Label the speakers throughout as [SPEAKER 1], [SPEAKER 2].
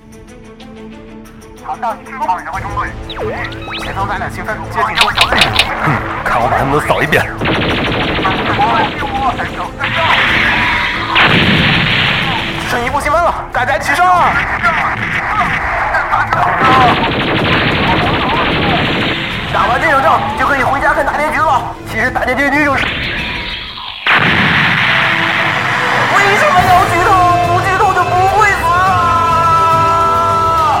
[SPEAKER 1] 嗯
[SPEAKER 2] 强盗与黑帮指挥中队，前头咱俩兴奋接近他们小队。
[SPEAKER 1] 看我把他们都扫一遍。
[SPEAKER 2] 剩一步积分了，大家齐上啊！打完这场仗就可以回家看大结局了。其实大结局就是……为什么要剧透？不剧透就不会死啊！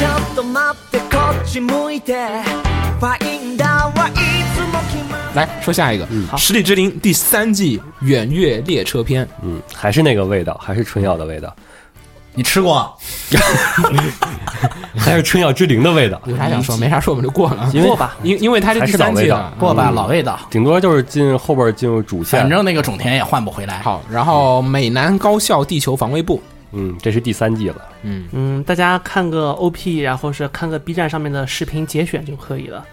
[SPEAKER 3] ちょっと待ってこっち向いてファインダーはいつも決まる
[SPEAKER 4] 来说下一个，《十里之灵》第三季《远月列车篇》
[SPEAKER 1] 嗯，还是那个味道，还是春药的味道，
[SPEAKER 5] 你吃过啊？
[SPEAKER 1] 还是春药之灵的味道。
[SPEAKER 4] 有啥想说？没啥说，我们就过了。
[SPEAKER 1] 因为
[SPEAKER 4] 因因为它是第三季嗯了。
[SPEAKER 5] 过吧，老味道。
[SPEAKER 1] 顶多就是进后边进入主线。
[SPEAKER 5] 反正那个种田也换不回来。
[SPEAKER 4] 好，然后美南高校地球防卫部，
[SPEAKER 1] 嗯，这是第三季了。
[SPEAKER 6] 嗯，大家看个 OP，然后是看个 B 站上面的视频节选就可以了。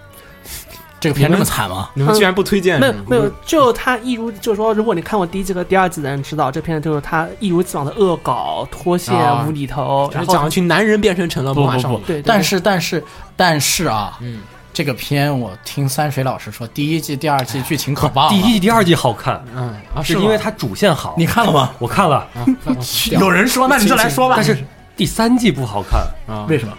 [SPEAKER 5] 这个片这么惨吗？
[SPEAKER 4] 你们居然不推荐？
[SPEAKER 6] 没有没有，就他一如就是说，如果你看过第一季和第二季的人知道，这片子就是他一如既往的恶搞、脱线、
[SPEAKER 4] 啊
[SPEAKER 6] 无厘头，
[SPEAKER 4] 就
[SPEAKER 6] 然
[SPEAKER 4] 是讲
[SPEAKER 6] 后
[SPEAKER 4] 一群男人变身成了魔
[SPEAKER 5] 不
[SPEAKER 4] 法
[SPEAKER 5] 不
[SPEAKER 4] 少
[SPEAKER 5] 不
[SPEAKER 4] 女，，
[SPEAKER 6] 对对
[SPEAKER 5] 但是但是但是啊，
[SPEAKER 4] 嗯，
[SPEAKER 5] 这个片我听三水老师说，第一季、第二季剧情可棒了。
[SPEAKER 1] 第一季、第二季好看，
[SPEAKER 4] 嗯啊，
[SPEAKER 1] 是
[SPEAKER 4] 吗
[SPEAKER 1] 因为它主线好。
[SPEAKER 5] 你看了吗？
[SPEAKER 1] 我看了，
[SPEAKER 5] 有人说，那你就来说吧。
[SPEAKER 1] 但是第三季不好看，
[SPEAKER 4] 啊，
[SPEAKER 5] 为什么？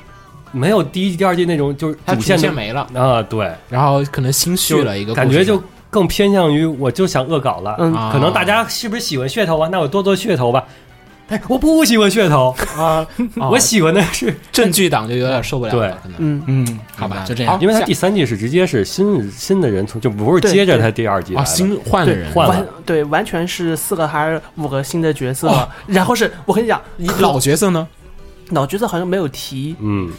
[SPEAKER 1] 没有第一季、第二季那种就是
[SPEAKER 4] 它主
[SPEAKER 1] 线
[SPEAKER 4] 线
[SPEAKER 1] 的
[SPEAKER 4] 没了，
[SPEAKER 1] 啊，对，
[SPEAKER 4] 然后可能新续了一个故事，
[SPEAKER 1] 感觉就更偏向于我就想恶搞了。
[SPEAKER 6] 嗯
[SPEAKER 4] 啊
[SPEAKER 1] 可能大家是不是喜欢噱头啊？那我多做噱头吧。哎，我不喜欢噱头啊， 我喜欢的是，
[SPEAKER 4] 正剧党就有点受不了了，
[SPEAKER 1] 对
[SPEAKER 4] 可能。
[SPEAKER 6] 嗯，
[SPEAKER 5] 嗯，
[SPEAKER 4] 好
[SPEAKER 5] 好
[SPEAKER 4] 吧
[SPEAKER 5] 吧，就这样
[SPEAKER 4] 好。
[SPEAKER 1] 因为它
[SPEAKER 4] 下
[SPEAKER 1] 第三季是直接是新新的人从就不是
[SPEAKER 6] 对
[SPEAKER 1] 接着他第二季来
[SPEAKER 4] 啊，
[SPEAKER 1] 的
[SPEAKER 4] 新换了
[SPEAKER 6] 对
[SPEAKER 4] 人，
[SPEAKER 1] 换了
[SPEAKER 6] 完对完全是四个还是五个新的角色，然后是我跟你讲，
[SPEAKER 4] 你老角色呢？
[SPEAKER 6] 老角色好像没有提，
[SPEAKER 1] 嗯，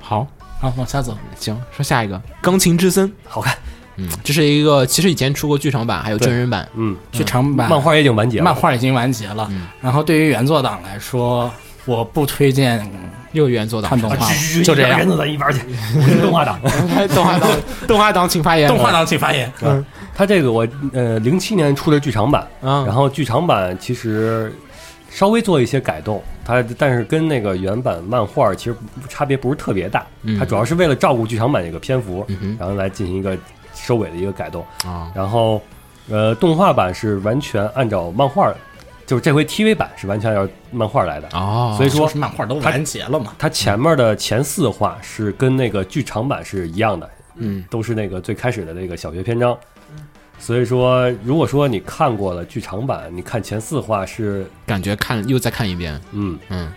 [SPEAKER 4] 好，
[SPEAKER 5] 好，往下走。
[SPEAKER 4] 行，说下一个《钢琴之森》，
[SPEAKER 1] 好看，
[SPEAKER 4] 嗯，这是一个其实以前出过剧场版，还有
[SPEAKER 1] 对
[SPEAKER 4] 真人版，
[SPEAKER 1] 嗯，
[SPEAKER 5] 剧场版
[SPEAKER 1] 漫画也已经完结了，
[SPEAKER 5] 漫画嗯已经完结了，然后对于原作党来说，我不推荐嗯
[SPEAKER 4] 又原作党
[SPEAKER 5] 看动画，
[SPEAKER 1] 去
[SPEAKER 5] 就这 样
[SPEAKER 1] 人。都在一边去，我是动画党。
[SPEAKER 4] 动画党，动画党请发言。
[SPEAKER 5] 动画党请发言。
[SPEAKER 1] 他这个我呃零七年出的剧场版，
[SPEAKER 4] 啊，
[SPEAKER 1] 然后剧场版其实稍微做一些改动，它但是跟那个原版漫画其实差别不是特别大，它主要是为了照顾剧场版这个篇幅，
[SPEAKER 4] 嗯
[SPEAKER 1] 然后来进行一个收尾的一个改动。
[SPEAKER 4] 哼啊，
[SPEAKER 1] 然后呃，动画版是完全按照漫画，就是这回 TV 版是完全按照漫画来的，
[SPEAKER 4] 哦，
[SPEAKER 1] 所以说
[SPEAKER 5] 说是漫画都完结了嘛？
[SPEAKER 1] 它前面的前四话是跟那个剧场版是一样的，
[SPEAKER 4] 嗯，
[SPEAKER 1] 都是那个最开始的那个小学篇章。所以说，如果说你看过了剧场版，你看前四话是，
[SPEAKER 4] 感觉看又再看一遍，
[SPEAKER 1] 嗯
[SPEAKER 4] 嗯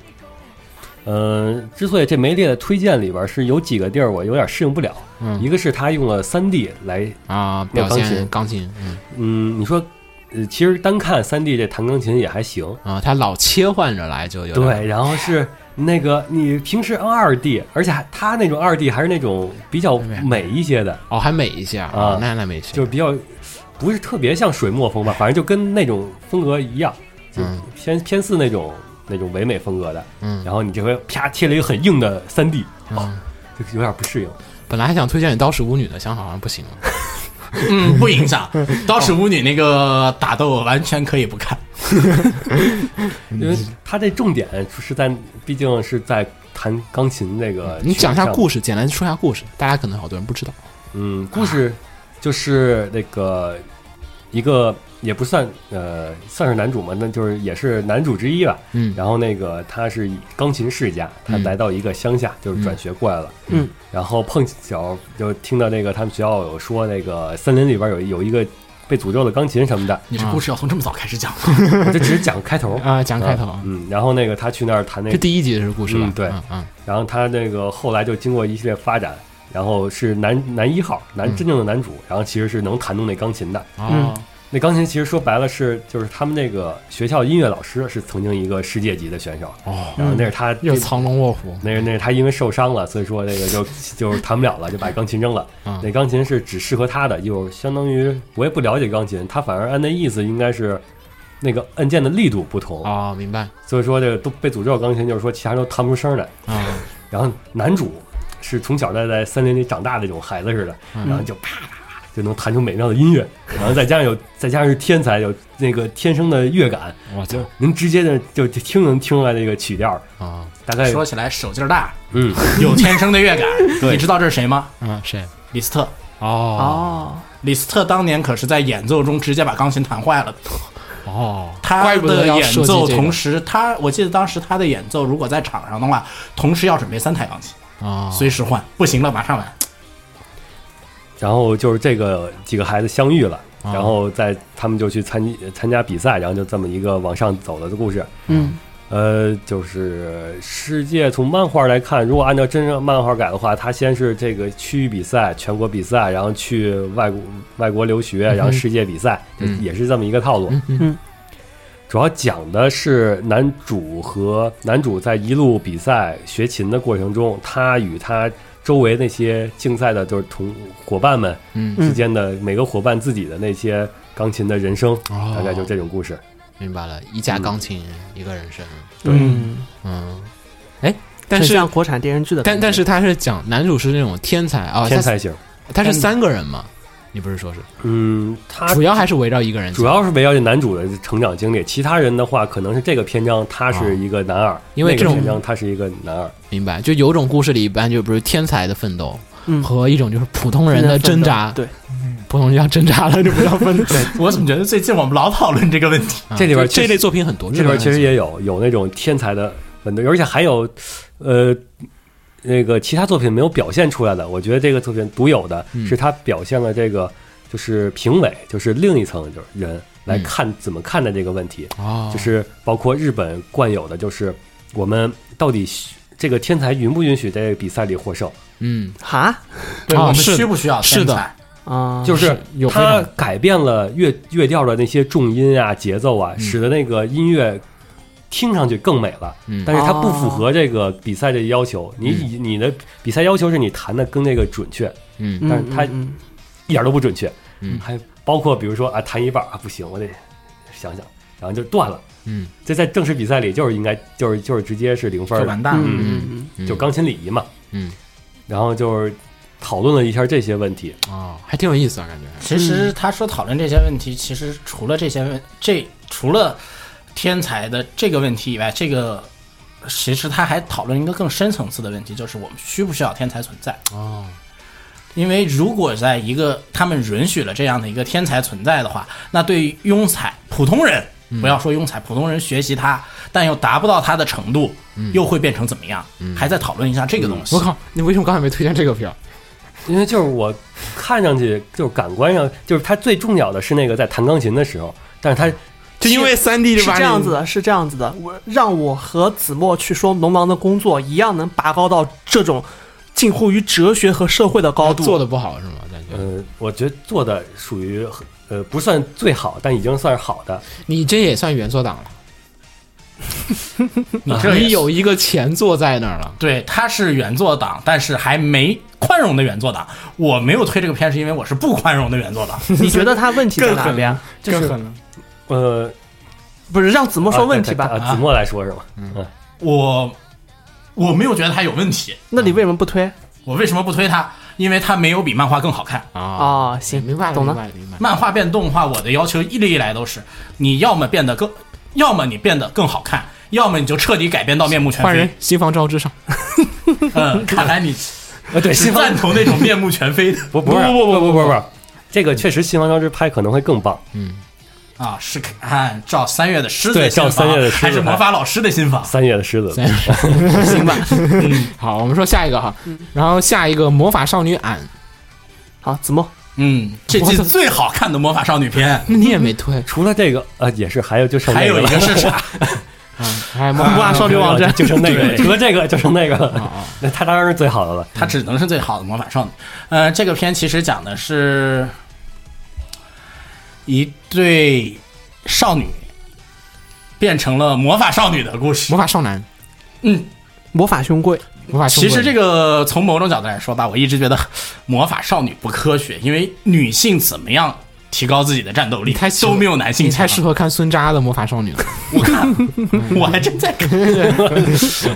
[SPEAKER 1] 嗯、呃，之所以这没列在推荐里边，是有几个地儿我有点适应不了。
[SPEAKER 4] 嗯
[SPEAKER 1] 一个是他用了三 D 来，
[SPEAKER 4] 啊，表现钢琴，嗯
[SPEAKER 1] 嗯，你说，呃，其实单看三 D 这弹钢琴也还行，
[SPEAKER 4] 啊，他老切换着来就有点
[SPEAKER 1] 对，然后是那个你平时二 D，而且还他那种二 D 还是那种比较美一些的，
[SPEAKER 4] 哦，还美一下
[SPEAKER 1] 啊
[SPEAKER 4] 那那没事，
[SPEAKER 1] 就是比较不是特别像水墨风吧，反正就跟那种风格一样，就
[SPEAKER 4] 嗯
[SPEAKER 1] 偏偏似那种那种唯美风格的。
[SPEAKER 4] 嗯
[SPEAKER 1] 然后你这回啪贴了一个很硬的三 D，哦
[SPEAKER 4] 嗯，
[SPEAKER 1] 就有点不适应。
[SPEAKER 4] 本来还想推荐你《刀石舞女》的，想好好像不行了。
[SPEAKER 5] 嗯，不影响。刀使巫女那个打斗完全可以不看。
[SPEAKER 4] 嗯
[SPEAKER 1] 因为它这重点是在，毕竟是在弹钢琴那个。
[SPEAKER 4] 你讲一下故
[SPEAKER 1] 事，
[SPEAKER 4] 事，简单说一下故事，大家可能好多人不知道。
[SPEAKER 1] 嗯，故事就是那个一个也不算呃算是男主嘛，那就是也是男主之一吧。
[SPEAKER 4] 嗯
[SPEAKER 1] 然后那个他是钢琴世家，他
[SPEAKER 4] 嗯
[SPEAKER 1] 来到一个乡下，就是转学过来了。
[SPEAKER 6] 嗯，
[SPEAKER 1] 然后碰巧就听到那个他们学校有说那个森林里边有有一个被诅咒的钢琴什么的，
[SPEAKER 5] 你这故事要从这么早开始讲吗？
[SPEAKER 1] 我就只是讲开头。
[SPEAKER 4] 啊， 讲开头，
[SPEAKER 1] 嗯，然后那个他去那儿弹那
[SPEAKER 4] 这
[SPEAKER 1] 个，
[SPEAKER 4] 第一集是故事吧
[SPEAKER 1] 嗯？对
[SPEAKER 4] 嗯嗯
[SPEAKER 1] 然后他那个后来就经过一系列发展，
[SPEAKER 4] 嗯
[SPEAKER 1] 然后是男男一号，男真正的男主，然后其实是能弹动那钢琴的。
[SPEAKER 4] 哦，
[SPEAKER 1] 那钢琴其实说白了是就是他们那个学校音乐老师是曾经一个世界级的选手，
[SPEAKER 5] 哦，
[SPEAKER 1] 然后那是他
[SPEAKER 5] 又藏龙卧虎，
[SPEAKER 1] 那是那是他因为受伤了，所以说那个 就就是弹不了了，就把钢琴扔了。
[SPEAKER 5] 嗯
[SPEAKER 1] 那钢琴是只适合他的，就相当于我也不了解钢琴，他反而按那意思应该是那个按键的力度不同，
[SPEAKER 5] 哦，明白
[SPEAKER 1] 所以说这个都被诅咒钢琴就是说其他人都弹不出声来。
[SPEAKER 5] 啊，
[SPEAKER 1] 然后男主是从小在在森林里长大的那种孩子似的，然后就啪啪啪就能弹出美妙的音乐，然后再加上有再加上是天才，有那个天生的乐感，
[SPEAKER 5] 我操
[SPEAKER 1] 能直接的就就听能听出来那个曲调，
[SPEAKER 4] 哦
[SPEAKER 5] 啊，
[SPEAKER 1] 大
[SPEAKER 4] 哎
[SPEAKER 1] 概
[SPEAKER 5] 说起来手劲儿大，
[SPEAKER 1] 嗯
[SPEAKER 5] 有天生的 乐感。
[SPEAKER 1] 对
[SPEAKER 5] 你知道这是谁吗？
[SPEAKER 4] 嗯，谁？
[SPEAKER 5] 李斯特。
[SPEAKER 4] 哦
[SPEAKER 6] 哦，
[SPEAKER 5] 李斯特当年可是在演奏中直接把钢琴弹坏了的。
[SPEAKER 4] 哦，
[SPEAKER 5] 他
[SPEAKER 4] 怪不得
[SPEAKER 5] 的
[SPEAKER 4] 要
[SPEAKER 5] 演
[SPEAKER 4] 设计
[SPEAKER 5] 奏
[SPEAKER 4] 这个
[SPEAKER 5] 同时，他我记得当时他的演奏如果在场上的话，同时要准备三台钢琴，
[SPEAKER 4] 啊，
[SPEAKER 5] 随时换，不行了马上来。
[SPEAKER 1] 然后就是这个几个孩子相遇了，
[SPEAKER 4] 啊
[SPEAKER 1] 然后在他们就去参参加比赛，然后就这么一个往上走的故事。
[SPEAKER 6] 嗯，
[SPEAKER 1] 呃，就是世界从漫画来看，如果按照真正漫画改的话，它先是这个区域比赛、全国比赛，然后去外国外国留学，然后世界比赛，就
[SPEAKER 4] 嗯
[SPEAKER 1] 也是这么一个套路。
[SPEAKER 4] 嗯
[SPEAKER 6] 嗯
[SPEAKER 1] 主要讲的是男主和男主在一路比赛学琴的过程中，他与他周围那些竞赛的，就是同伙伴们
[SPEAKER 4] 嗯
[SPEAKER 1] 之间的、每个伙伴自己的那些钢琴的人生，
[SPEAKER 4] 哦
[SPEAKER 1] 大概就这种故事。
[SPEAKER 4] 明白了，一架钢琴，一个人生，
[SPEAKER 6] 嗯，
[SPEAKER 4] 嗯，哎，但
[SPEAKER 6] 很
[SPEAKER 4] 是
[SPEAKER 6] 像国产电视剧的感
[SPEAKER 4] 但
[SPEAKER 6] 觉，
[SPEAKER 4] 但是他是讲男主是那种天才啊，
[SPEAKER 1] 天才型，
[SPEAKER 4] 他，他是三个人嘛？你不是说是
[SPEAKER 1] 嗯，他
[SPEAKER 4] 主要还是围绕一个人讲？
[SPEAKER 1] 主要是围绕这男主的成长经历，其他人的话可能是这个篇章他是一个男二，
[SPEAKER 4] 哦因为
[SPEAKER 1] 那
[SPEAKER 4] 这
[SPEAKER 1] 个
[SPEAKER 4] 种
[SPEAKER 1] 篇章他是一个男二，
[SPEAKER 4] 明白，就有种故事里一般就不是天才的奋斗。
[SPEAKER 6] 嗯
[SPEAKER 4] 和一种就是普通人的挣扎，
[SPEAKER 6] 对，
[SPEAKER 4] 普通人要挣扎了就不要奋斗。
[SPEAKER 5] 我怎么觉得最近我们老讨论这个问题？
[SPEAKER 4] 啊
[SPEAKER 1] 这里边
[SPEAKER 4] 就这类作品很多，
[SPEAKER 1] 这里边其
[SPEAKER 4] 日本很
[SPEAKER 1] 实
[SPEAKER 4] 多
[SPEAKER 1] 也有有那种天才的奋斗，而且还有，呃，那个其他作品没有表现出来的，我觉得这个作品独有的
[SPEAKER 4] 嗯
[SPEAKER 1] 是他表现了这个就是评委，就是另一层就是人来
[SPEAKER 4] 嗯
[SPEAKER 1] 看怎么看待这个问题，
[SPEAKER 4] 哦，
[SPEAKER 1] 就是包括日本惯有的，就是我们到底这个天才允不允许在比赛里获胜，
[SPEAKER 4] 嗯
[SPEAKER 6] 哈
[SPEAKER 5] 对
[SPEAKER 4] 啊
[SPEAKER 5] 我们
[SPEAKER 4] 是的
[SPEAKER 5] 需不需要
[SPEAKER 4] 是的
[SPEAKER 5] 天才？
[SPEAKER 6] 啊，
[SPEAKER 1] 就是是
[SPEAKER 4] 有非
[SPEAKER 1] 它
[SPEAKER 4] 常
[SPEAKER 1] 改变了乐乐调的那些重音啊、节奏
[SPEAKER 4] 嗯
[SPEAKER 1] 啊，使得那个音乐听上去更美了。
[SPEAKER 4] 嗯
[SPEAKER 1] 但是它不
[SPEAKER 6] 哦
[SPEAKER 1] 符合这个比赛的要求。你以你的比赛要求是你弹的跟那个准确，
[SPEAKER 4] 嗯
[SPEAKER 6] 嗯，
[SPEAKER 1] 但是他
[SPEAKER 6] 嗯
[SPEAKER 1] 一点都不准确。
[SPEAKER 4] 嗯
[SPEAKER 1] 还包括比如说啊，弹一半啊不行，我得想想，然后就断了。
[SPEAKER 4] 嗯，
[SPEAKER 1] 这在正式比赛里就是应该就是就是直接是零分
[SPEAKER 5] 就
[SPEAKER 1] 儿的
[SPEAKER 5] 完
[SPEAKER 6] 嗯
[SPEAKER 5] 蛋了。
[SPEAKER 6] 嗯嗯嗯
[SPEAKER 4] 嗯
[SPEAKER 1] 就钢琴礼仪嘛。
[SPEAKER 4] 嗯
[SPEAKER 1] 然后就是讨论了一下这些问题。
[SPEAKER 4] 哦，还挺有意思啊，感觉
[SPEAKER 5] 其实他说讨论这些问题，其实除了这些问这除了天才的这个问题以外，这个其实他还讨论一个更深层次的问题，就是我们需不需要天才存在？
[SPEAKER 4] 哦，
[SPEAKER 5] 因为如果在一个他们允许了这样的一个天才存在的话，那对于庸才普通人，
[SPEAKER 4] 嗯
[SPEAKER 5] 不要说庸才，普通人学习他，但又达不到他的程度，
[SPEAKER 4] 嗯
[SPEAKER 5] 又会变成怎么样？还在讨论一下这个东西。
[SPEAKER 4] 我靠，你为什么刚才没推荐这个片儿？
[SPEAKER 1] 因为就是我看上去就是感官上，就是他最重要的是那个在弹钢琴的时候，但是他
[SPEAKER 4] 就因为三 D
[SPEAKER 6] 是
[SPEAKER 4] 就把
[SPEAKER 6] 这样
[SPEAKER 4] 你
[SPEAKER 6] 子的，是这样子的。我让我和子墨去说农忙的工作，一样能拔高到这种近乎于哲学和社会的高度。
[SPEAKER 4] 做的不好是吗？感觉
[SPEAKER 1] 呃，我觉得做的属于呃不算最好，但已经算是好的。
[SPEAKER 4] 你这也算原作党了，
[SPEAKER 5] 你这也
[SPEAKER 4] 啊你
[SPEAKER 5] 是
[SPEAKER 4] 有一个前作在那儿了。
[SPEAKER 5] 对，他是原作党，但是还没宽容的原作党。我没有推这个片，是因为我是不宽容的原作党。
[SPEAKER 6] 你觉得他问题在哪边？
[SPEAKER 1] 就是呃，
[SPEAKER 6] 不是让子墨
[SPEAKER 1] 不
[SPEAKER 6] 说问题吧？
[SPEAKER 1] 子墨来说是吧？
[SPEAKER 5] 嗯我我没有觉得他有问题，
[SPEAKER 6] 那你为什么不推
[SPEAKER 5] 我为什么不推他？因为他没有比漫画更好看。
[SPEAKER 4] 啊，
[SPEAKER 6] 啊？行，
[SPEAKER 4] 明白了，
[SPEAKER 6] 懂
[SPEAKER 4] 明
[SPEAKER 6] 了。
[SPEAKER 4] 白了，明白了。
[SPEAKER 5] 漫画变动画，我的要求一直以来都是，你要么变得更，要么你变得更好看，要么你就彻底改变到面目全
[SPEAKER 4] 换人
[SPEAKER 5] 非。，
[SPEAKER 4] 新房招之上。
[SPEAKER 5] 嗯，看来你
[SPEAKER 1] 啊，对，
[SPEAKER 5] 是
[SPEAKER 1] 新方
[SPEAKER 5] 赞同那种面目全非的
[SPEAKER 1] 不不是不不不不不，这个确实新方招之拍可能会更棒。
[SPEAKER 5] 啊！是看照三月的狮子
[SPEAKER 1] 对
[SPEAKER 5] 的新
[SPEAKER 1] 照三
[SPEAKER 5] 房
[SPEAKER 1] 月的狮子
[SPEAKER 5] 还是
[SPEAKER 1] 拍
[SPEAKER 5] 魔法老师的新房？
[SPEAKER 1] 三月的狮子，
[SPEAKER 4] 三行吧， 好，我们说下一个哈，然后下一个魔法少女俺，
[SPEAKER 6] 好，子墨，
[SPEAKER 5] 嗯，这季最好看的魔法少女片，
[SPEAKER 4] 那你也没推，
[SPEAKER 1] 除了这个啊，也是还有就剩
[SPEAKER 5] 还
[SPEAKER 1] 那
[SPEAKER 5] 有一
[SPEAKER 1] 了
[SPEAKER 5] 个是啥？
[SPEAKER 4] 啊还有魔
[SPEAKER 6] 魔
[SPEAKER 4] 法
[SPEAKER 6] 法少女网站
[SPEAKER 1] 就剩那个，
[SPEAKER 5] 对
[SPEAKER 1] 除了这个就剩那个
[SPEAKER 4] 啊
[SPEAKER 1] 了。
[SPEAKER 4] 啊，
[SPEAKER 1] 那他当然是最好的了。
[SPEAKER 5] 它只能是最好的魔法少女。呃，这个片其实讲的是一对少女变成了魔法少女的故事
[SPEAKER 4] 魔。法少男，
[SPEAKER 5] 嗯，
[SPEAKER 6] 魔法兄贵，
[SPEAKER 4] 魔法
[SPEAKER 5] 其实这
[SPEAKER 4] 个
[SPEAKER 5] 个从某种角度来说吧，我一直觉得魔法少女不科学，因为女性怎么样提高自己的战斗力
[SPEAKER 4] 太喜欢
[SPEAKER 5] 都没有男性
[SPEAKER 4] 你
[SPEAKER 5] 强
[SPEAKER 4] 太。适合看孙扎的魔法少女了。
[SPEAKER 5] 我看， 我还真在看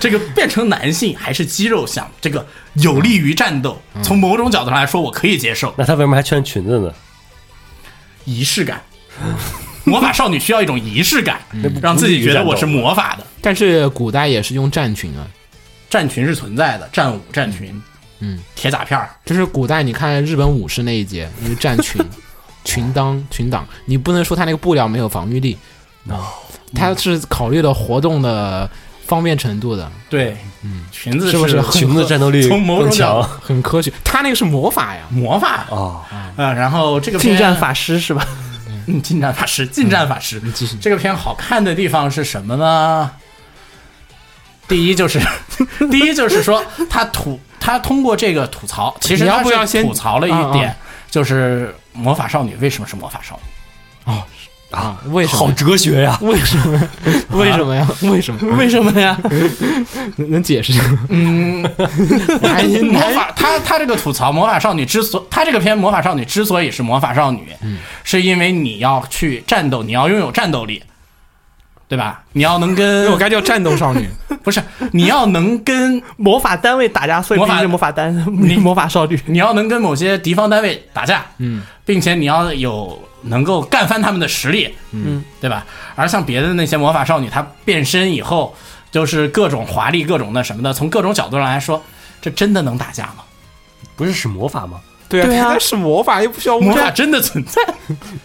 [SPEAKER 5] 这个变成男性还是肌肉项，这个有利于战斗。
[SPEAKER 1] 嗯
[SPEAKER 5] 从某种角度上来说，我可以接受
[SPEAKER 1] 那他为什么还穿裙子呢？
[SPEAKER 5] 仪式感。魔法少女需要一种仪式感，
[SPEAKER 1] 嗯
[SPEAKER 5] 让自己觉得我是魔法的。
[SPEAKER 4] 但是古代也是用战裙啊，
[SPEAKER 5] 战群是存在的，战舞、战群，
[SPEAKER 4] 嗯，
[SPEAKER 5] 铁甲片儿，
[SPEAKER 4] 就是古代你看日本武士那一节，就是战 裙、裙裆、裙裆，你不能说他那个布料没有防御力，
[SPEAKER 6] 哦
[SPEAKER 4] 他是考虑了活动的方便程度的，
[SPEAKER 5] 对，
[SPEAKER 1] 嗯
[SPEAKER 5] 裙子
[SPEAKER 4] 是不是很
[SPEAKER 1] 裙子战斗力
[SPEAKER 5] 从某
[SPEAKER 1] 更
[SPEAKER 5] 种
[SPEAKER 1] 强
[SPEAKER 5] 角
[SPEAKER 1] 啊
[SPEAKER 5] 度
[SPEAKER 4] 很科学。他那个是魔法呀，
[SPEAKER 5] 魔法啊、
[SPEAKER 1] 哦，
[SPEAKER 5] 然后这个
[SPEAKER 6] 近
[SPEAKER 5] 片
[SPEAKER 6] 战法师是吧？
[SPEAKER 5] 嗯， 近战法师，近战法师。
[SPEAKER 4] 嗯继续
[SPEAKER 5] 这个片好看的地方是什么呢？第一就是， 第一就是说他吐，他通过这个吐槽，其实
[SPEAKER 4] 你要
[SPEAKER 5] 他
[SPEAKER 4] 不
[SPEAKER 5] 是
[SPEAKER 4] 要先
[SPEAKER 5] 吐槽了
[SPEAKER 4] 啊
[SPEAKER 5] 一
[SPEAKER 4] 啊
[SPEAKER 5] 点，就是魔法少女为什么是魔法少女？
[SPEAKER 4] 啊，为什
[SPEAKER 1] 好
[SPEAKER 4] 么？
[SPEAKER 1] 哲学呀！
[SPEAKER 4] 为什么？为什么呀？ 为什 么？
[SPEAKER 6] 为什么呀？
[SPEAKER 4] 能能解释？嗯，还
[SPEAKER 5] 魔法，他他这个吐槽魔法少女之所，他这个片魔法少女之所以是魔法少女，
[SPEAKER 4] 嗯
[SPEAKER 5] 是因为你要去战斗，你要拥有战斗力，对吧？你要能跟
[SPEAKER 4] 那我该叫战斗少女。
[SPEAKER 5] 不是，你要能跟
[SPEAKER 6] 魔法单位打架，所以
[SPEAKER 5] 魔法
[SPEAKER 6] 必须是魔法单， 魔法少女。
[SPEAKER 5] 你要能跟某些敌方单位打架，
[SPEAKER 4] 嗯，
[SPEAKER 5] 并且你要有能够干翻他们的实力，
[SPEAKER 6] 嗯，
[SPEAKER 5] 对吧？而像别的那些魔法少女，她变身以后就是各种华丽、各种那什么的，从各种角度上来说，这真的能打架吗？
[SPEAKER 1] 不是使魔法吗？
[SPEAKER 4] 对
[SPEAKER 6] 对啊
[SPEAKER 4] 他是魔法又不需要
[SPEAKER 5] 魔法真的存在？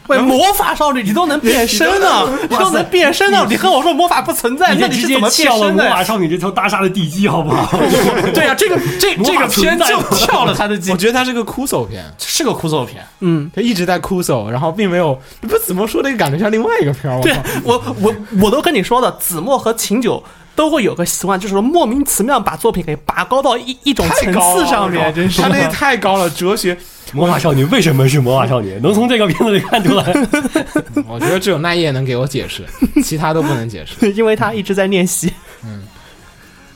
[SPEAKER 6] 喂，魔法少嗯女你都能变身呢，你都能变身啊呢，你和我说魔法不存在，那你是怎么变身的呀？
[SPEAKER 1] 少女这条大厦的地基，好不 好？
[SPEAKER 5] 对啊，这个这
[SPEAKER 1] 魔
[SPEAKER 5] 这
[SPEAKER 1] 法
[SPEAKER 5] 个
[SPEAKER 1] 存
[SPEAKER 5] 片
[SPEAKER 1] 在
[SPEAKER 5] 就跳了他的
[SPEAKER 4] 我
[SPEAKER 5] 机，
[SPEAKER 4] 觉得他是个哭手片，
[SPEAKER 5] 是个枯燥片。
[SPEAKER 6] 嗯，
[SPEAKER 4] 他一直在哭手，然后并没有不怎么说那个感觉像另外一个片儿。我
[SPEAKER 6] 对
[SPEAKER 4] 靠
[SPEAKER 6] 我我我都跟你说的，子墨和秦九都会有个习惯，就是说莫名其妙把作品给拔高到一一种
[SPEAKER 4] 太
[SPEAKER 6] 层
[SPEAKER 4] 高
[SPEAKER 6] 次
[SPEAKER 4] 了
[SPEAKER 6] 上
[SPEAKER 4] 我靠
[SPEAKER 6] 面，真是
[SPEAKER 4] 他那太高了，哲学。
[SPEAKER 1] 魔法少女为什么是魔法少女？能从这个片子里看出 来。
[SPEAKER 4] 我觉得只有那夜能给我解释，其他都不能解释。
[SPEAKER 6] 因为他一直在练习，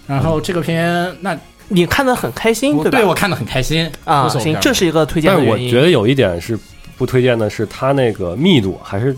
[SPEAKER 5] 然后这个片，那
[SPEAKER 6] 你看的很开心，
[SPEAKER 5] 我
[SPEAKER 6] 吧？
[SPEAKER 5] 对我看的很开心，
[SPEAKER 6] 啊，
[SPEAKER 4] 无所谓
[SPEAKER 6] 行，这是一个推荐
[SPEAKER 1] 但
[SPEAKER 6] 的
[SPEAKER 1] 是我
[SPEAKER 6] 原因。
[SPEAKER 1] 觉得有一点是不推荐的，是它那个密度还是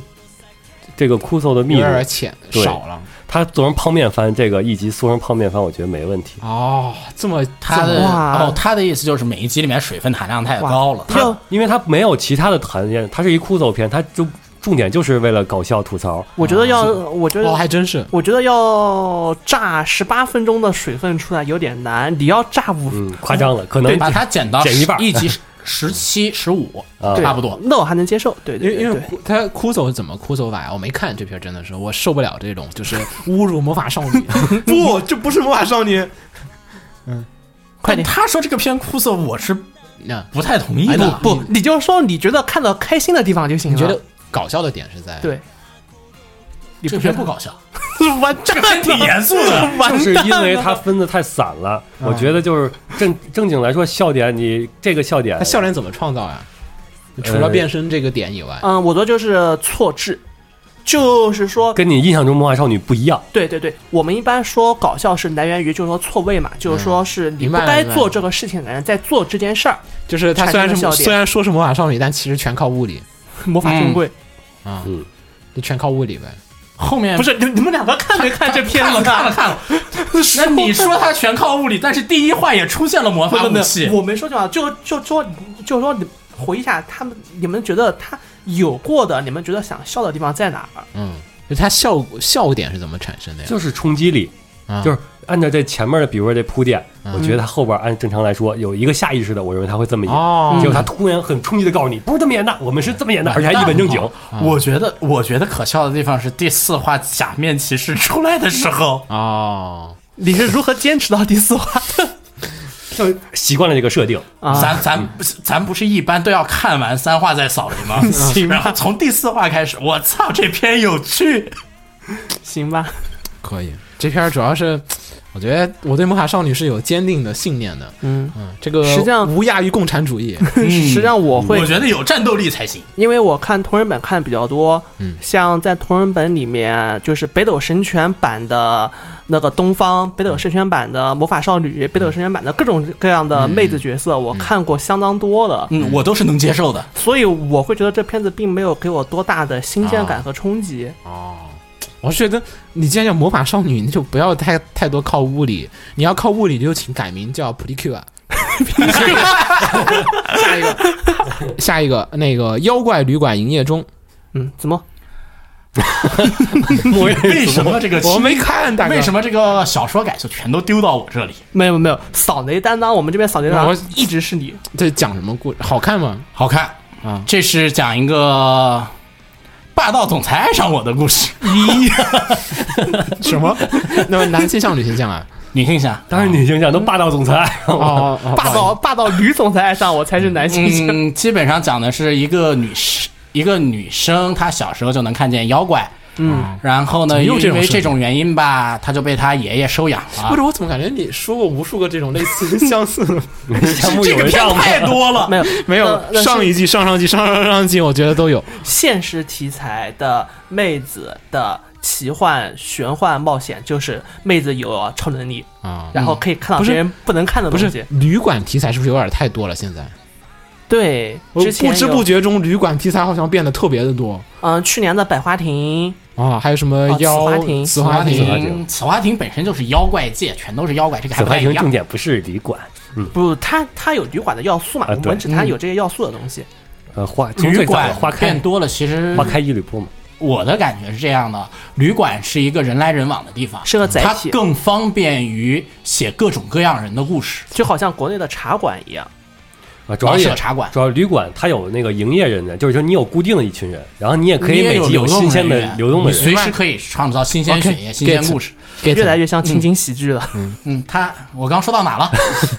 [SPEAKER 1] 这个酷搜的
[SPEAKER 4] 有
[SPEAKER 1] 密度，
[SPEAKER 4] 点浅
[SPEAKER 1] 对
[SPEAKER 4] 少了
[SPEAKER 1] 它做成泡面番这个一集缩成泡面番，我觉得没问题。
[SPEAKER 4] 哦，这么
[SPEAKER 5] 他的
[SPEAKER 6] 哇
[SPEAKER 5] 哦，他的意思就是每一集里面水分含量太
[SPEAKER 6] 哇
[SPEAKER 5] 高了，
[SPEAKER 6] 要
[SPEAKER 1] 因为它没有其他的谈念，它是一酷搜片，它就重点就是为了搞笑吐槽。
[SPEAKER 6] 我觉得要，我觉
[SPEAKER 4] 哦
[SPEAKER 6] 得
[SPEAKER 4] 还真是
[SPEAKER 6] 我觉得要炸十八分钟的水分出来有点难，你要炸五
[SPEAKER 1] 嗯，夸张了，可能
[SPEAKER 5] 把它减到
[SPEAKER 1] 减一
[SPEAKER 5] 十
[SPEAKER 1] 半儿
[SPEAKER 5] 一集十七、十五，
[SPEAKER 1] 啊
[SPEAKER 5] 差不多。
[SPEAKER 6] 那我还能接受。对
[SPEAKER 4] 因
[SPEAKER 6] 对
[SPEAKER 4] 为
[SPEAKER 6] 对
[SPEAKER 4] 因为
[SPEAKER 6] 对，
[SPEAKER 4] 哭他哭走是怎么哭走法呀？我没看这片，真的是我受不了这种就是侮辱魔法少 女。不，这不是魔法少女。
[SPEAKER 6] 快
[SPEAKER 5] 但
[SPEAKER 6] 点
[SPEAKER 5] 他说这个片哭涩，我是
[SPEAKER 4] 那
[SPEAKER 5] 不太同意
[SPEAKER 4] 哎
[SPEAKER 5] 的。
[SPEAKER 6] 不，你就说你觉得看到开心的地方就行
[SPEAKER 4] 你觉
[SPEAKER 6] 了。
[SPEAKER 4] 得搞笑的点是在？
[SPEAKER 6] 对？你
[SPEAKER 5] 这个
[SPEAKER 6] 觉
[SPEAKER 5] 片
[SPEAKER 6] 得
[SPEAKER 5] 不搞笑，
[SPEAKER 6] 完蛋了，
[SPEAKER 5] 严肃的。
[SPEAKER 6] 完
[SPEAKER 1] 就是
[SPEAKER 6] 蛋
[SPEAKER 1] 因为
[SPEAKER 6] 了啊
[SPEAKER 1] 它分的太散了，
[SPEAKER 4] 嗯
[SPEAKER 1] 我觉得就是正正经来说，笑点你这个笑
[SPEAKER 6] 呃
[SPEAKER 1] 点
[SPEAKER 4] 他，笑脸怎么创造呀？除了变身这个点以外，
[SPEAKER 6] 嗯，我说就是错置，就是说
[SPEAKER 1] 跟你印象中魔法少女不一样。
[SPEAKER 6] 对对对，我们一般说搞笑是来源于就是说错位嘛，就是说是你
[SPEAKER 4] 明
[SPEAKER 6] 不
[SPEAKER 4] 白了
[SPEAKER 6] 该
[SPEAKER 4] 明白
[SPEAKER 6] 做
[SPEAKER 4] 了
[SPEAKER 6] 这个事情的人在做这件事儿，
[SPEAKER 4] 就是他虽然
[SPEAKER 6] 产生
[SPEAKER 4] 是
[SPEAKER 6] 了笑点
[SPEAKER 4] 虽然说是魔法少女，但其实全靠物理
[SPEAKER 6] 魔法珍贵。
[SPEAKER 4] 啊
[SPEAKER 1] 嗯，
[SPEAKER 4] 就全靠物理呗。
[SPEAKER 5] 后面
[SPEAKER 6] 不是你你们两个看没看这片
[SPEAKER 5] 看
[SPEAKER 6] 子？
[SPEAKER 5] 了看了 看了，那你说他全靠物理，但是第一话也出现了魔
[SPEAKER 6] 不
[SPEAKER 5] 法
[SPEAKER 6] 不
[SPEAKER 5] 武
[SPEAKER 6] 不
[SPEAKER 5] 器，，
[SPEAKER 6] 我没说这话，就就说就说你回忆一下，他们你们觉得他有过的，你们觉得想笑的地方在哪儿？
[SPEAKER 4] 嗯，就他笑笑点是怎么产生的呀？
[SPEAKER 1] 就是冲击力，
[SPEAKER 4] 啊
[SPEAKER 1] 就是按照这前面的，比如说这铺垫，
[SPEAKER 5] 啊
[SPEAKER 1] 我觉得它后边按正常来说有一个下意识的，我认为他会这么演，
[SPEAKER 4] 哦
[SPEAKER 1] 结果他突然很冲击的告诉你，不是这么演的，我们是这么演的，而且还一本正
[SPEAKER 5] 哦
[SPEAKER 1] 经。
[SPEAKER 5] 我觉得，我觉得可笑的地方是第四话假面骑士出来的时候，
[SPEAKER 4] 哦，
[SPEAKER 6] 你是如何坚持到第四话的？
[SPEAKER 1] 就习惯了这个设 定，
[SPEAKER 6] 啊，
[SPEAKER 5] 咱咱咱不是一般都要看完三话再扫雷吗？然后从第四话开始，我操，这篇有趣，
[SPEAKER 6] 行吧，
[SPEAKER 4] 可以。这片儿主要是，我觉得我对魔法少女是有坚定的信念的，
[SPEAKER 6] 嗯，
[SPEAKER 4] 嗯，这个
[SPEAKER 6] 实际上
[SPEAKER 4] 无亚于共产主义，
[SPEAKER 6] 实际上嗯我会
[SPEAKER 5] 我觉得有战斗力才行。
[SPEAKER 6] 因为我看同人本看的比较多，
[SPEAKER 4] 嗯
[SPEAKER 6] 像在同人本里面，就是北斗神拳版的那个东方，北斗神拳版的魔法少女，北斗神拳版的各种各样的妹子角色，我看过相当多了，
[SPEAKER 5] 嗯，我都是能接受的。
[SPEAKER 6] 所以我会觉得这片子并没有给我多大的新鲜感和冲击。
[SPEAKER 4] 哦，我是觉得你既然叫魔法少女，你就不要太太多靠物理，你要靠物理就请改名叫 p r i c u a 下一个，下一个，那个妖怪旅馆营业中，
[SPEAKER 6] 嗯，怎么？
[SPEAKER 5] 为什么这个？
[SPEAKER 4] 我没看，大哥，
[SPEAKER 5] 为什么这个小说改就全都丢到我这里？
[SPEAKER 6] 没有没有，扫雷担当，我们这边扫雷担当
[SPEAKER 4] 我
[SPEAKER 6] 一直是你。
[SPEAKER 4] 这讲什么故事？好看吗？
[SPEAKER 5] 好看
[SPEAKER 4] 啊
[SPEAKER 5] 这是讲一个霸道总裁爱上我的故事。咦，
[SPEAKER 4] 什么？那么男性向女性向 啊？
[SPEAKER 5] 女性 向，
[SPEAKER 1] 当然女性向都霸道总裁，
[SPEAKER 5] 嗯
[SPEAKER 4] 哦，哦
[SPEAKER 6] 霸道霸道女总裁爱上我才是男性向。
[SPEAKER 5] 嗯，基本上讲的是一个女生，一个女生她小时候就能看见妖怪，啊
[SPEAKER 6] 嗯，
[SPEAKER 5] 然后
[SPEAKER 4] 怎
[SPEAKER 5] 呢，
[SPEAKER 4] 么
[SPEAKER 5] 因
[SPEAKER 4] 又这种
[SPEAKER 5] 为
[SPEAKER 4] 设定
[SPEAKER 5] 这种原因吧，她就被她爷爷收养
[SPEAKER 4] 不
[SPEAKER 5] 了。
[SPEAKER 4] 是我怎么感觉你说过无数个这种类似相似 的？
[SPEAKER 1] 他木有人上吗？
[SPEAKER 5] 太多了，
[SPEAKER 6] 没有
[SPEAKER 4] 没
[SPEAKER 6] 那
[SPEAKER 4] 有，
[SPEAKER 6] 那是
[SPEAKER 4] 上一季、上上季、上上上季，我觉得都有。
[SPEAKER 6] 现实题材的妹子的奇幻、玄幻、冒险，就是妹子有超能力，
[SPEAKER 4] 啊，
[SPEAKER 6] 然后可以看
[SPEAKER 4] 不
[SPEAKER 6] 到
[SPEAKER 4] 是
[SPEAKER 6] 别人不能看的
[SPEAKER 4] 不
[SPEAKER 6] 东西。
[SPEAKER 4] 是旅馆题材是不是有点太多了？现在
[SPEAKER 6] 对，
[SPEAKER 4] 我
[SPEAKER 6] 之前
[SPEAKER 4] 不知
[SPEAKER 6] 有
[SPEAKER 4] 不觉中，旅馆题材好像变得特别的多
[SPEAKER 6] 嗯、去年的百花亭，
[SPEAKER 4] 啊，还有什么
[SPEAKER 6] 啊
[SPEAKER 4] 妖
[SPEAKER 6] 紫花亭
[SPEAKER 4] 紫
[SPEAKER 5] 紫
[SPEAKER 4] 花
[SPEAKER 5] 花
[SPEAKER 1] 亭
[SPEAKER 5] 亭，紫花亭本身就是妖怪界，全都是妖怪，这个还
[SPEAKER 1] 紫
[SPEAKER 5] 不
[SPEAKER 1] 花
[SPEAKER 5] 太一
[SPEAKER 1] 亭重
[SPEAKER 5] 样。
[SPEAKER 1] 点不是旅馆，
[SPEAKER 6] 不，它它有旅馆的要素嘛，
[SPEAKER 1] 啊对
[SPEAKER 6] 文指它有这些要素的东西。
[SPEAKER 1] 呃，花从
[SPEAKER 5] 旅
[SPEAKER 1] 最早的
[SPEAKER 5] 馆
[SPEAKER 1] 花
[SPEAKER 5] 变
[SPEAKER 1] 开
[SPEAKER 5] 多了，其实
[SPEAKER 1] 花开一缕铺嘛，
[SPEAKER 5] 我的感觉是这样的：旅馆是一个人来人往的地方，
[SPEAKER 6] 是个载
[SPEAKER 5] 它
[SPEAKER 6] 体
[SPEAKER 5] 更方便于写各种各样人的故事，
[SPEAKER 6] 就好像国内的茶馆一样，
[SPEAKER 1] 啊，主
[SPEAKER 5] 主要
[SPEAKER 1] 要
[SPEAKER 5] 是
[SPEAKER 1] 也
[SPEAKER 5] 个茶馆。
[SPEAKER 1] 主要旅馆它有那个营业人员，就是说你有固定的一群人，然后你也可以
[SPEAKER 5] 你也
[SPEAKER 1] 每
[SPEAKER 5] 有
[SPEAKER 1] 集
[SPEAKER 5] 流动
[SPEAKER 1] 新鲜
[SPEAKER 5] 人
[SPEAKER 1] 的
[SPEAKER 5] 员
[SPEAKER 1] 流动的
[SPEAKER 5] 你
[SPEAKER 1] 人。
[SPEAKER 5] 随时可以创造新鲜血液、
[SPEAKER 4] OK，
[SPEAKER 5] 新鲜
[SPEAKER 4] get
[SPEAKER 5] 故事。
[SPEAKER 6] 越来
[SPEAKER 4] 越
[SPEAKER 6] 越像情景喜剧了。
[SPEAKER 5] 嗯，他我刚说 到哪了？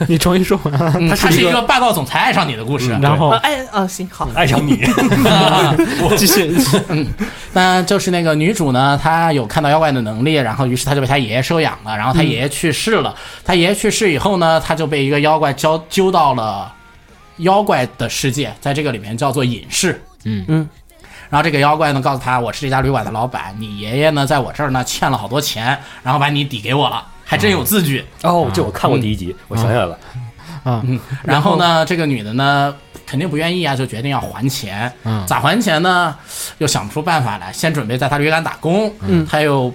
[SPEAKER 4] 你重新说完，
[SPEAKER 5] 嗯，它
[SPEAKER 1] 是
[SPEAKER 5] 是
[SPEAKER 1] 一个
[SPEAKER 5] 一个霸道总裁爱上你的故事。
[SPEAKER 4] 然
[SPEAKER 6] 啊
[SPEAKER 4] 后
[SPEAKER 6] 哎啊，行好，
[SPEAKER 1] 爱上你，
[SPEAKER 4] 继续。
[SPEAKER 5] 那就是那个女主呢，她有看到妖怪的能力，然后于是她就被她爷爷收养了。然后她爷爷去世了，她爷爷去世以后呢，她就被一个妖怪交揪到了妖怪的世界，在这个里面叫做隐士。
[SPEAKER 4] 嗯
[SPEAKER 6] 嗯。
[SPEAKER 5] 然后这个妖怪呢，告诉她，我是这家旅馆的老板，你爷爷呢，在我这儿呢欠了好多钱，然后把你抵给我了，还真有字据。
[SPEAKER 1] 哦，这我看过第一集，我想起来了，
[SPEAKER 5] 然后呢，这个女的呢，肯定不愿意啊，就决定要还钱。
[SPEAKER 4] 嗯
[SPEAKER 5] 咋还钱呢？又想不出办法来，先准备在她旅馆打工。
[SPEAKER 6] 嗯
[SPEAKER 5] 她又，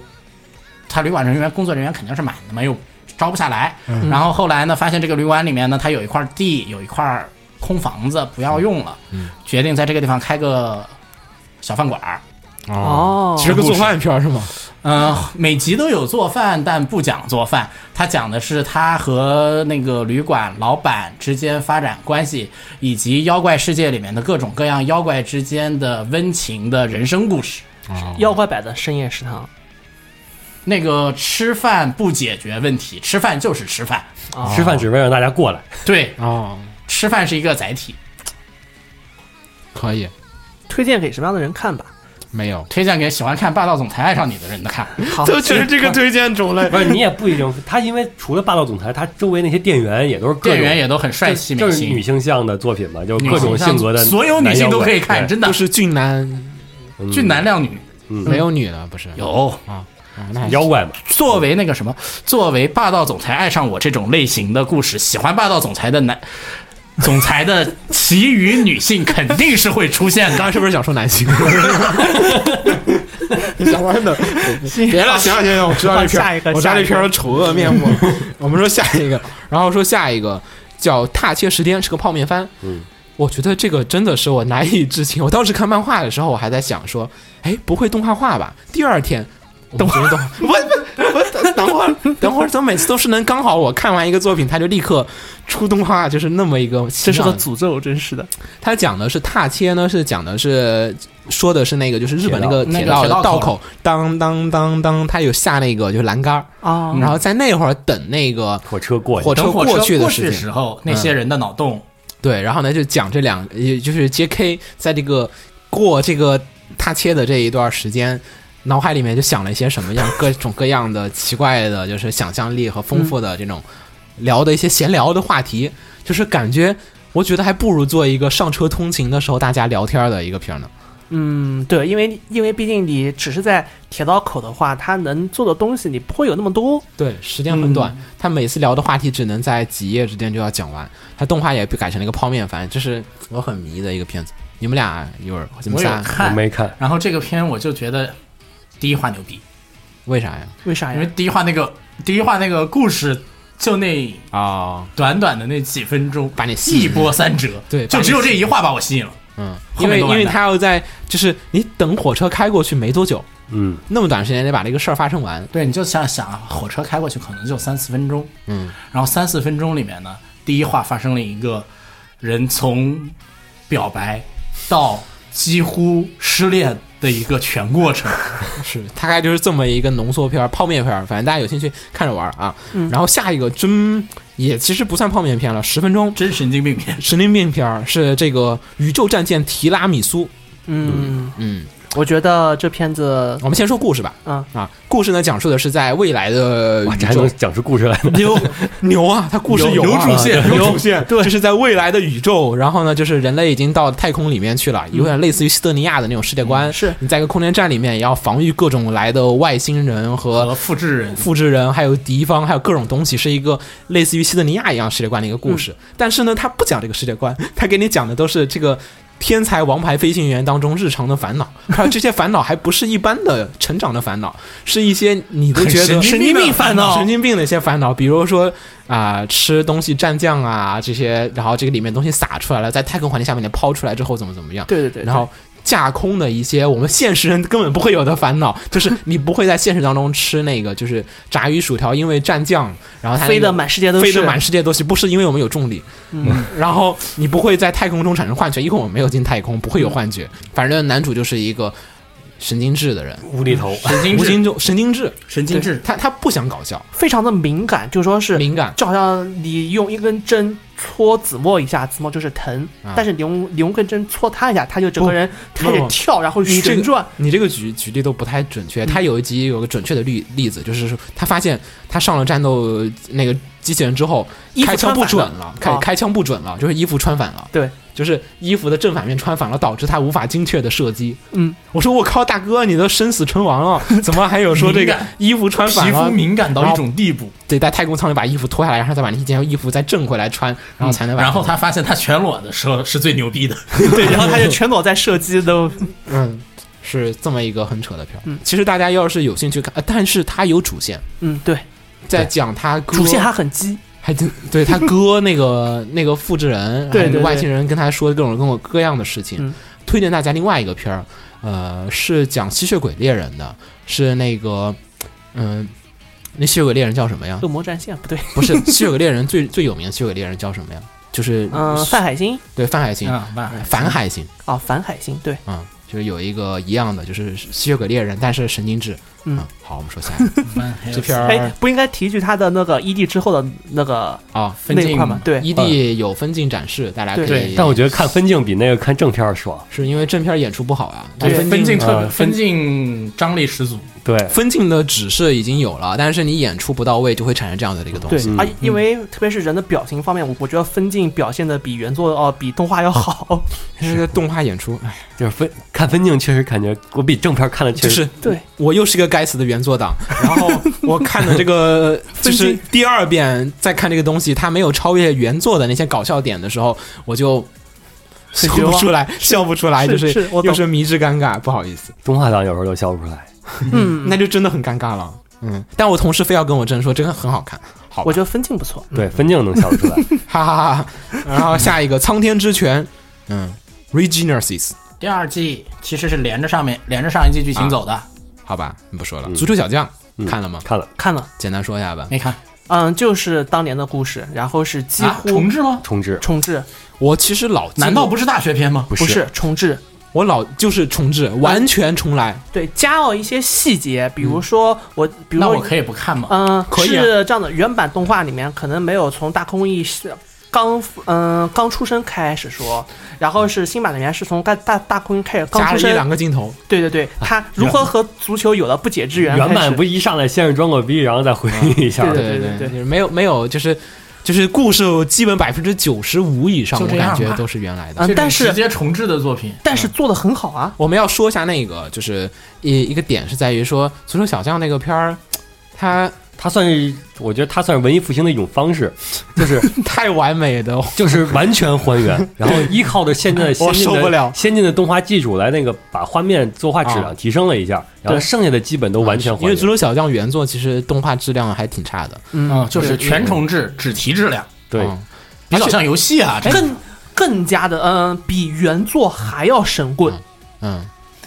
[SPEAKER 5] 她旅馆人员工作人员肯定是满的嘛，又招不下来。然后后来呢，发现这个旅馆里面呢，她有一块地，有一块空房子不要用了，决定在这个地方开个小饭馆儿。
[SPEAKER 6] 哦
[SPEAKER 4] 是个做饭片儿 是吗？
[SPEAKER 5] 嗯，每集都有做饭，但不讲做饭。他讲的是他和那个旅馆老板之间发展关系，以及妖怪世界里面的各种各样妖怪之间的温情的人生故事。
[SPEAKER 4] 哦
[SPEAKER 6] 妖怪版的深夜食堂
[SPEAKER 5] 那个吃饭不解决问题，吃饭就是吃饭。
[SPEAKER 6] 啊，
[SPEAKER 1] 吃饭只为了让大家过来。
[SPEAKER 5] 对，
[SPEAKER 4] 哦，
[SPEAKER 5] 吃饭是一个载体，
[SPEAKER 4] 可以，
[SPEAKER 6] 推荐给什么样的人看吧？
[SPEAKER 4] 没有。
[SPEAKER 5] 推荐给喜欢看《霸道总裁爱上你》的人的看。
[SPEAKER 6] 好，
[SPEAKER 4] 是这个推荐种 类
[SPEAKER 1] 不是你也不一定，他因为除了霸道总裁，他周围那些店员也都是各种
[SPEAKER 5] 店员也都很帅气
[SPEAKER 1] 就
[SPEAKER 5] 明
[SPEAKER 1] 是女
[SPEAKER 5] 星，
[SPEAKER 1] 性向的作品嘛，就是
[SPEAKER 5] 女
[SPEAKER 1] 各种
[SPEAKER 5] 性向
[SPEAKER 1] 性格的，
[SPEAKER 5] 所有女性都可以看，真的
[SPEAKER 4] 都是俊男，
[SPEAKER 5] 俊男靓女
[SPEAKER 6] 嗯
[SPEAKER 4] 没有女的，不是
[SPEAKER 5] 有。
[SPEAKER 4] 啊那还
[SPEAKER 1] 妖怪嘛。
[SPEAKER 5] 作为那个什么，作为霸道总裁爱上我这种类型的故事，喜欢霸道总裁的男。总裁的其余女性肯定是会出现
[SPEAKER 4] 刚
[SPEAKER 5] 的，
[SPEAKER 4] 刚是不是想说男性？ 想歪的，别了，行了行了行了，我知道这片
[SPEAKER 6] 下一个
[SPEAKER 4] 儿，我知道
[SPEAKER 6] 下一
[SPEAKER 4] 这
[SPEAKER 6] 个
[SPEAKER 4] 片儿丑恶面目。我们说下一个，然后说下一个叫《踏切时间》，是个泡面番。嗯，我觉得这个真的是我难以置信。我当时看漫画的时候，我还在想说，哎，不会动画化吧？第二天。动画，动，我我我等会儿，等会儿，怎么每次都是能刚好我看完一个作品，他就立刻出动画，就是那么一个奇
[SPEAKER 6] 这是
[SPEAKER 4] 妙的，
[SPEAKER 6] 个诅咒，真是的。
[SPEAKER 4] 他讲的是踏切呢，是讲的是说的是那个就是日本那个
[SPEAKER 5] 铁
[SPEAKER 4] 铁道的
[SPEAKER 5] 道那个铁道
[SPEAKER 4] 道
[SPEAKER 5] 口
[SPEAKER 4] 口，当当当当，他有下那个就是栏杆儿，
[SPEAKER 6] 哦，
[SPEAKER 4] 然后在那会儿等那个
[SPEAKER 1] 火车过去
[SPEAKER 4] 火车
[SPEAKER 5] 等火车
[SPEAKER 4] 过去的
[SPEAKER 5] 过
[SPEAKER 4] 事
[SPEAKER 5] 去
[SPEAKER 4] 情嗯
[SPEAKER 5] 时。候，那些人的脑洞，
[SPEAKER 4] 对，然后呢就讲这两，也就是 J.K. 在这个过这个踏切的这一段时间。脑海里面就想了一些什么样各种各样的奇怪的，就是想象力和丰富的这种聊的一些闲聊的话题，就是感觉我觉得还不如做一个上车通勤的时候大家聊天的一个片儿呢。
[SPEAKER 6] 嗯，对，因为因为毕竟你只是在铁道口的话，它能做的东西你不会有那么多。
[SPEAKER 4] 对，时间很短，
[SPEAKER 5] 嗯
[SPEAKER 4] 他每次聊的话题只能在几页之间就要讲完。他动画也改成了一个泡面番，这是我很迷的一个片子。你们俩一会儿你们
[SPEAKER 5] 我有
[SPEAKER 4] 仨
[SPEAKER 1] 我
[SPEAKER 5] 看，
[SPEAKER 1] 没看，
[SPEAKER 5] 然后这个片我就觉得第一话牛逼，
[SPEAKER 4] 为啥呀？
[SPEAKER 6] 为啥
[SPEAKER 5] 因为
[SPEAKER 6] 呀？
[SPEAKER 5] 第一话那个第一话那个故事就那
[SPEAKER 4] 啊、
[SPEAKER 5] 短短的那几分钟，
[SPEAKER 4] 把你吸引
[SPEAKER 5] 哦一波三折，
[SPEAKER 4] 对
[SPEAKER 5] 就只有这一话把我吸引了。
[SPEAKER 4] 嗯，
[SPEAKER 5] 后
[SPEAKER 4] 因为
[SPEAKER 5] 面都
[SPEAKER 4] 因
[SPEAKER 5] 完蛋
[SPEAKER 4] 为他要在就是你等火车开过去没多久，
[SPEAKER 1] 嗯，
[SPEAKER 4] 那么短时间得把这个事儿发生完。
[SPEAKER 5] 对，你就想想啊，火车开过去可能就三四分钟，
[SPEAKER 4] 嗯，
[SPEAKER 5] 然后三四分钟里面呢，第一话发生了一个人从表白到几乎失恋的一个全过程，
[SPEAKER 4] 是，大概就是这么一个浓缩片儿、泡面片儿，反正大家有兴趣看着玩儿啊。
[SPEAKER 5] 嗯
[SPEAKER 4] 然后下一个真也其实不算泡面片了，十分钟
[SPEAKER 5] 真神经病片。
[SPEAKER 4] 神经病片儿是这个宇宙战舰提拉米苏。
[SPEAKER 6] 嗯，
[SPEAKER 4] 嗯，
[SPEAKER 6] 我觉得这片子，
[SPEAKER 4] 我们先说故事吧。
[SPEAKER 6] 嗯
[SPEAKER 4] 啊，故事呢讲述的是在未来的
[SPEAKER 1] 哇，
[SPEAKER 4] 宇
[SPEAKER 1] 这还
[SPEAKER 4] 宙
[SPEAKER 1] 能。讲出故事来呢。
[SPEAKER 4] 牛牛啊，它故事有啊
[SPEAKER 5] 有主线
[SPEAKER 4] 有主线，对，就是在未来的宇宙，然后呢，就是人类已经到太空里面去了，有点类似于西德尼亚的那种世界观。
[SPEAKER 6] 是
[SPEAKER 4] 你在一个空间站里面，也要防御各种来的外星人和
[SPEAKER 5] 和复制人，
[SPEAKER 4] 复制人，还有敌方，还有各种东西，是一个类似于西德尼亚一样世界观的一个故事。
[SPEAKER 5] 嗯
[SPEAKER 4] 但是呢，他不讲这个世界观，他给你讲的都是这个天才王牌飞行员当中日常的烦恼，还有这些烦恼还不是一般的成长的烦恼，是一些你都觉得
[SPEAKER 5] 很神经病的烦恼
[SPEAKER 4] 神经病的一些烦恼，比如说啊、吃东西蘸酱啊这些，然后这个里面东西洒出来了，在太空环境下面你抛出来之后怎么怎么样。
[SPEAKER 6] 对对对，
[SPEAKER 4] 然后架空的一些我们现实人根本不会有的烦恼，就是你不会在现实当中吃那个就是炸鱼薯条，因为蘸酱，然后它那个
[SPEAKER 6] 飞得满世界都是，
[SPEAKER 4] 飞得满世界都是，不是因为我们有重力，嗯，然后你不会在太空中产生幻觉，因为我们没有进太空，不会有幻觉。嗯反正男主就是一个神经质的人，
[SPEAKER 1] 无厘头，
[SPEAKER 5] 神经
[SPEAKER 4] 无
[SPEAKER 5] 质，
[SPEAKER 4] 精就神经质，
[SPEAKER 5] 神经质，
[SPEAKER 4] 他他不想搞笑，
[SPEAKER 6] 非常的敏感，就说是
[SPEAKER 4] 敏感，
[SPEAKER 6] 就好像你用一根针戳子墨一下，子墨就是疼；
[SPEAKER 4] 啊
[SPEAKER 6] 但是你用你用根针戳他一下，他就整
[SPEAKER 4] 不
[SPEAKER 6] 个人开始
[SPEAKER 4] 不
[SPEAKER 6] 跳，然后
[SPEAKER 4] 你这
[SPEAKER 6] 旋
[SPEAKER 4] 个
[SPEAKER 6] 转。嗯
[SPEAKER 4] 你这个举举例都不太准确。他有一集有个准确的例例子，就是说他发现他上了战斗那个机器人之后，
[SPEAKER 6] 衣服
[SPEAKER 4] 开枪
[SPEAKER 6] 穿
[SPEAKER 4] 不
[SPEAKER 6] 反
[SPEAKER 4] 准
[SPEAKER 6] 了
[SPEAKER 4] 了，开
[SPEAKER 6] 啊
[SPEAKER 4] 开枪不准了，就是衣服穿反了，
[SPEAKER 6] 对，
[SPEAKER 4] 就是衣服的正反面穿反了，导致他无法精确的射击。
[SPEAKER 6] 嗯，
[SPEAKER 4] 我说我靠，大哥，你都生死存亡 了，怎么还有说这
[SPEAKER 5] 敏
[SPEAKER 4] 个
[SPEAKER 5] 感
[SPEAKER 4] 衣服穿反
[SPEAKER 5] 皮肤
[SPEAKER 4] 了？
[SPEAKER 5] 敏感到一种地步，
[SPEAKER 4] 得在太空舱里把衣服脱下来，然后再把那件衣服再正回来穿，
[SPEAKER 6] 嗯
[SPEAKER 4] 然后才能把。
[SPEAKER 5] 然后他发现他全裸的时候是最牛逼的，
[SPEAKER 6] 对，然后 他就全裸在射击都，
[SPEAKER 4] 嗯，是这么一个很扯的片儿。
[SPEAKER 6] 嗯
[SPEAKER 4] 其实大家要是有兴趣看，呃但是它有主线，
[SPEAKER 6] 嗯，对，
[SPEAKER 4] 在讲他哥
[SPEAKER 6] 主线还很激，
[SPEAKER 4] 还真对他哥那 个那个复制人，
[SPEAKER 6] 对
[SPEAKER 4] 还有
[SPEAKER 6] 对对
[SPEAKER 4] 外星人跟他说各种各种各样的事情。
[SPEAKER 6] 嗯
[SPEAKER 4] 推荐大家另外一个片儿，呃，是讲吸血鬼猎人的，是那个，嗯、那吸血鬼猎人叫什么 呀
[SPEAKER 6] 恶？魔战线不对，
[SPEAKER 4] 不是吸血鬼猎人最最有名的吸血鬼猎人叫什么呀？就是
[SPEAKER 6] 嗯、范海辛
[SPEAKER 4] 对范海辛，
[SPEAKER 5] 啊，那
[SPEAKER 4] 反海辛
[SPEAKER 6] 啊，樊海辛，对，
[SPEAKER 4] 啊、嗯就是有一个一样的，就是吸血鬼猎人，但是神经质。啊
[SPEAKER 6] 嗯
[SPEAKER 4] 好，我们说下一个这片儿
[SPEAKER 6] 哎，不应该提一句他的那个 ED 之后的那个
[SPEAKER 4] 啊。
[SPEAKER 5] 分
[SPEAKER 6] 那一
[SPEAKER 5] 镜
[SPEAKER 6] 块吗？对，
[SPEAKER 4] ED 有分镜展示，大家可
[SPEAKER 6] 对
[SPEAKER 4] 以
[SPEAKER 5] 对。
[SPEAKER 1] 但我觉得看分镜比那个看正片儿爽。
[SPEAKER 4] 是因为正片演出不好啊，但
[SPEAKER 5] 对，分镜特别
[SPEAKER 1] 啊
[SPEAKER 5] 分镜张力十足，
[SPEAKER 1] 对，
[SPEAKER 4] 分镜的指示已经有了，但是你演出不到位，就会产生这样的一个东
[SPEAKER 6] 对
[SPEAKER 4] 西。，
[SPEAKER 6] 啊，因为特别是人的表情方面，我我觉得分镜表现的比原作哦、比动画要好。
[SPEAKER 4] 这个动画演出，哎，
[SPEAKER 1] 就是分看分镜确实感觉我比正片儿看的确
[SPEAKER 4] 就
[SPEAKER 1] 实
[SPEAKER 4] 是
[SPEAKER 6] 对
[SPEAKER 4] 我又是一个该死的原作 党，然后我看的这 个就是第二遍再看这个东西，它没有超越原作的那些搞笑点的时候，我就笑
[SPEAKER 6] 绝
[SPEAKER 4] 不
[SPEAKER 6] 望
[SPEAKER 4] 出来， 笑不出来，
[SPEAKER 6] 是
[SPEAKER 4] 就是
[SPEAKER 6] 我懂
[SPEAKER 4] 又是迷之尴尬，不好意思，
[SPEAKER 1] 动画党有时候都笑不出来。
[SPEAKER 6] 嗯，
[SPEAKER 4] 那就真的很尴尬了。嗯，但我同事非要跟我争说这个很好看，好吧
[SPEAKER 6] 我觉得分镜不错。
[SPEAKER 1] 对，分镜能笑得出来。
[SPEAKER 4] 哈哈哈哈。然后下一个苍天之泉，嗯，Regenesis，
[SPEAKER 5] 第二季其实是连着上面连着上一季剧情走的，
[SPEAKER 4] 好吧，不说了。足球小将
[SPEAKER 1] 嗯
[SPEAKER 4] 看了吗？
[SPEAKER 1] 看了
[SPEAKER 6] 看了，
[SPEAKER 4] 简单说一下吧。
[SPEAKER 5] 没看
[SPEAKER 6] 嗯，就是当年的故事，然后是几
[SPEAKER 5] 啊？
[SPEAKER 6] 乎
[SPEAKER 5] 重置吗？
[SPEAKER 1] 重置，
[SPEAKER 6] 重置，
[SPEAKER 4] 我其实老记
[SPEAKER 5] 难道不是大学篇吗？
[SPEAKER 1] 不
[SPEAKER 6] 不是重置，
[SPEAKER 4] 我老就是重置，完全重来？
[SPEAKER 6] 对，加了一些细节，比如说我，比如
[SPEAKER 5] 那
[SPEAKER 6] 说
[SPEAKER 5] 我可以不看吗？
[SPEAKER 6] 嗯，
[SPEAKER 4] 可以啊
[SPEAKER 6] 是这样的，原版动画里面可能没有从大空翼刚嗯、刚出生开始说，然后是新版的原是从大大大空开始刚
[SPEAKER 4] 加
[SPEAKER 6] 出
[SPEAKER 4] 了一两
[SPEAKER 6] 生，
[SPEAKER 4] 个镜头，
[SPEAKER 6] 对对对，他如何和足球有了不解之缘开始？
[SPEAKER 1] 原版不一上来先是装个逼，然后再回忆一下，
[SPEAKER 6] 对
[SPEAKER 4] 嗯对
[SPEAKER 6] 对
[SPEAKER 4] 就是没有没有就是就是故事基本百分之九十五以上，
[SPEAKER 5] 就
[SPEAKER 4] 我
[SPEAKER 5] 这样
[SPEAKER 4] 感觉
[SPEAKER 5] 吧
[SPEAKER 4] 都是原来的。
[SPEAKER 6] 嗯
[SPEAKER 5] 这种
[SPEAKER 6] 但是
[SPEAKER 5] 直接重置的作品，
[SPEAKER 6] 但是做的很好啊，
[SPEAKER 4] 我们要说一下那个，就是一一个点是在于说《足球小将》那个片儿，它
[SPEAKER 1] 他算是，我觉得他算是文艺复兴的一种方式，就是
[SPEAKER 4] 太完美的，
[SPEAKER 1] 就是完全还原，然后依靠着现 在先进
[SPEAKER 4] 受不了啊
[SPEAKER 1] 的先进的动画技术来那个把画面作画质量提升了一下，然后剩下的基本都完全还
[SPEAKER 4] 因为《
[SPEAKER 1] 原
[SPEAKER 4] 足。球小将》原作其实动画质量还挺差的，
[SPEAKER 5] 嗯，就是全重置，只提质量，
[SPEAKER 1] 对，
[SPEAKER 4] 嗯
[SPEAKER 5] 比较像游戏啊，这
[SPEAKER 6] 更更加的嗯、比原作还要神棍，
[SPEAKER 4] 嗯，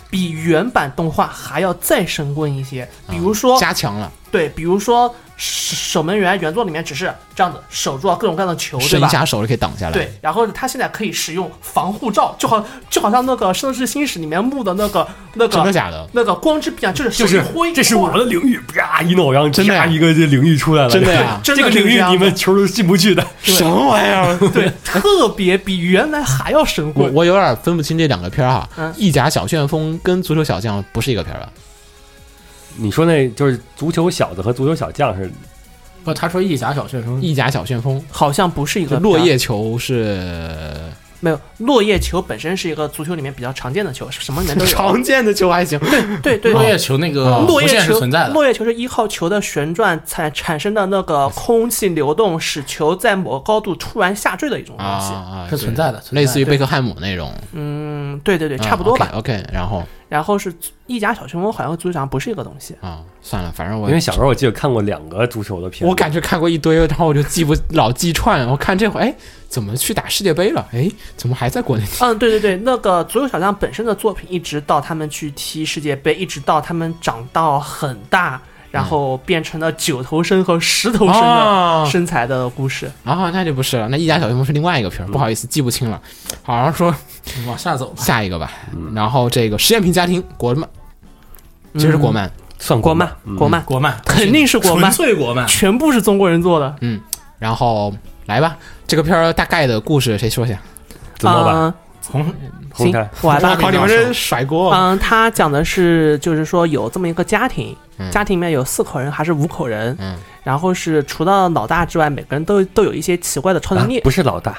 [SPEAKER 6] 比原版动画还要再神棍一些。比如说，
[SPEAKER 4] 加强了，
[SPEAKER 6] 对，比如说守守门员原作里面只是这样子守住啊各种各样的球，对
[SPEAKER 4] 伸一
[SPEAKER 6] 吧？
[SPEAKER 4] 下手就可以挡下来。
[SPEAKER 6] 对，，然后他现在可以使用防护罩，就好就好像那个《圣斗士星矢》里面木的那个那
[SPEAKER 4] 真的
[SPEAKER 6] 个
[SPEAKER 4] 假的？
[SPEAKER 6] 那个光之臂啊，就是手
[SPEAKER 1] 就是
[SPEAKER 6] 一挥，
[SPEAKER 1] 这是我的领域，啪一弄，然后
[SPEAKER 4] 真的呀
[SPEAKER 1] 啪一个这领域出来了，
[SPEAKER 4] 真的呀
[SPEAKER 1] 这
[SPEAKER 6] 真
[SPEAKER 1] 个
[SPEAKER 6] 的是
[SPEAKER 1] 领
[SPEAKER 6] 这
[SPEAKER 1] 域
[SPEAKER 6] 样
[SPEAKER 1] 你
[SPEAKER 6] 的
[SPEAKER 1] 们球都进不去的。
[SPEAKER 4] 什么玩意儿？
[SPEAKER 6] 对，特别比原来还要神
[SPEAKER 4] 我
[SPEAKER 6] 棍。
[SPEAKER 4] 我有点分不清这两个片儿哈，
[SPEAKER 6] 嗯
[SPEAKER 4] 意甲小旋风》跟《足球小将》不是一个片儿吧？
[SPEAKER 1] 你说那就是足球小子和足球小将是
[SPEAKER 5] 不，他说《意甲小旋风》
[SPEAKER 4] 意甲小啊旋风
[SPEAKER 6] 好像不是一》个
[SPEAKER 4] 落
[SPEAKER 6] 比较
[SPEAKER 4] 叶球是
[SPEAKER 6] 没有落叶球本身是一个足球里面比较常见的球，什么 里面都有。啊
[SPEAKER 4] 常哦见的球还行，
[SPEAKER 6] 对对
[SPEAKER 5] 落
[SPEAKER 6] 对，
[SPEAKER 5] 叶球那个
[SPEAKER 6] 啊落
[SPEAKER 5] 弧
[SPEAKER 6] 叶
[SPEAKER 5] 线是
[SPEAKER 6] 球
[SPEAKER 5] 存在的，
[SPEAKER 6] 落叶球是依靠球的旋转产产生的那个空气流动，使球在某个高度突然下坠的一种东
[SPEAKER 4] 啊
[SPEAKER 6] 西。
[SPEAKER 4] 啊，
[SPEAKER 5] 是存在的存在的
[SPEAKER 4] 类似于贝克汉姆那种，
[SPEAKER 6] 嗯，对对对，差不多吧。
[SPEAKER 4] 啊 OK，, 然后
[SPEAKER 6] 然后是意甲小旋风，好像和足球场不是一个东西。
[SPEAKER 4] 啊，算了，反正我
[SPEAKER 1] 因为小时候我记得看过两个足球的片，
[SPEAKER 4] 我感觉看过一堆，然后我就记不老记串。我看这回，哎，怎么去打世界杯了？哎，怎么还在国内？
[SPEAKER 6] 嗯，对对对，那个足球小将本身的作品，一直到他们去踢世界杯，一直到他们长到很大，然后变成了九头身和十头身
[SPEAKER 4] 啊
[SPEAKER 6] 的身材的故事。
[SPEAKER 4] 啊，那就不是了，那意甲小旋风是另外一个片儿，不好意思，记不清了。好，然后说
[SPEAKER 5] 往下走吧。
[SPEAKER 4] 下一个吧。然后这个实验品家庭国漫，其实是国漫，
[SPEAKER 1] 算
[SPEAKER 6] 国
[SPEAKER 1] 过
[SPEAKER 6] 漫
[SPEAKER 1] 吗？，
[SPEAKER 6] 国漫，
[SPEAKER 5] 国漫
[SPEAKER 6] 肯定是国漫哦
[SPEAKER 5] 纯粹国漫。
[SPEAKER 6] 全部是中国人做的。
[SPEAKER 4] 然后来吧，这个片儿大概的故事谁说一下？
[SPEAKER 1] 怎
[SPEAKER 4] 啊
[SPEAKER 1] 么吧？
[SPEAKER 6] 嗯
[SPEAKER 5] 红
[SPEAKER 1] 红开
[SPEAKER 6] 行，我来吧。
[SPEAKER 4] 靠，你们这甩锅！
[SPEAKER 1] 啊
[SPEAKER 6] 嗯，他讲的是，就是说有这么一个家庭
[SPEAKER 4] 嗯，
[SPEAKER 6] 家庭里面有四口人还是五口人，
[SPEAKER 4] 嗯
[SPEAKER 6] 然后是除了老大之外，每个人都都有一些奇怪的超
[SPEAKER 1] 啊
[SPEAKER 6] 能力。
[SPEAKER 1] 不是老大，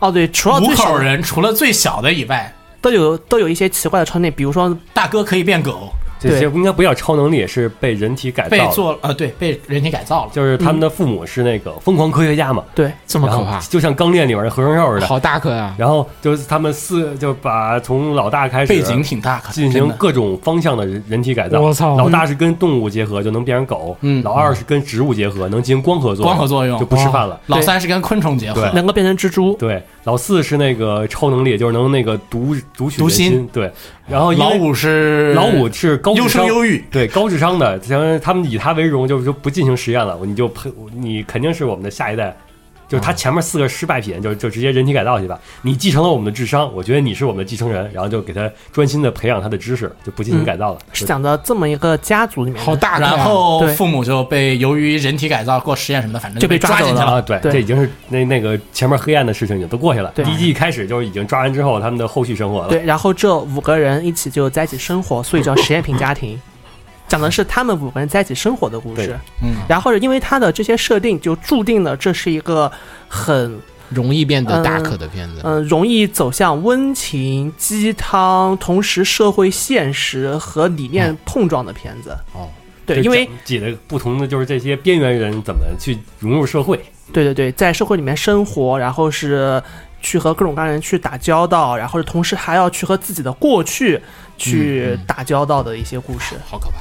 [SPEAKER 6] 哦，对，除了
[SPEAKER 5] 五
[SPEAKER 6] 最小
[SPEAKER 5] 口
[SPEAKER 6] 的
[SPEAKER 5] 人除了最小的以外，
[SPEAKER 6] 都有都有一些奇怪的超能力，比如说
[SPEAKER 5] 大哥可以变狗，
[SPEAKER 1] 这
[SPEAKER 6] 对
[SPEAKER 1] 些应该不叫超能力，是被人体改
[SPEAKER 5] 被
[SPEAKER 1] 造的。
[SPEAKER 5] 做呃对被人体改造了。
[SPEAKER 1] 就是
[SPEAKER 6] 嗯
[SPEAKER 1] 他们的父母是那个疯狂科学家嘛，
[SPEAKER 6] 对，
[SPEAKER 4] 这么
[SPEAKER 1] 然
[SPEAKER 4] 可
[SPEAKER 1] 后
[SPEAKER 4] 怕，
[SPEAKER 1] 就像《钢炼》里边的合成兽似的。
[SPEAKER 4] 好大颗啊！
[SPEAKER 1] 然后就是他们四就把从老大开始
[SPEAKER 5] 背景挺大，可
[SPEAKER 1] 进
[SPEAKER 5] 真
[SPEAKER 1] 行
[SPEAKER 5] 的
[SPEAKER 1] 各种方向的人人体改造。
[SPEAKER 4] 我操
[SPEAKER 1] 老大是跟动物结合就能变成狗，
[SPEAKER 5] 嗯
[SPEAKER 1] 老二是跟植物结合能进行光合作用，
[SPEAKER 5] 光合作用哦
[SPEAKER 1] 就不吃饭了。
[SPEAKER 5] 老三是跟昆虫结合，
[SPEAKER 1] 对
[SPEAKER 6] 能够变成蜘蛛。
[SPEAKER 1] 对，老四是那个超能力，就是能那个读读取
[SPEAKER 5] 读
[SPEAKER 1] 人
[SPEAKER 5] 心
[SPEAKER 1] 心。对，然后因为
[SPEAKER 5] 老五是
[SPEAKER 1] 老五是高
[SPEAKER 5] 优
[SPEAKER 1] 智商，
[SPEAKER 5] 生优育，
[SPEAKER 1] 对高智商的，像他们以他为荣，就是说不进行实验了，你就呸，你肯定是我们的下一代。就是
[SPEAKER 6] 嗯
[SPEAKER 1] 他前面四个失败品，就就直接人体改造去吧。你继承了我们的智商，我觉得你是我们的继承人，然后就给他专心的培养他的知识，就不进行改造了。
[SPEAKER 6] 嗯是讲的这么一个家族里面的，
[SPEAKER 4] 好大颗啊，
[SPEAKER 5] 然后
[SPEAKER 6] 对
[SPEAKER 5] 父母就被由于人体改造过实验什么的，反正
[SPEAKER 6] 就被
[SPEAKER 5] 被
[SPEAKER 6] 抓
[SPEAKER 5] 抓
[SPEAKER 6] 走
[SPEAKER 5] 进去
[SPEAKER 6] 了
[SPEAKER 1] 啊，对，
[SPEAKER 6] 对
[SPEAKER 1] 这已经是那那个前面黑暗的事情已经都过去了。
[SPEAKER 6] 对
[SPEAKER 1] 第一季一开始就是已经抓完之后，他们的后续生活了。
[SPEAKER 6] 对，然后这五个人一起就在一起生活，所以叫实验品家庭，讲的是他们五个人在一起生活的故事
[SPEAKER 1] 对。
[SPEAKER 5] 嗯，
[SPEAKER 6] 然后是因为它的这些设定，就注定了这是一个很
[SPEAKER 4] 容易变得大可的片子。
[SPEAKER 6] 嗯、呃容易走向温情鸡汤，同时社会现实和理念碰撞的片子。
[SPEAKER 4] 哦，
[SPEAKER 6] 对，因为
[SPEAKER 1] 解的不同的就是这些边缘人怎么去融入社会。
[SPEAKER 6] 对对对，在社会里面生活，然后是去和各种各样的人去打交道，然后同时还要去和自己的过去
[SPEAKER 4] 嗯
[SPEAKER 6] 去打交道的一些故事。
[SPEAKER 4] 好可怕！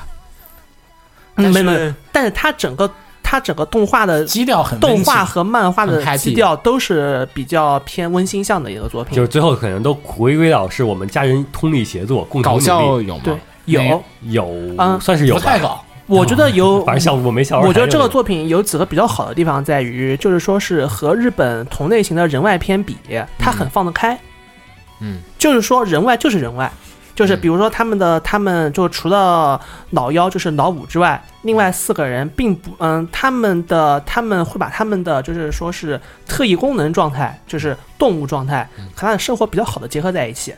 [SPEAKER 6] 嗯，没没，但是它整个它整个动画的
[SPEAKER 5] 基调很温
[SPEAKER 6] 动
[SPEAKER 5] 情
[SPEAKER 6] 画和漫画
[SPEAKER 4] 很
[SPEAKER 6] 的
[SPEAKER 4] happy
[SPEAKER 6] 基调都是比较偏温馨向的一个作
[SPEAKER 1] 就
[SPEAKER 6] 品
[SPEAKER 1] 是。最后可能都回归到是我们家人通力协作，共同
[SPEAKER 4] 搞
[SPEAKER 1] 努
[SPEAKER 4] 笑
[SPEAKER 1] 力。
[SPEAKER 4] 有吗？
[SPEAKER 6] 对，
[SPEAKER 5] 那
[SPEAKER 6] 有
[SPEAKER 5] 个，
[SPEAKER 1] 有、
[SPEAKER 6] 嗯
[SPEAKER 1] 算是有
[SPEAKER 5] 不太
[SPEAKER 1] 吧，
[SPEAKER 5] 搞，
[SPEAKER 6] 我觉得有，
[SPEAKER 1] 反正像我没小时候
[SPEAKER 6] 我觉得这个
[SPEAKER 1] 还有
[SPEAKER 6] 作品有几个比较好的地方在于，就是说是和日本同类
[SPEAKER 1] 嗯
[SPEAKER 6] 型的人外片比，它很放得开。
[SPEAKER 4] 嗯，
[SPEAKER 6] 就是说人外就是人外，就是
[SPEAKER 1] 嗯
[SPEAKER 6] 比如说他们的他们就除了老幺就是老五之外，另外四个人并不嗯，他们的他们会把他们的就是说是特异功能状态，就是动物状态
[SPEAKER 1] 嗯
[SPEAKER 6] 和他的生活比较好的结合在一起，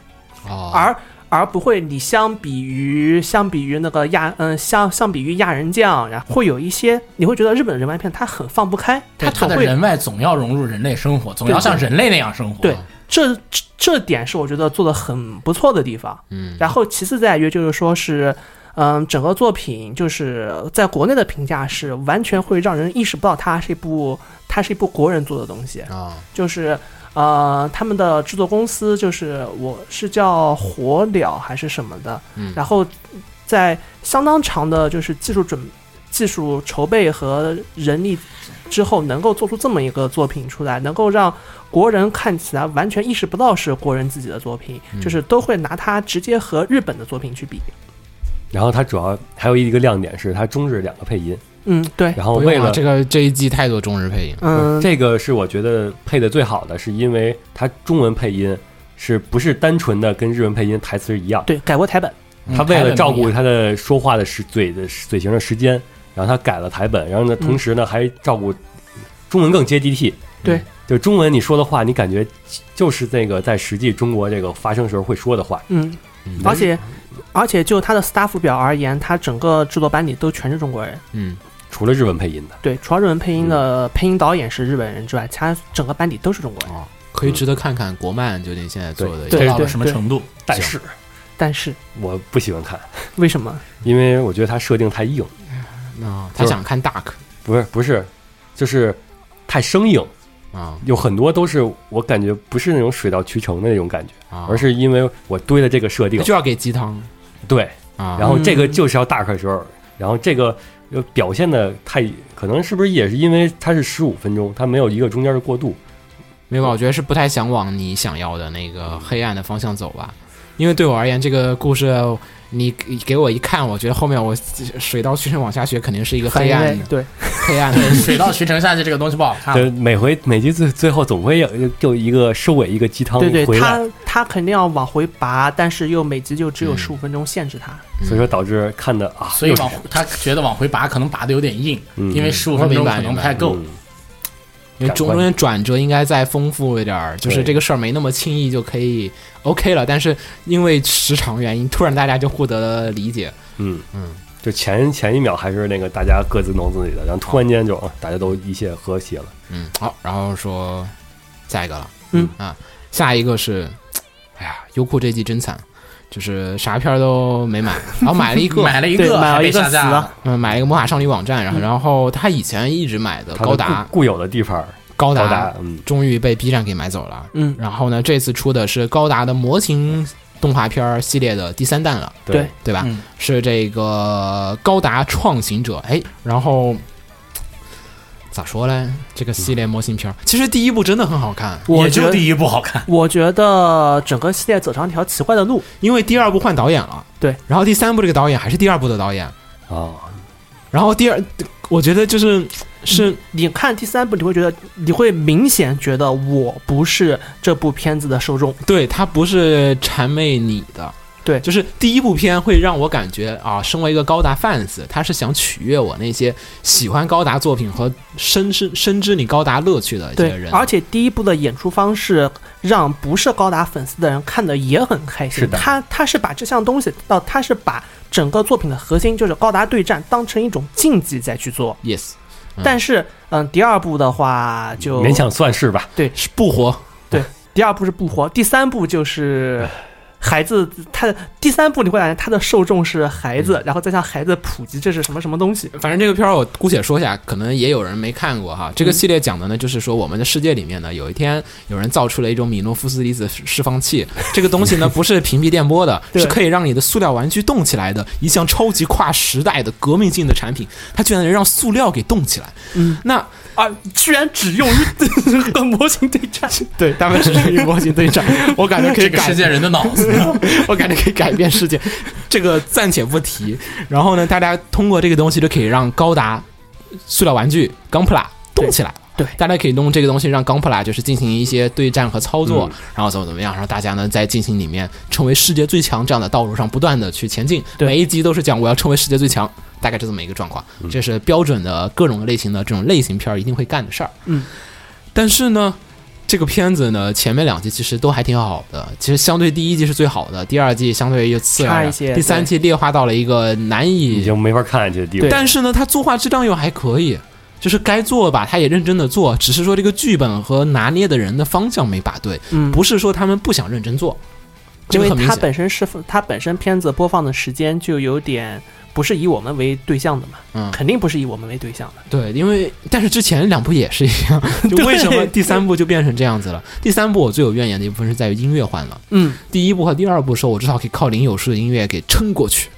[SPEAKER 4] 哦，
[SPEAKER 6] 而。而不会，你相比于相比于那个亚，嗯，相相比于亚人酱，然后会有一些，你会觉得日本人外片他很放不开，
[SPEAKER 5] 对他
[SPEAKER 6] 总
[SPEAKER 5] 的
[SPEAKER 6] 会
[SPEAKER 5] 人外总要融入人类生活，总
[SPEAKER 6] 对
[SPEAKER 5] 要像
[SPEAKER 6] 对
[SPEAKER 5] 人类那样生活。
[SPEAKER 6] 对，这这这点是我觉得做的很不错的地方。
[SPEAKER 4] 嗯，
[SPEAKER 6] 然后其次在于就是说是，嗯，整个作品就是在国内的评价是完全会让人意识不到它是一部它是一部国人做的东西，
[SPEAKER 4] 啊，
[SPEAKER 6] 就是呃他们的制作公司就是我是叫火鸟还是什么的，
[SPEAKER 4] 嗯
[SPEAKER 6] 然后在相当长的就是技术准技术筹备和人力之后，能够做出这么一个作品出来，能够让国人看起来完全意识不到是国人自己的作品，
[SPEAKER 4] 嗯
[SPEAKER 6] 就是都会拿它直接和日本的作品去比。
[SPEAKER 1] 然后它主要还有一个亮点是它中日两个配音，
[SPEAKER 6] 嗯，对，
[SPEAKER 1] 然后
[SPEAKER 4] 不
[SPEAKER 1] 为
[SPEAKER 4] 用
[SPEAKER 1] 了
[SPEAKER 4] 了这个这一季太多中日配音了，
[SPEAKER 6] 嗯，
[SPEAKER 1] 这个是我觉得配的最好的，是因为它中文配音是不是单纯的跟日文配音台词一样？
[SPEAKER 6] 对，改过台本，
[SPEAKER 5] 嗯
[SPEAKER 1] 他为了照
[SPEAKER 5] 台本不
[SPEAKER 1] 顾
[SPEAKER 5] 一样
[SPEAKER 1] 他的说话的时嘴的嘴型的时间，然后他改了台本，然后呢，同时呢还照顾中文更接地气。
[SPEAKER 6] 对
[SPEAKER 1] 嗯，就中文你说的话，你感觉就是那个在实际中国这个发生时候会说的话。
[SPEAKER 6] 嗯
[SPEAKER 4] 嗯，
[SPEAKER 6] 而且而且就它的 staff 表而言，它整个制作班里都全是中国人。
[SPEAKER 4] 嗯，
[SPEAKER 1] 除了日文配音的，
[SPEAKER 6] 对，除了日文配音的配音导演是日本人之外，其他整个班底都是中国人。
[SPEAKER 4] 哦，可以值得看看国漫究竟现在做的
[SPEAKER 1] 对
[SPEAKER 5] 做
[SPEAKER 4] 一
[SPEAKER 5] 到
[SPEAKER 4] 个
[SPEAKER 5] 了什么程 度？
[SPEAKER 1] 但是
[SPEAKER 6] 但是
[SPEAKER 1] 我不喜欢看，
[SPEAKER 6] 为什么？
[SPEAKER 1] 因为我觉得它设定太硬，
[SPEAKER 4] 啊，他想看 Duck
[SPEAKER 1] 不是不是，就是太生硬，
[SPEAKER 4] 啊
[SPEAKER 1] 有很多都是我感觉不是那种水到渠成的那种感觉，
[SPEAKER 4] 啊，
[SPEAKER 1] 而是因为我堆了这个设定，
[SPEAKER 4] 就要给鸡汤
[SPEAKER 1] 对，
[SPEAKER 4] 啊，
[SPEAKER 1] 然后这个就是要大块时候，然后这个呃表现的太可能是不是也是因为它是十五分钟，它没有一个中间的过渡，
[SPEAKER 4] 没有吧，我觉得是不太想往你想要的那个黑暗的方向走吧，因为对我而言，这个故事你给给我一看，我觉得后面我水到渠成往下学，肯定是一个黑
[SPEAKER 6] 因
[SPEAKER 4] 暗
[SPEAKER 6] 为
[SPEAKER 4] 的
[SPEAKER 6] 对，
[SPEAKER 4] 黑暗的
[SPEAKER 5] 水到渠成下去这个东西不好看
[SPEAKER 1] 就
[SPEAKER 5] 了。
[SPEAKER 1] 每回每集最最后总会有就一个收尾一个鸡汤
[SPEAKER 6] 对对，
[SPEAKER 1] 回来，
[SPEAKER 6] 他他肯定要往回拔，但是又每集就只有
[SPEAKER 4] 嗯
[SPEAKER 6] 十五分钟限制他。
[SPEAKER 1] 所以说导致看的啊，
[SPEAKER 5] 所以
[SPEAKER 1] 又是
[SPEAKER 5] 往他觉得往回拔可能拔的有点硬，
[SPEAKER 1] 嗯
[SPEAKER 5] 因为十五分钟
[SPEAKER 4] 明白
[SPEAKER 5] 可能不太
[SPEAKER 4] 明白
[SPEAKER 5] 够。
[SPEAKER 1] 嗯
[SPEAKER 4] 因为中中间转折应该再丰富一点儿，就是
[SPEAKER 1] 对
[SPEAKER 4] 这个事儿没那么轻易就可以 OK 了。但是因为时长原因，突然大家就获得了理解。
[SPEAKER 1] 嗯嗯，就前前一秒还是那个大家各自弄自己的，然后突然间就啊大家都一切和谐了。
[SPEAKER 4] 嗯，好，然后说下一个了。
[SPEAKER 6] 嗯
[SPEAKER 4] 啊，下一个是，哎呀，优酷这季真惨，就是啥片儿都没买，然后买了一个，
[SPEAKER 5] 买了一
[SPEAKER 6] 对
[SPEAKER 5] 个，
[SPEAKER 6] 买了
[SPEAKER 5] 还被
[SPEAKER 6] 一个
[SPEAKER 5] 下架
[SPEAKER 6] 死了
[SPEAKER 5] 了。
[SPEAKER 4] 嗯，买了一个魔法少女网站，然后然后他以前一直买的呃
[SPEAKER 1] 它的
[SPEAKER 4] 高达，
[SPEAKER 1] 固固有的地方，
[SPEAKER 4] 高
[SPEAKER 1] 高
[SPEAKER 4] 达
[SPEAKER 1] 达，嗯，
[SPEAKER 4] 终于被 B 站给买走了。
[SPEAKER 6] 嗯，
[SPEAKER 4] 然后呢，这次出的是高达的模型动画片儿系列的第三弹了。
[SPEAKER 6] 对，
[SPEAKER 4] 对吧？
[SPEAKER 5] 嗯
[SPEAKER 4] 是这个高达创行者，哎，然后咋说呢？这个系列模型片儿，其实第一部真的很好看，
[SPEAKER 6] 我
[SPEAKER 5] 也
[SPEAKER 6] 觉
[SPEAKER 5] 就
[SPEAKER 6] 得
[SPEAKER 5] 第一部好看，
[SPEAKER 6] 我觉得整个系列走上一条奇怪的路。
[SPEAKER 4] 因为第二部换导演了，
[SPEAKER 6] 对，
[SPEAKER 4] 然后第三部这个导演还是第二部的导演，
[SPEAKER 1] 哦，
[SPEAKER 4] 然后第二，我觉得就是是
[SPEAKER 6] 你看第三部，你会觉得你会明显觉得我不是这部片子的受众。
[SPEAKER 4] 对他不是谄媚你的。
[SPEAKER 6] 对
[SPEAKER 4] 就是第一部片会让我感觉啊，身为一个高达 fans，他是想取悦我那些喜欢高达作品和深深深知你高达乐趣的一些
[SPEAKER 6] 对，
[SPEAKER 4] 人，
[SPEAKER 6] 而且第一部的演出方式让不是高达粉丝的人看的也很开心。
[SPEAKER 1] 是的
[SPEAKER 6] 他他是把这项东西到他是把整个作品的核心就是高达对战当成一种竞技再去做。
[SPEAKER 4] yes 嗯
[SPEAKER 6] 但是，嗯，第二部的话就
[SPEAKER 1] 勉强算是吧。
[SPEAKER 4] 是不活，
[SPEAKER 6] 第二部是不活，第三部就是孩子，他第三部你会感觉他的受众是孩
[SPEAKER 1] 嗯
[SPEAKER 6] 子，然后再向孩子普及这是什么什么东西。
[SPEAKER 4] 反正这个片儿我姑且说一下，可能也有人没看过哈。这个系列讲的呢，就是说我们的世界里面呢，有一天有人造出了一种米诺夫斯离子释释放器，这个东西呢不是屏蔽电波 的，
[SPEAKER 6] 对
[SPEAKER 4] 是可以让你的塑料玩具动起来的一项超级跨时代的革命性的产品，它居然能让塑料给动起来。嗯，那
[SPEAKER 6] 啊，居然只用于 和模型对战，
[SPEAKER 4] 对，大部分是与模型对战，我感觉可以
[SPEAKER 5] 这个
[SPEAKER 4] 改
[SPEAKER 5] 世界人的脑子。
[SPEAKER 4] 我感觉可以改变世界， 这个暂且不提。然后呢，大家通过这个东西就可以让高达塑料玩具钢普拉动起来了。
[SPEAKER 6] 对
[SPEAKER 4] 大家可以用这个东西让钢普拉就是进行一些对战和操作，
[SPEAKER 6] 嗯
[SPEAKER 4] 然后怎么怎么样，然后大家呢在进行里面成为世界最强这样的道路上不断的去前进，
[SPEAKER 6] 对
[SPEAKER 4] 每一集都是讲我要成为世界最强，大概是这么一个状况，
[SPEAKER 6] 嗯
[SPEAKER 4] 这是标准的各种类型的这种类型片儿一定会干的事儿。
[SPEAKER 6] 嗯，
[SPEAKER 4] 但是呢。这个片子呢，前面两季其实都还挺好的，其实相对第一季是最好的，第二季相对又次然
[SPEAKER 6] 差
[SPEAKER 4] 了，
[SPEAKER 6] 一些
[SPEAKER 4] 第三
[SPEAKER 6] 对
[SPEAKER 4] 季劣化到了一个难
[SPEAKER 1] 已
[SPEAKER 4] 以
[SPEAKER 1] 经没法看下去的地步。
[SPEAKER 4] 但是呢，他作画质量又还可以，就是该做吧，他也认真的做，只是说这个剧本和拿捏的人的方向没把对，
[SPEAKER 6] 嗯，
[SPEAKER 4] 不是说他们不想认真做，这
[SPEAKER 6] 因
[SPEAKER 4] 个
[SPEAKER 6] 为
[SPEAKER 4] 很明
[SPEAKER 6] 它
[SPEAKER 4] 显。
[SPEAKER 6] 本身是它本身片子播放的时间就有点不是以我们为对象的嘛，
[SPEAKER 4] 嗯
[SPEAKER 6] 肯定不是以我们为对象 的。
[SPEAKER 4] 对，因为但是之前两部也 是一样，就为什么
[SPEAKER 6] 对
[SPEAKER 4] 第三部就变成这样子了？第三部我最有怨言的一部分是在于音乐换了，
[SPEAKER 6] 嗯，
[SPEAKER 4] 第一部和第二部的时候，我至少可以靠林有树的音乐给撑过去，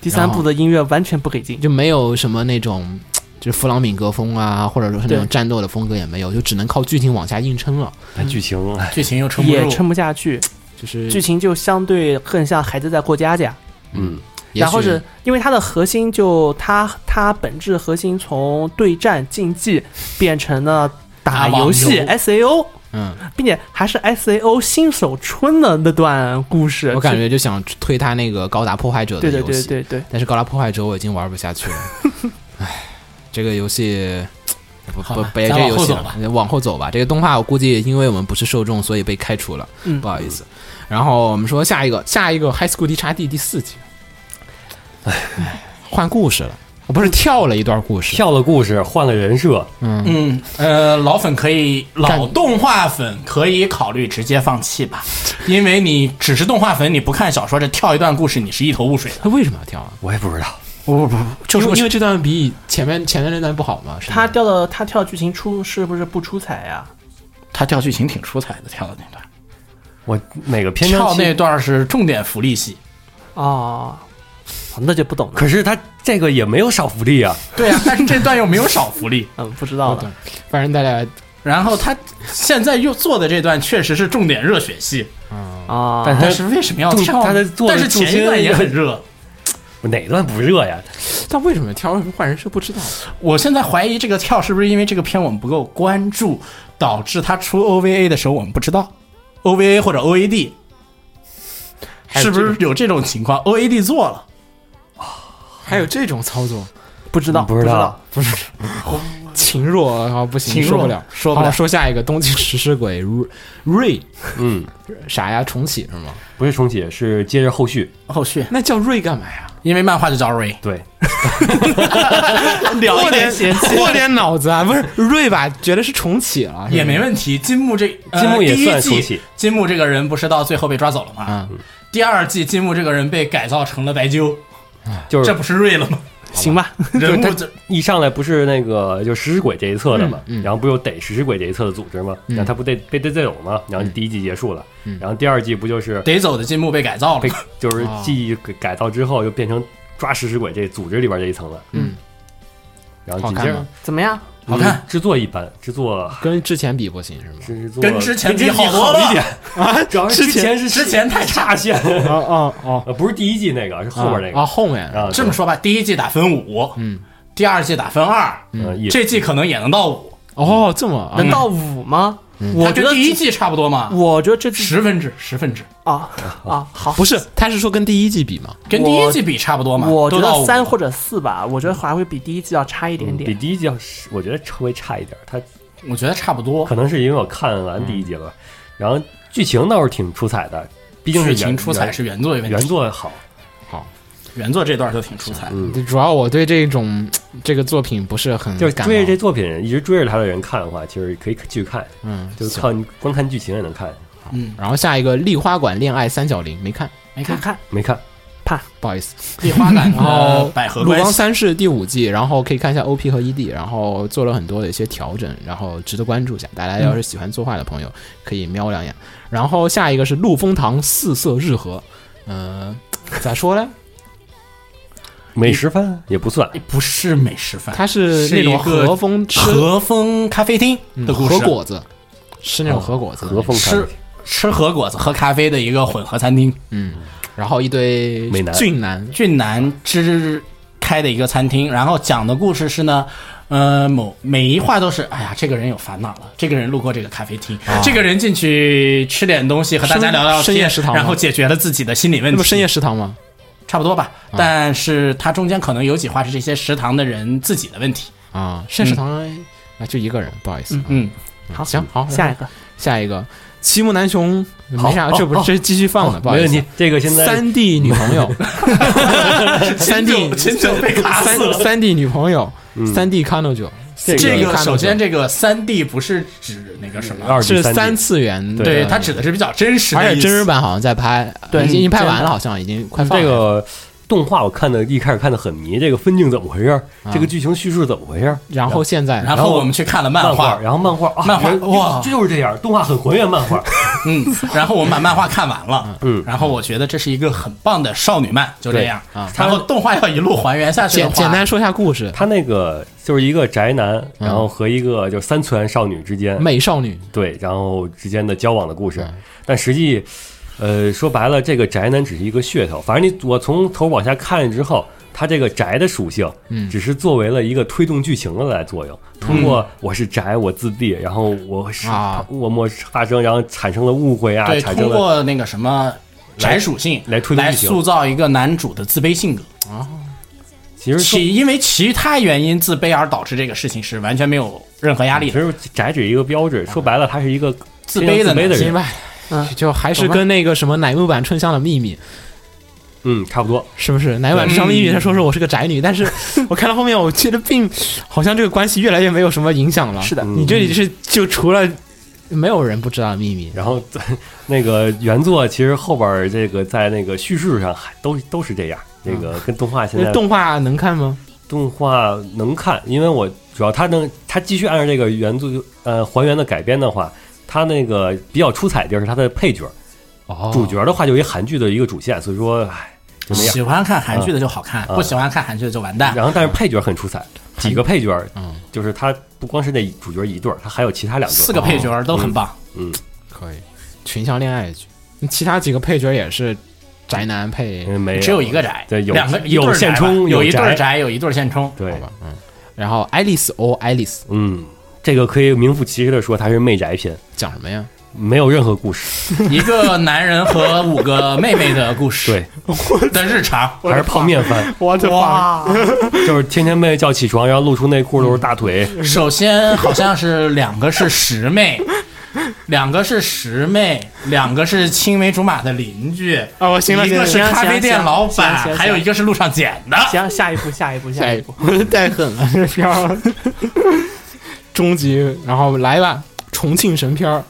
[SPEAKER 6] 第三部的音乐完全不给劲，
[SPEAKER 4] 就没有什么那种。就是弗朗明格风啊，或者说是那种
[SPEAKER 6] 对
[SPEAKER 4] 战斗的风格也没有，就只能靠剧情往下硬撑了。
[SPEAKER 1] 但剧情哎
[SPEAKER 5] 剧情又撑不
[SPEAKER 6] 也
[SPEAKER 5] 住，
[SPEAKER 6] 撑不下去，
[SPEAKER 4] 就是
[SPEAKER 6] 剧情就相对更像孩子在过家家。
[SPEAKER 1] 嗯，
[SPEAKER 4] 也
[SPEAKER 6] 然后
[SPEAKER 4] 许
[SPEAKER 6] 是因为它的核心就它它本质核心从对战竞技变成了
[SPEAKER 5] 打
[SPEAKER 6] 打
[SPEAKER 5] 网
[SPEAKER 6] 游戏
[SPEAKER 5] 游
[SPEAKER 6] S A O，
[SPEAKER 4] 嗯，
[SPEAKER 6] 并且还是 S A O 新手村的那段故事。
[SPEAKER 4] 我感觉就想推他那个高达破坏者的
[SPEAKER 6] 对
[SPEAKER 4] 游
[SPEAKER 6] 对
[SPEAKER 4] 戏，
[SPEAKER 6] 对对对，
[SPEAKER 4] 但是高达破坏者我已经玩不下 去了，唉，这个游戏。不
[SPEAKER 5] 好
[SPEAKER 4] 不
[SPEAKER 5] 吧
[SPEAKER 4] 别
[SPEAKER 5] 咱
[SPEAKER 4] 这个
[SPEAKER 5] 往
[SPEAKER 4] 游
[SPEAKER 5] 后
[SPEAKER 4] 戏
[SPEAKER 5] 走
[SPEAKER 4] 了
[SPEAKER 5] 吧，
[SPEAKER 4] 往后走吧。这个动画我估计因为我们不是受众，所以被开除了，
[SPEAKER 6] 嗯
[SPEAKER 4] 不好意思。然后我们说下一个，下一个《High School D x D》第四集，唉，换故事了，我不是跳了一段故事，
[SPEAKER 1] 跳了故事，换了人设，
[SPEAKER 5] 嗯，呃，老粉可以，老动画粉可以考虑直接放弃吧，因为你只是动画粉，你不看小说，这跳一段故事，你是一头雾水的。
[SPEAKER 4] 他为什么要跳啊？
[SPEAKER 1] 我也不知道。
[SPEAKER 4] 就是因为这段比前面前面那段不好吗？是吗
[SPEAKER 6] 他掉的他跳剧情出是不是不出彩呀、
[SPEAKER 5] 他跳剧情挺出彩的，跳的那段，
[SPEAKER 1] 我哪个篇章
[SPEAKER 5] 跳那
[SPEAKER 1] 期？
[SPEAKER 5] 段是重点福利戏。
[SPEAKER 6] 哦，那就不懂了。
[SPEAKER 1] 可是他这个也没有少福利啊，
[SPEAKER 5] 对啊， 但是这段又没有少福利。
[SPEAKER 6] 嗯，不知道
[SPEAKER 4] 对
[SPEAKER 6] 了。，
[SPEAKER 4] 反正大家
[SPEAKER 5] 然后他现在又做的这段确实是重点热血戏，
[SPEAKER 6] 啊，
[SPEAKER 1] 但
[SPEAKER 5] 但是为什么要跳呢？
[SPEAKER 1] 他的做的
[SPEAKER 5] 但是前一段也很热。
[SPEAKER 1] 哪段不热呀？
[SPEAKER 4] 但为什么跳？为什么换人是不知道的？
[SPEAKER 5] 我现在怀疑这个跳是不是因为这个片我们不够关注，导致他出 OVA 的时候我们不知道 OVA 或者 OAD
[SPEAKER 4] 还有
[SPEAKER 5] 是不
[SPEAKER 4] 这
[SPEAKER 5] 是
[SPEAKER 4] 种
[SPEAKER 5] 有这种情况？OAD 做了，
[SPEAKER 4] 还有这种操作？
[SPEAKER 6] 不知道，
[SPEAKER 1] 不知道，
[SPEAKER 4] 秦若啊，不行，
[SPEAKER 5] 秦
[SPEAKER 4] 受
[SPEAKER 5] 若
[SPEAKER 4] 不了，
[SPEAKER 5] 说不
[SPEAKER 4] 好
[SPEAKER 5] 了
[SPEAKER 4] 说下一个东京食尸鬼瑞瑞
[SPEAKER 1] 嗯，
[SPEAKER 4] 啥呀？重启是吗？
[SPEAKER 1] 不是重启，是接着后续。
[SPEAKER 5] 后续
[SPEAKER 4] 那叫瑞干嘛呀？
[SPEAKER 5] 哦因为漫画就叫 Ray，
[SPEAKER 1] 对，
[SPEAKER 5] 聊
[SPEAKER 4] 过
[SPEAKER 5] 一
[SPEAKER 4] 点
[SPEAKER 5] 点闲气
[SPEAKER 4] 过点脑子啊！不是瑞吧？觉得是重启了，
[SPEAKER 5] 也没问题。金木这呃
[SPEAKER 1] 金木也算嗯
[SPEAKER 5] 第一
[SPEAKER 1] 重
[SPEAKER 5] 季
[SPEAKER 1] 启，
[SPEAKER 5] 金木这个人不是到最后被抓走了吗？
[SPEAKER 4] 啊。
[SPEAKER 5] 第二季金木这个人被改造成了白鸠，
[SPEAKER 1] 就是
[SPEAKER 5] 这不是瑞了吗？
[SPEAKER 6] 行吧。
[SPEAKER 5] 人
[SPEAKER 1] 他
[SPEAKER 5] 物这
[SPEAKER 1] 一上来不是那个就食尸鬼这一侧的嘛，
[SPEAKER 4] 嗯嗯
[SPEAKER 1] 然后不就逮食尸鬼这一侧的组织嘛，
[SPEAKER 4] 嗯
[SPEAKER 1] 然后他不得被逮走嘛，然后第一季结束了，然后第二季不就是
[SPEAKER 5] 得走的金木被改造了
[SPEAKER 1] 被，就是
[SPEAKER 4] 哦
[SPEAKER 1] 记忆改改造之后就变成抓食尸鬼这组织里边这一层了，
[SPEAKER 4] 嗯，
[SPEAKER 1] 然后
[SPEAKER 4] 好
[SPEAKER 1] 紧
[SPEAKER 4] 看
[SPEAKER 1] 接
[SPEAKER 4] 吗
[SPEAKER 1] 着？
[SPEAKER 6] 怎么样？
[SPEAKER 5] 好看
[SPEAKER 1] 嗯制作一般，制作
[SPEAKER 4] 跟之前比不行是吗？
[SPEAKER 1] 制作
[SPEAKER 5] 跟之前比
[SPEAKER 1] 跟之
[SPEAKER 5] 好
[SPEAKER 1] 前
[SPEAKER 5] 多
[SPEAKER 1] 好
[SPEAKER 5] 了
[SPEAKER 1] 一点啊，主要是之前是
[SPEAKER 5] 之前太差
[SPEAKER 1] 下线，
[SPEAKER 4] 哦哦哦，
[SPEAKER 1] 呃不是第一季那个，是后边那个
[SPEAKER 4] 啊，后面
[SPEAKER 1] 啊，
[SPEAKER 5] 这么说吧，第一季打分五，
[SPEAKER 4] 嗯，
[SPEAKER 5] 第二季打分二，
[SPEAKER 1] 嗯，也
[SPEAKER 5] 这季可能也能到五，
[SPEAKER 4] 哦，这么啊
[SPEAKER 6] 能到五吗？我
[SPEAKER 5] 它
[SPEAKER 6] 觉
[SPEAKER 5] 跟
[SPEAKER 6] 得
[SPEAKER 5] 第一季差不多嘛，
[SPEAKER 6] 我觉得这次
[SPEAKER 5] 十分制，十分制，
[SPEAKER 6] 啊啊好，
[SPEAKER 4] 不是？他是说跟第一季比吗？
[SPEAKER 5] 跟第一季比差不多嘛，
[SPEAKER 6] 我觉
[SPEAKER 5] 都到
[SPEAKER 6] 得
[SPEAKER 5] 五
[SPEAKER 6] 三或者四吧，我觉得还会比第一季要差一点
[SPEAKER 1] 嗯比
[SPEAKER 6] 点。
[SPEAKER 1] 第一季要是，我觉得稍微差一点。它
[SPEAKER 5] 我觉得差不多
[SPEAKER 1] 可。能是因为我看完第一季了，然后剧情倒是挺出彩的，毕竟是
[SPEAKER 5] 剧
[SPEAKER 1] 原
[SPEAKER 5] 情出彩是原作的
[SPEAKER 1] 原
[SPEAKER 5] 问
[SPEAKER 1] 原
[SPEAKER 5] 题，嗯
[SPEAKER 1] 作好。
[SPEAKER 4] 好，
[SPEAKER 5] 原作这段就挺出彩。
[SPEAKER 1] 嗯
[SPEAKER 4] 主要我对这种这个作品不是很
[SPEAKER 1] 就是
[SPEAKER 4] 感
[SPEAKER 1] 追着这
[SPEAKER 4] 冒
[SPEAKER 1] 作品一直追着他的人看的话，其实可以去看，
[SPEAKER 4] 嗯，
[SPEAKER 1] 就是靠你光看剧情也能看，
[SPEAKER 5] 嗯，
[SPEAKER 4] 然后下一个《丽花馆恋爱三角零》没看，
[SPEAKER 5] 没
[SPEAKER 6] 看
[SPEAKER 5] 看
[SPEAKER 6] 看
[SPEAKER 1] 没看
[SPEAKER 4] 不好意思。
[SPEAKER 5] 《丽花感》
[SPEAKER 4] 然后
[SPEAKER 5] 和百合
[SPEAKER 4] 鲁
[SPEAKER 5] 关
[SPEAKER 4] 邦
[SPEAKER 5] 系，
[SPEAKER 4] 三世第五季，然后可以看一下 OP 和 ED，然后做了很多的一些调整，然后值得关注一下。大家要是喜欢作画的朋友，可以瞄两眼。然后下一个是《陆风堂四色日和》，嗯、咋说呢？
[SPEAKER 1] 美食番也不算，
[SPEAKER 5] 不是美食饭，
[SPEAKER 4] 它是那种
[SPEAKER 5] 是一个
[SPEAKER 4] 和风吃
[SPEAKER 5] 和风咖啡厅
[SPEAKER 4] 嗯
[SPEAKER 5] 的故
[SPEAKER 4] 和
[SPEAKER 5] 事，
[SPEAKER 4] 果子，吃那种和果子的
[SPEAKER 1] 和风看
[SPEAKER 5] 吃吃和果子喝咖啡的一个混合餐厅，
[SPEAKER 4] 嗯，然后一堆
[SPEAKER 1] 美男
[SPEAKER 5] 嗯
[SPEAKER 4] 俊男，
[SPEAKER 5] 俊男之开的一个餐厅，然后讲的故事是呢，呃，某每一话都是，哎呀，这个人有烦恼了，这个人路过这个咖啡厅，这个人进去吃点东西和大家
[SPEAKER 4] 深
[SPEAKER 5] 聊聊天
[SPEAKER 4] 啊深夜食堂吗
[SPEAKER 5] 然后解决了自己的心理问
[SPEAKER 4] 那
[SPEAKER 5] 题。
[SPEAKER 4] 不深夜啊食堂吗？
[SPEAKER 5] 差不多吧，但是它中间可能有几话是这些食堂的人自己的问题。
[SPEAKER 4] 啊，深夜食堂啊，就一个人，不好意思。
[SPEAKER 5] 嗯，
[SPEAKER 6] 好，
[SPEAKER 4] 行好
[SPEAKER 6] 下一个，
[SPEAKER 4] 下一个《七木南雄》没
[SPEAKER 1] 好
[SPEAKER 4] 啥，
[SPEAKER 1] 好
[SPEAKER 4] 这不
[SPEAKER 1] 好
[SPEAKER 4] 是这是继续放的，不好
[SPEAKER 1] 哦没
[SPEAKER 4] 意
[SPEAKER 1] 问
[SPEAKER 4] 思
[SPEAKER 1] 题。。这个现在
[SPEAKER 4] 三 D 女朋 友，三 D
[SPEAKER 5] 秦九被卡死
[SPEAKER 4] 三
[SPEAKER 5] 了。
[SPEAKER 4] 三 D 女朋友，
[SPEAKER 1] 嗯
[SPEAKER 4] 三 D 彼女，
[SPEAKER 1] 这
[SPEAKER 5] 这
[SPEAKER 4] 个
[SPEAKER 5] 个首先，这个三 D 不是指那个什么，
[SPEAKER 1] 二
[SPEAKER 4] 是
[SPEAKER 1] 比
[SPEAKER 4] 三
[SPEAKER 1] 三 D，啊
[SPEAKER 4] 次元的，
[SPEAKER 5] 对，它指的是比较真实的
[SPEAKER 4] 而
[SPEAKER 5] 意
[SPEAKER 4] 且
[SPEAKER 5] 思，
[SPEAKER 4] 真人版好像在拍，
[SPEAKER 6] 对
[SPEAKER 4] 已经已经拍完
[SPEAKER 6] 真
[SPEAKER 4] 了，
[SPEAKER 6] 的
[SPEAKER 4] 好像已经快放
[SPEAKER 1] 这
[SPEAKER 4] 了
[SPEAKER 1] 个动画我看的一开始看的很迷，这个分镜怎么回事儿？
[SPEAKER 5] 啊
[SPEAKER 1] 这个剧情叙述怎么回事儿？
[SPEAKER 4] 然后现在
[SPEAKER 5] 然后我们去看了漫
[SPEAKER 1] 漫
[SPEAKER 5] 画，
[SPEAKER 1] 然后漫画，啊
[SPEAKER 5] 漫画
[SPEAKER 1] 原
[SPEAKER 5] 哇
[SPEAKER 1] 这就是这样，动画很还原漫画。
[SPEAKER 5] 嗯，然后我们把漫画看完了，
[SPEAKER 1] 嗯
[SPEAKER 5] 然后我觉得这是一个很棒的少女漫，就这样
[SPEAKER 4] 对啊
[SPEAKER 5] 然后动画要一路还原下去的
[SPEAKER 4] 简
[SPEAKER 5] 话，
[SPEAKER 4] 简单说一下故事，
[SPEAKER 1] 他那个就是一个宅男，
[SPEAKER 5] 嗯
[SPEAKER 1] 然后和一个就是三次元少女之间，
[SPEAKER 4] 美少女
[SPEAKER 1] 对，然后之间的交往的故事。
[SPEAKER 5] 嗯
[SPEAKER 1] 但实际，呃，说白了，这个宅男只是一个噱头。反正你我从头往下看之后，他这个宅的属性，
[SPEAKER 5] 嗯
[SPEAKER 1] 只是作为了一个推动剧情的来作用。通过我是宅，我自闭，然后我是、
[SPEAKER 4] 啊
[SPEAKER 1] 我我发生，然后产生了误会啊，
[SPEAKER 5] 对，
[SPEAKER 1] 产
[SPEAKER 5] 通
[SPEAKER 1] 生了
[SPEAKER 5] 过那个什么宅属性
[SPEAKER 1] 来推动剧情
[SPEAKER 5] 塑造一个男主的自卑性格。
[SPEAKER 1] 其实说
[SPEAKER 5] 其因为其他原因自卑而导致这个事情是完全没有任何压力
[SPEAKER 1] 其
[SPEAKER 5] 的。
[SPEAKER 1] 实宅只是一个标志，说白了，他是一个
[SPEAKER 5] 自
[SPEAKER 1] 偏
[SPEAKER 5] 卑的
[SPEAKER 1] 向自卑的
[SPEAKER 4] 明
[SPEAKER 1] 人，
[SPEAKER 4] 白
[SPEAKER 6] 嗯，
[SPEAKER 4] 就还是
[SPEAKER 6] 懂了
[SPEAKER 4] 跟那个什么乃木坂春香的秘密
[SPEAKER 1] 嗯，差不多。
[SPEAKER 4] 是不是？乃木坂春香的秘密，
[SPEAKER 1] 嗯
[SPEAKER 4] 她说是我是个宅女， 但是我看到后面，我觉得并好像这个关系越来越没有什么影响了。
[SPEAKER 6] 是的，
[SPEAKER 4] 你这里是就除了没有人不知道的秘密，
[SPEAKER 1] 然后那个原作其实后边儿这个在那个叙事上还都都是这样，这个
[SPEAKER 5] 嗯
[SPEAKER 1] 跟动画现在
[SPEAKER 4] 动画能看吗？
[SPEAKER 1] 动画能看，因为我主要它能它继续按照这个原作呃还原的改编的话，它那个比较出彩的地儿是它的配角，
[SPEAKER 4] 哦
[SPEAKER 1] 主角的话就一韩剧的一个主线，所以说唉就那样。嗯
[SPEAKER 5] 喜欢看韩剧的就好看，不喜欢看韩剧的就完蛋。
[SPEAKER 1] 然后但是配角很出彩，几个配角，
[SPEAKER 4] 嗯，
[SPEAKER 1] 就是他不光是那主角一对儿，他还有其他两对儿哦
[SPEAKER 5] 四个配角都很棒，
[SPEAKER 1] 嗯
[SPEAKER 4] 可以，群像恋爱剧，其他几个配角也是宅男配，
[SPEAKER 1] 嗯没
[SPEAKER 5] 只有一个宅，
[SPEAKER 1] 对有
[SPEAKER 5] 两个一对
[SPEAKER 1] 有
[SPEAKER 5] 儿宅吧
[SPEAKER 1] 现充
[SPEAKER 5] 有一对
[SPEAKER 1] 宅
[SPEAKER 5] 儿宅，有一对儿现充。
[SPEAKER 1] 对，
[SPEAKER 4] 然后爱丽丝哦，爱丽丝
[SPEAKER 1] 嗯，这个可以名副其实的说它是媚宅片，
[SPEAKER 4] 讲什么呀？
[SPEAKER 1] 没有任何故事，
[SPEAKER 5] 一个男人和五个妹妹的故事，
[SPEAKER 1] 对，
[SPEAKER 5] 的日常。
[SPEAKER 1] 还是泡面番，
[SPEAKER 4] 我的
[SPEAKER 6] 哇，
[SPEAKER 1] 就是天天被叫起床，然后露出内裤都是大腿，
[SPEAKER 5] 首先好像是两个是十 妹，两个是十妹，两个是青梅竹马的邻居，
[SPEAKER 4] 啊！我行了，
[SPEAKER 5] 一
[SPEAKER 4] 行
[SPEAKER 5] 个
[SPEAKER 4] 了，
[SPEAKER 5] 是
[SPEAKER 4] 行了
[SPEAKER 5] 咖啡店老
[SPEAKER 6] 行行行
[SPEAKER 5] 板，
[SPEAKER 6] 行
[SPEAKER 5] 还有一个是路上捡的。
[SPEAKER 6] 行，下一步，下一步，下
[SPEAKER 4] 下
[SPEAKER 6] 一
[SPEAKER 4] 一
[SPEAKER 6] 步，
[SPEAKER 4] 部太狠了，这片儿。终极，然后来吧，重庆神 片儿，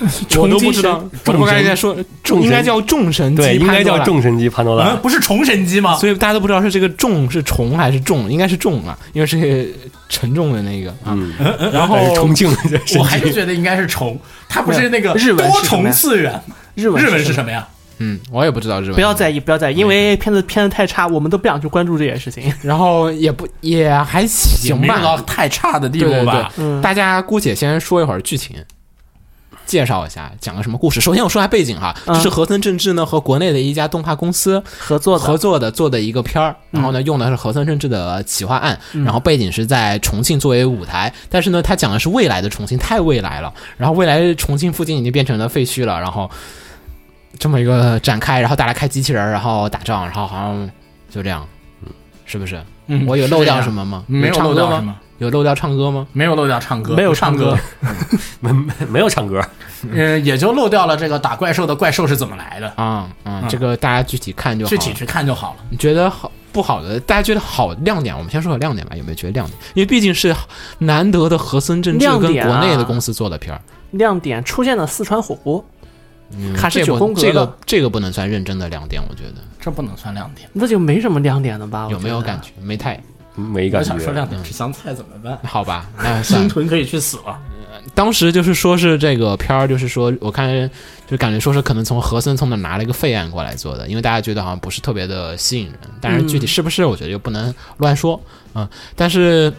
[SPEAKER 4] 我
[SPEAKER 1] 重
[SPEAKER 4] 都
[SPEAKER 1] 庆
[SPEAKER 4] 不知道
[SPEAKER 1] 神，
[SPEAKER 4] 我都不该
[SPEAKER 1] 众神
[SPEAKER 4] 再说，
[SPEAKER 1] 众神
[SPEAKER 4] 应该叫众神
[SPEAKER 1] 对，
[SPEAKER 4] 鸡
[SPEAKER 1] 应该
[SPEAKER 4] 潘多
[SPEAKER 1] 叫
[SPEAKER 4] 拉
[SPEAKER 1] 众神级潘多
[SPEAKER 5] 嗯
[SPEAKER 1] 拉，
[SPEAKER 5] 不是重神机吗？
[SPEAKER 4] 所以大家都不知道是这个重是重还是重，应该是重啊，因为是个沉重的那个啊。
[SPEAKER 1] 嗯，
[SPEAKER 4] 然后
[SPEAKER 1] 但是重庆的
[SPEAKER 5] 哦我
[SPEAKER 1] 神
[SPEAKER 5] 还是
[SPEAKER 1] 级，
[SPEAKER 5] 觉得应该是重，它不是那个
[SPEAKER 6] 日文是
[SPEAKER 5] 多
[SPEAKER 6] 什么
[SPEAKER 5] 重
[SPEAKER 6] 呀
[SPEAKER 5] 次元吗。
[SPEAKER 6] 日文
[SPEAKER 5] 日文
[SPEAKER 6] 什
[SPEAKER 5] 是
[SPEAKER 6] 么
[SPEAKER 5] 什么呀？
[SPEAKER 4] 嗯，我也不知道日文。
[SPEAKER 6] 不要在意，不要在意，因为片子片子太差，我们都不想去关注这件事情。
[SPEAKER 4] 然后也不也还
[SPEAKER 5] 也
[SPEAKER 4] 行
[SPEAKER 5] 没有
[SPEAKER 4] 吧，
[SPEAKER 5] 到太差的地
[SPEAKER 4] 对
[SPEAKER 5] 步
[SPEAKER 4] 对
[SPEAKER 5] 吧？
[SPEAKER 4] 对，大家姑且先说一会儿剧情，介绍一下讲个什么故事。首先我说下背景哈，这
[SPEAKER 6] 嗯
[SPEAKER 4] 是和森正治呢和国内的一家动画公司
[SPEAKER 6] 合作的，
[SPEAKER 4] 合作的做的一个片儿，然后呢用的是和森正治的企划案，然后背景是在重庆作为舞台，但是呢它讲的是未来的重庆，太未来了。然后未来重庆附近已经变成了废墟了，然后这么一个展开，然后大家开机器人儿，然后打仗，然后好像就这样，是不有
[SPEAKER 5] 嗯
[SPEAKER 4] 我有漏掉什
[SPEAKER 5] 么？
[SPEAKER 4] 么吗？
[SPEAKER 5] 没有
[SPEAKER 4] 有唱
[SPEAKER 5] 漏
[SPEAKER 4] 歌
[SPEAKER 5] 掉什
[SPEAKER 4] 吗
[SPEAKER 5] 么？
[SPEAKER 4] 有漏掉唱歌吗？
[SPEAKER 5] 没有漏掉唱歌，
[SPEAKER 6] 没有
[SPEAKER 5] 不唱
[SPEAKER 6] 唱歌，
[SPEAKER 1] 没没没有唱歌，
[SPEAKER 5] 嗯，也就漏掉了这个打怪兽的怪兽是怎么来的，
[SPEAKER 4] 啊、嗯、
[SPEAKER 5] 嗯
[SPEAKER 4] 这个大家具体看就好。
[SPEAKER 5] 具体去看就好了。
[SPEAKER 4] 你觉得好不好的？大家觉得好亮点，我们先说说亮点吧。有没有觉得亮点？因为毕竟是难得的和森正治
[SPEAKER 6] 亮
[SPEAKER 4] 跟
[SPEAKER 6] 点啊
[SPEAKER 4] 国内的公司做的片儿，
[SPEAKER 6] 亮点出现了四川火锅， 卡
[SPEAKER 4] 嗯这
[SPEAKER 6] 式九
[SPEAKER 4] 不
[SPEAKER 6] 宫格
[SPEAKER 4] 这
[SPEAKER 6] 的
[SPEAKER 4] 个，这个不能算认真的亮点，我觉得
[SPEAKER 5] 这不能算亮点。
[SPEAKER 6] 那就没什么亮点了吧？我
[SPEAKER 4] 有没有
[SPEAKER 6] 觉得
[SPEAKER 4] 感？觉？没太
[SPEAKER 1] 没
[SPEAKER 5] 我
[SPEAKER 1] 感觉
[SPEAKER 5] 想。说亮点，吃香菜怎么办？
[SPEAKER 4] 好 吧？那算
[SPEAKER 5] 鲸
[SPEAKER 4] 了。
[SPEAKER 5] 豚可以去死了。
[SPEAKER 4] 当时就是说是这个片儿，就是说我看就感觉说是可能从和森从那拿了一个废案过来做的，因为大家觉得好像不是特别的吸引人，但是
[SPEAKER 6] 嗯
[SPEAKER 4] 具体是不是，我觉得又不能乱说。嗯，但是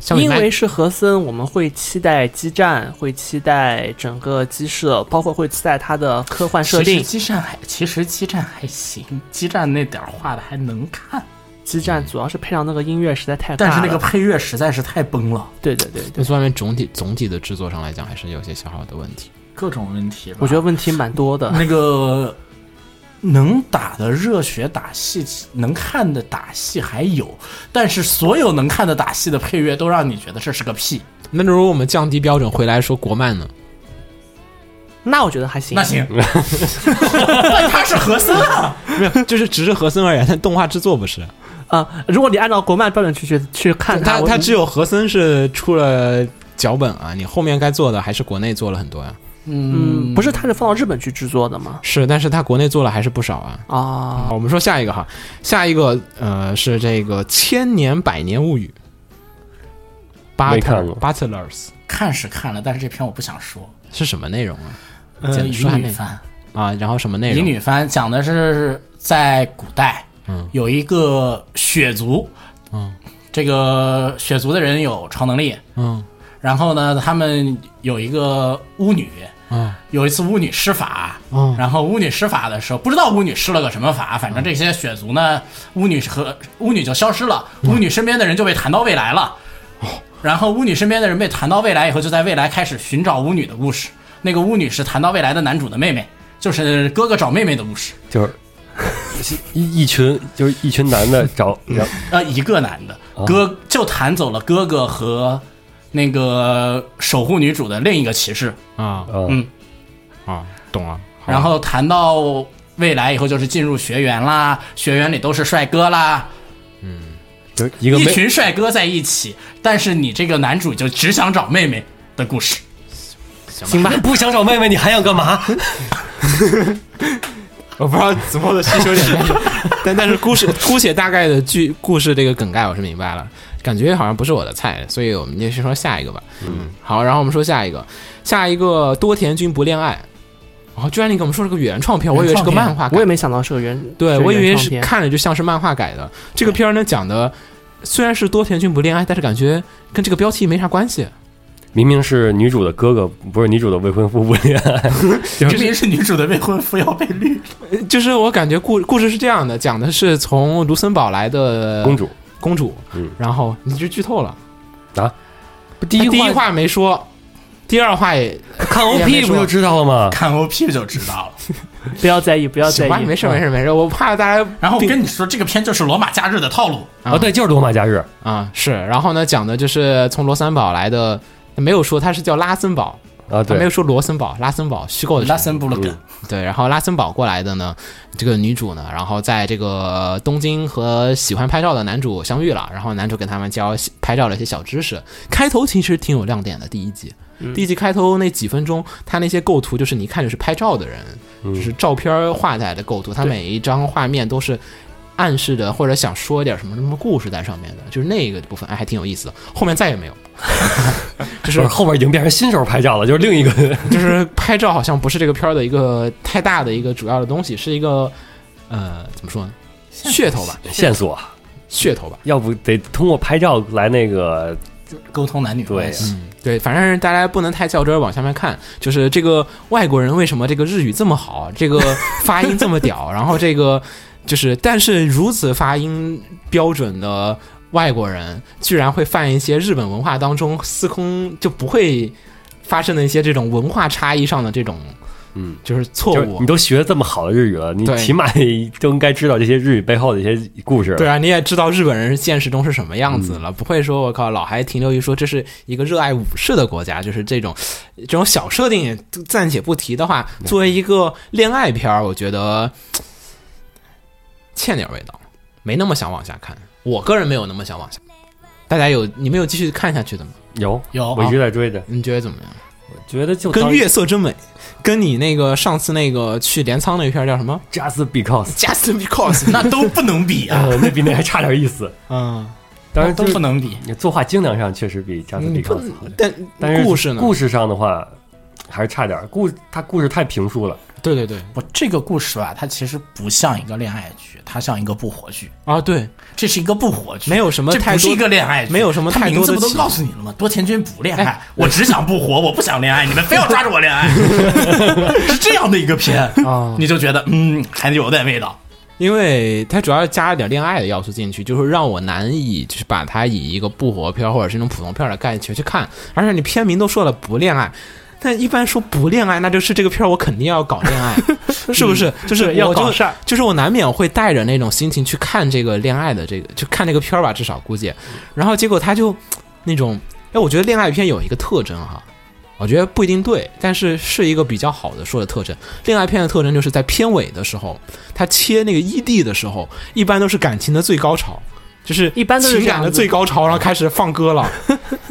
[SPEAKER 4] 像
[SPEAKER 6] 因为是和森，我们会期待激战，会期待整个机设，包括会期待它的科幻设
[SPEAKER 5] 其实
[SPEAKER 6] 定。
[SPEAKER 5] 基站还，其实基站还行，基站那点儿画的还能看。
[SPEAKER 6] 激战主要是配上那个音乐实在太尬
[SPEAKER 5] 但是那个
[SPEAKER 6] 了
[SPEAKER 5] 配乐实在是太崩了，
[SPEAKER 6] 对对对对，
[SPEAKER 4] 那方面总体总体的制作上来讲，还是有些小小的问题。
[SPEAKER 5] 各种问题吧。
[SPEAKER 6] 我觉得问题蛮多的。
[SPEAKER 5] 那个能打的热血打戏，能看的打戏还有，但是所有能看的打戏的配乐都让你觉得这是个屁。
[SPEAKER 4] 那如果我们降低标准回来说国漫呢？
[SPEAKER 6] 那我觉得还行，
[SPEAKER 5] 那 行，但他是和森啊，
[SPEAKER 4] 没有， 就是只是和森而言，但动画制作不是。
[SPEAKER 6] 啊、如果你按照国漫标准去去去看
[SPEAKER 4] 他
[SPEAKER 6] 我
[SPEAKER 4] 他只有和森是出了脚本啊，你后面该做的还是国内做了很多呀、
[SPEAKER 6] 嗯，不是他是放到日本去制作的吗？
[SPEAKER 4] 是，但是他国内做了还是不少啊。
[SPEAKER 6] 啊
[SPEAKER 4] 好，我们说下一个哈，下一个呃是这个《千年百年物语》
[SPEAKER 1] 没看
[SPEAKER 4] Butler
[SPEAKER 1] 过
[SPEAKER 4] Butlers
[SPEAKER 5] 看是看了，但是这篇我不想说。
[SPEAKER 4] 是什么内容啊？
[SPEAKER 5] 呃，
[SPEAKER 4] 简
[SPEAKER 5] 乙
[SPEAKER 4] 说下
[SPEAKER 5] 女
[SPEAKER 4] 那个
[SPEAKER 5] 番，
[SPEAKER 4] 啊，然后什么内
[SPEAKER 5] 乙
[SPEAKER 4] 容？
[SPEAKER 5] 女番讲的是在古代，嗯，有一个血族，
[SPEAKER 4] 嗯，
[SPEAKER 5] 这个血族的人有超能力，
[SPEAKER 4] 嗯
[SPEAKER 5] 然后呢，他们有一个巫女，
[SPEAKER 4] 啊
[SPEAKER 5] 有一次巫女施法，
[SPEAKER 4] 嗯
[SPEAKER 5] 然后巫女施法的时候，不知道巫女施了个什么法，反正这些血族呢，巫女和巫女就消失了，巫女身边的人就被弹到未来了，然后巫女身边的人被弹到未来以后，就在未来开始寻找巫女的故事。那个巫女是弹到未来的男主的妹妹，就是哥哥找妹妹的故事。
[SPEAKER 1] 就是 一一群就是一群男的找然后
[SPEAKER 5] 呃，一个男的哥就弹走了哥哥和那个守护女主的另一个骑士，
[SPEAKER 4] 啊
[SPEAKER 1] 嗯
[SPEAKER 5] 嗯
[SPEAKER 4] 啊，懂了。好
[SPEAKER 5] 然后谈到未来以后就是进入学员啦，学员里都是帅哥啦，
[SPEAKER 1] 就是一个
[SPEAKER 5] 一
[SPEAKER 1] 没
[SPEAKER 5] 群帅哥在一起，但是你这个男主就只想找妹妹的故事。
[SPEAKER 1] 行吧，不想找妹妹，你还想干嘛？
[SPEAKER 4] 我不知道子墨的需求点，但 是但但是姑且姑且大概的剧故事这个梗概我是明白了，感觉好像不是我的菜，所以我们就先说下一个吧。嗯，好，然后我们说下一个，下一个多田君不恋爱。哦，居然你给我们说是个原创片，我以为是个漫画改
[SPEAKER 6] 我也。没想到是个原，
[SPEAKER 4] 啊对，
[SPEAKER 6] 是
[SPEAKER 4] 我以为
[SPEAKER 6] 原创
[SPEAKER 4] 是
[SPEAKER 6] 片
[SPEAKER 4] 看着就像是漫画改的。这个片儿呢，讲的虽然是多田君不恋爱，但是感觉跟这个标题没啥关系。
[SPEAKER 1] 明明是女主的哥哥，不是女主的未婚夫不恋爱，
[SPEAKER 5] 明明是女主的未婚夫要被绿，
[SPEAKER 4] 呃就是我感觉故故事是这样的，讲的是从卢森堡来的
[SPEAKER 1] 公主
[SPEAKER 4] 公主，
[SPEAKER 1] 嗯
[SPEAKER 4] 然后你就剧透了。
[SPEAKER 1] 啊，
[SPEAKER 4] 第一第一话没说，第二话也
[SPEAKER 1] 看
[SPEAKER 4] 没
[SPEAKER 1] OP
[SPEAKER 4] 说
[SPEAKER 1] 不就知道了吗？
[SPEAKER 5] 看 OP 就知道了。
[SPEAKER 6] 不要在意，不要在
[SPEAKER 4] 行
[SPEAKER 6] 意，
[SPEAKER 4] 吧，没事没事没事，我怕大家
[SPEAKER 5] 然后我跟你说，这个片就是罗马假日的套路，
[SPEAKER 4] 啊
[SPEAKER 1] 啊，对，就是罗马假日，
[SPEAKER 4] 啊是，然后呢讲的就是从罗森堡来的，没有说他是叫拉森堡，
[SPEAKER 1] 啊，
[SPEAKER 4] 他没
[SPEAKER 1] 对
[SPEAKER 4] 有，说罗森堡，拉森堡虚构的
[SPEAKER 5] 拉
[SPEAKER 4] 城
[SPEAKER 5] 森布鲁根。
[SPEAKER 4] 对，然后拉森堡过来的呢，这个女主呢，然后在这个东京和喜欢拍照的男主相遇了，然后男主给他们教拍照的一些小知识。开头其实挺有亮点的，第一集，第一集开头那几分钟，他那些构图就是你一看就是拍照的人，就是照片儿画下来的构图，他每一张画面都是。暗示的或者想说点什么什么故事在上面的，就是那个部分，哎，还挺有意思的。后面再也没有， 就是
[SPEAKER 1] 不是后边已经变成新手拍照了，就是另一个
[SPEAKER 4] 就是拍照好像不是这个片儿的一个太大的一个主要的东西，是一个呃怎么说呢？噱头吧，
[SPEAKER 1] 线索，
[SPEAKER 4] 噱头吧。
[SPEAKER 1] 要不得通过拍照来那个
[SPEAKER 5] 沟通男女关系，
[SPEAKER 4] 对，反正大家不能太较真儿，往下面看。就是这个外国人为什么这个日语这么好，这 个发音这么屌，然后这个就是，但是如此发音标准的外国人，居然会犯一些日本文化当中司空就不会发生的一些这种文化差异上的这种，
[SPEAKER 1] 嗯，
[SPEAKER 4] 就是错
[SPEAKER 1] 就是
[SPEAKER 4] 误
[SPEAKER 1] 你。都学这么好的日语了，你
[SPEAKER 4] 对
[SPEAKER 1] 起码也都应该知道这些日语背后的一些故事。
[SPEAKER 4] 对啊，你也知道日本人现实中是什么样子
[SPEAKER 1] 嗯
[SPEAKER 4] 了，不会说我靠，老还停留于说这是一个热爱武士的国家，就是这种这种小设定暂且不提的话，作为一个恋爱片儿，我觉得嘖欠点味道，没那么想往下看。我个人没有那么想往下。大家有你们有继续看下去的吗？
[SPEAKER 1] 有
[SPEAKER 5] 有啊
[SPEAKER 1] 我一直在追着，
[SPEAKER 4] 你觉得怎么样？
[SPEAKER 1] 觉得就
[SPEAKER 4] 跟
[SPEAKER 1] 呃当
[SPEAKER 4] 月色真美，跟你那个上次那个去镰仓那片儿叫什么
[SPEAKER 1] Just Because，
[SPEAKER 4] ？Just because
[SPEAKER 5] 那都不能比啊，
[SPEAKER 1] 呃，那比那还差点意思。
[SPEAKER 4] 嗯，
[SPEAKER 1] 当然
[SPEAKER 5] 都
[SPEAKER 1] 呃就是
[SPEAKER 5] 不能比。
[SPEAKER 1] 你作画精良上确实比 Just
[SPEAKER 4] 你不
[SPEAKER 1] Because 好，
[SPEAKER 4] 但
[SPEAKER 1] 但是
[SPEAKER 4] 故事呢？
[SPEAKER 1] 故事上的话还是差点儿，故他故事太平述了。
[SPEAKER 4] 对对对
[SPEAKER 5] 我这个故事吧，它其实不像一个恋爱剧，它像一个不火剧。
[SPEAKER 4] 啊，对，
[SPEAKER 5] 这是一个不火剧，
[SPEAKER 4] 没有什么
[SPEAKER 5] 这
[SPEAKER 4] 太
[SPEAKER 5] 不是
[SPEAKER 4] 多
[SPEAKER 5] 一个恋爱剧，
[SPEAKER 4] 没有什么
[SPEAKER 5] 他
[SPEAKER 4] 太
[SPEAKER 5] 名
[SPEAKER 4] 多
[SPEAKER 5] 字
[SPEAKER 4] 的
[SPEAKER 5] 不都
[SPEAKER 4] 起
[SPEAKER 5] 告诉你了吗？多田君不恋爱
[SPEAKER 4] 哎，
[SPEAKER 5] 我只想不火，我不想恋爱，你们非要抓 着我恋爱，是这样的一个片
[SPEAKER 4] 啊
[SPEAKER 5] 你就觉得嗯还有点味道。
[SPEAKER 4] 因为它主要是加了点恋爱的要素进去，就是让我难以就是把它以一个不活片或者是那种普通片的概念去看，而且你片名都说了不恋爱。但一般说不恋爱，那就是这个片儿我肯定要搞恋爱， 是不是？就是
[SPEAKER 6] 对要
[SPEAKER 4] 我就
[SPEAKER 6] 搞事儿
[SPEAKER 4] 就是我难免会带着那种心情去看这个恋爱的这个，就看这个片儿吧，至少估计。然后结果他就那种，哎，我觉得恋爱片有一个特征哈，我觉得不一定对，但是是一个比较好的说的特征。恋爱片的特征就是在片尾的时候，他切那个异地的时候，一般都是感情的最高潮，就是
[SPEAKER 6] 一般都是
[SPEAKER 4] 情
[SPEAKER 6] 这样
[SPEAKER 4] 感的
[SPEAKER 6] 子
[SPEAKER 4] 最高潮，然后开始放歌 了。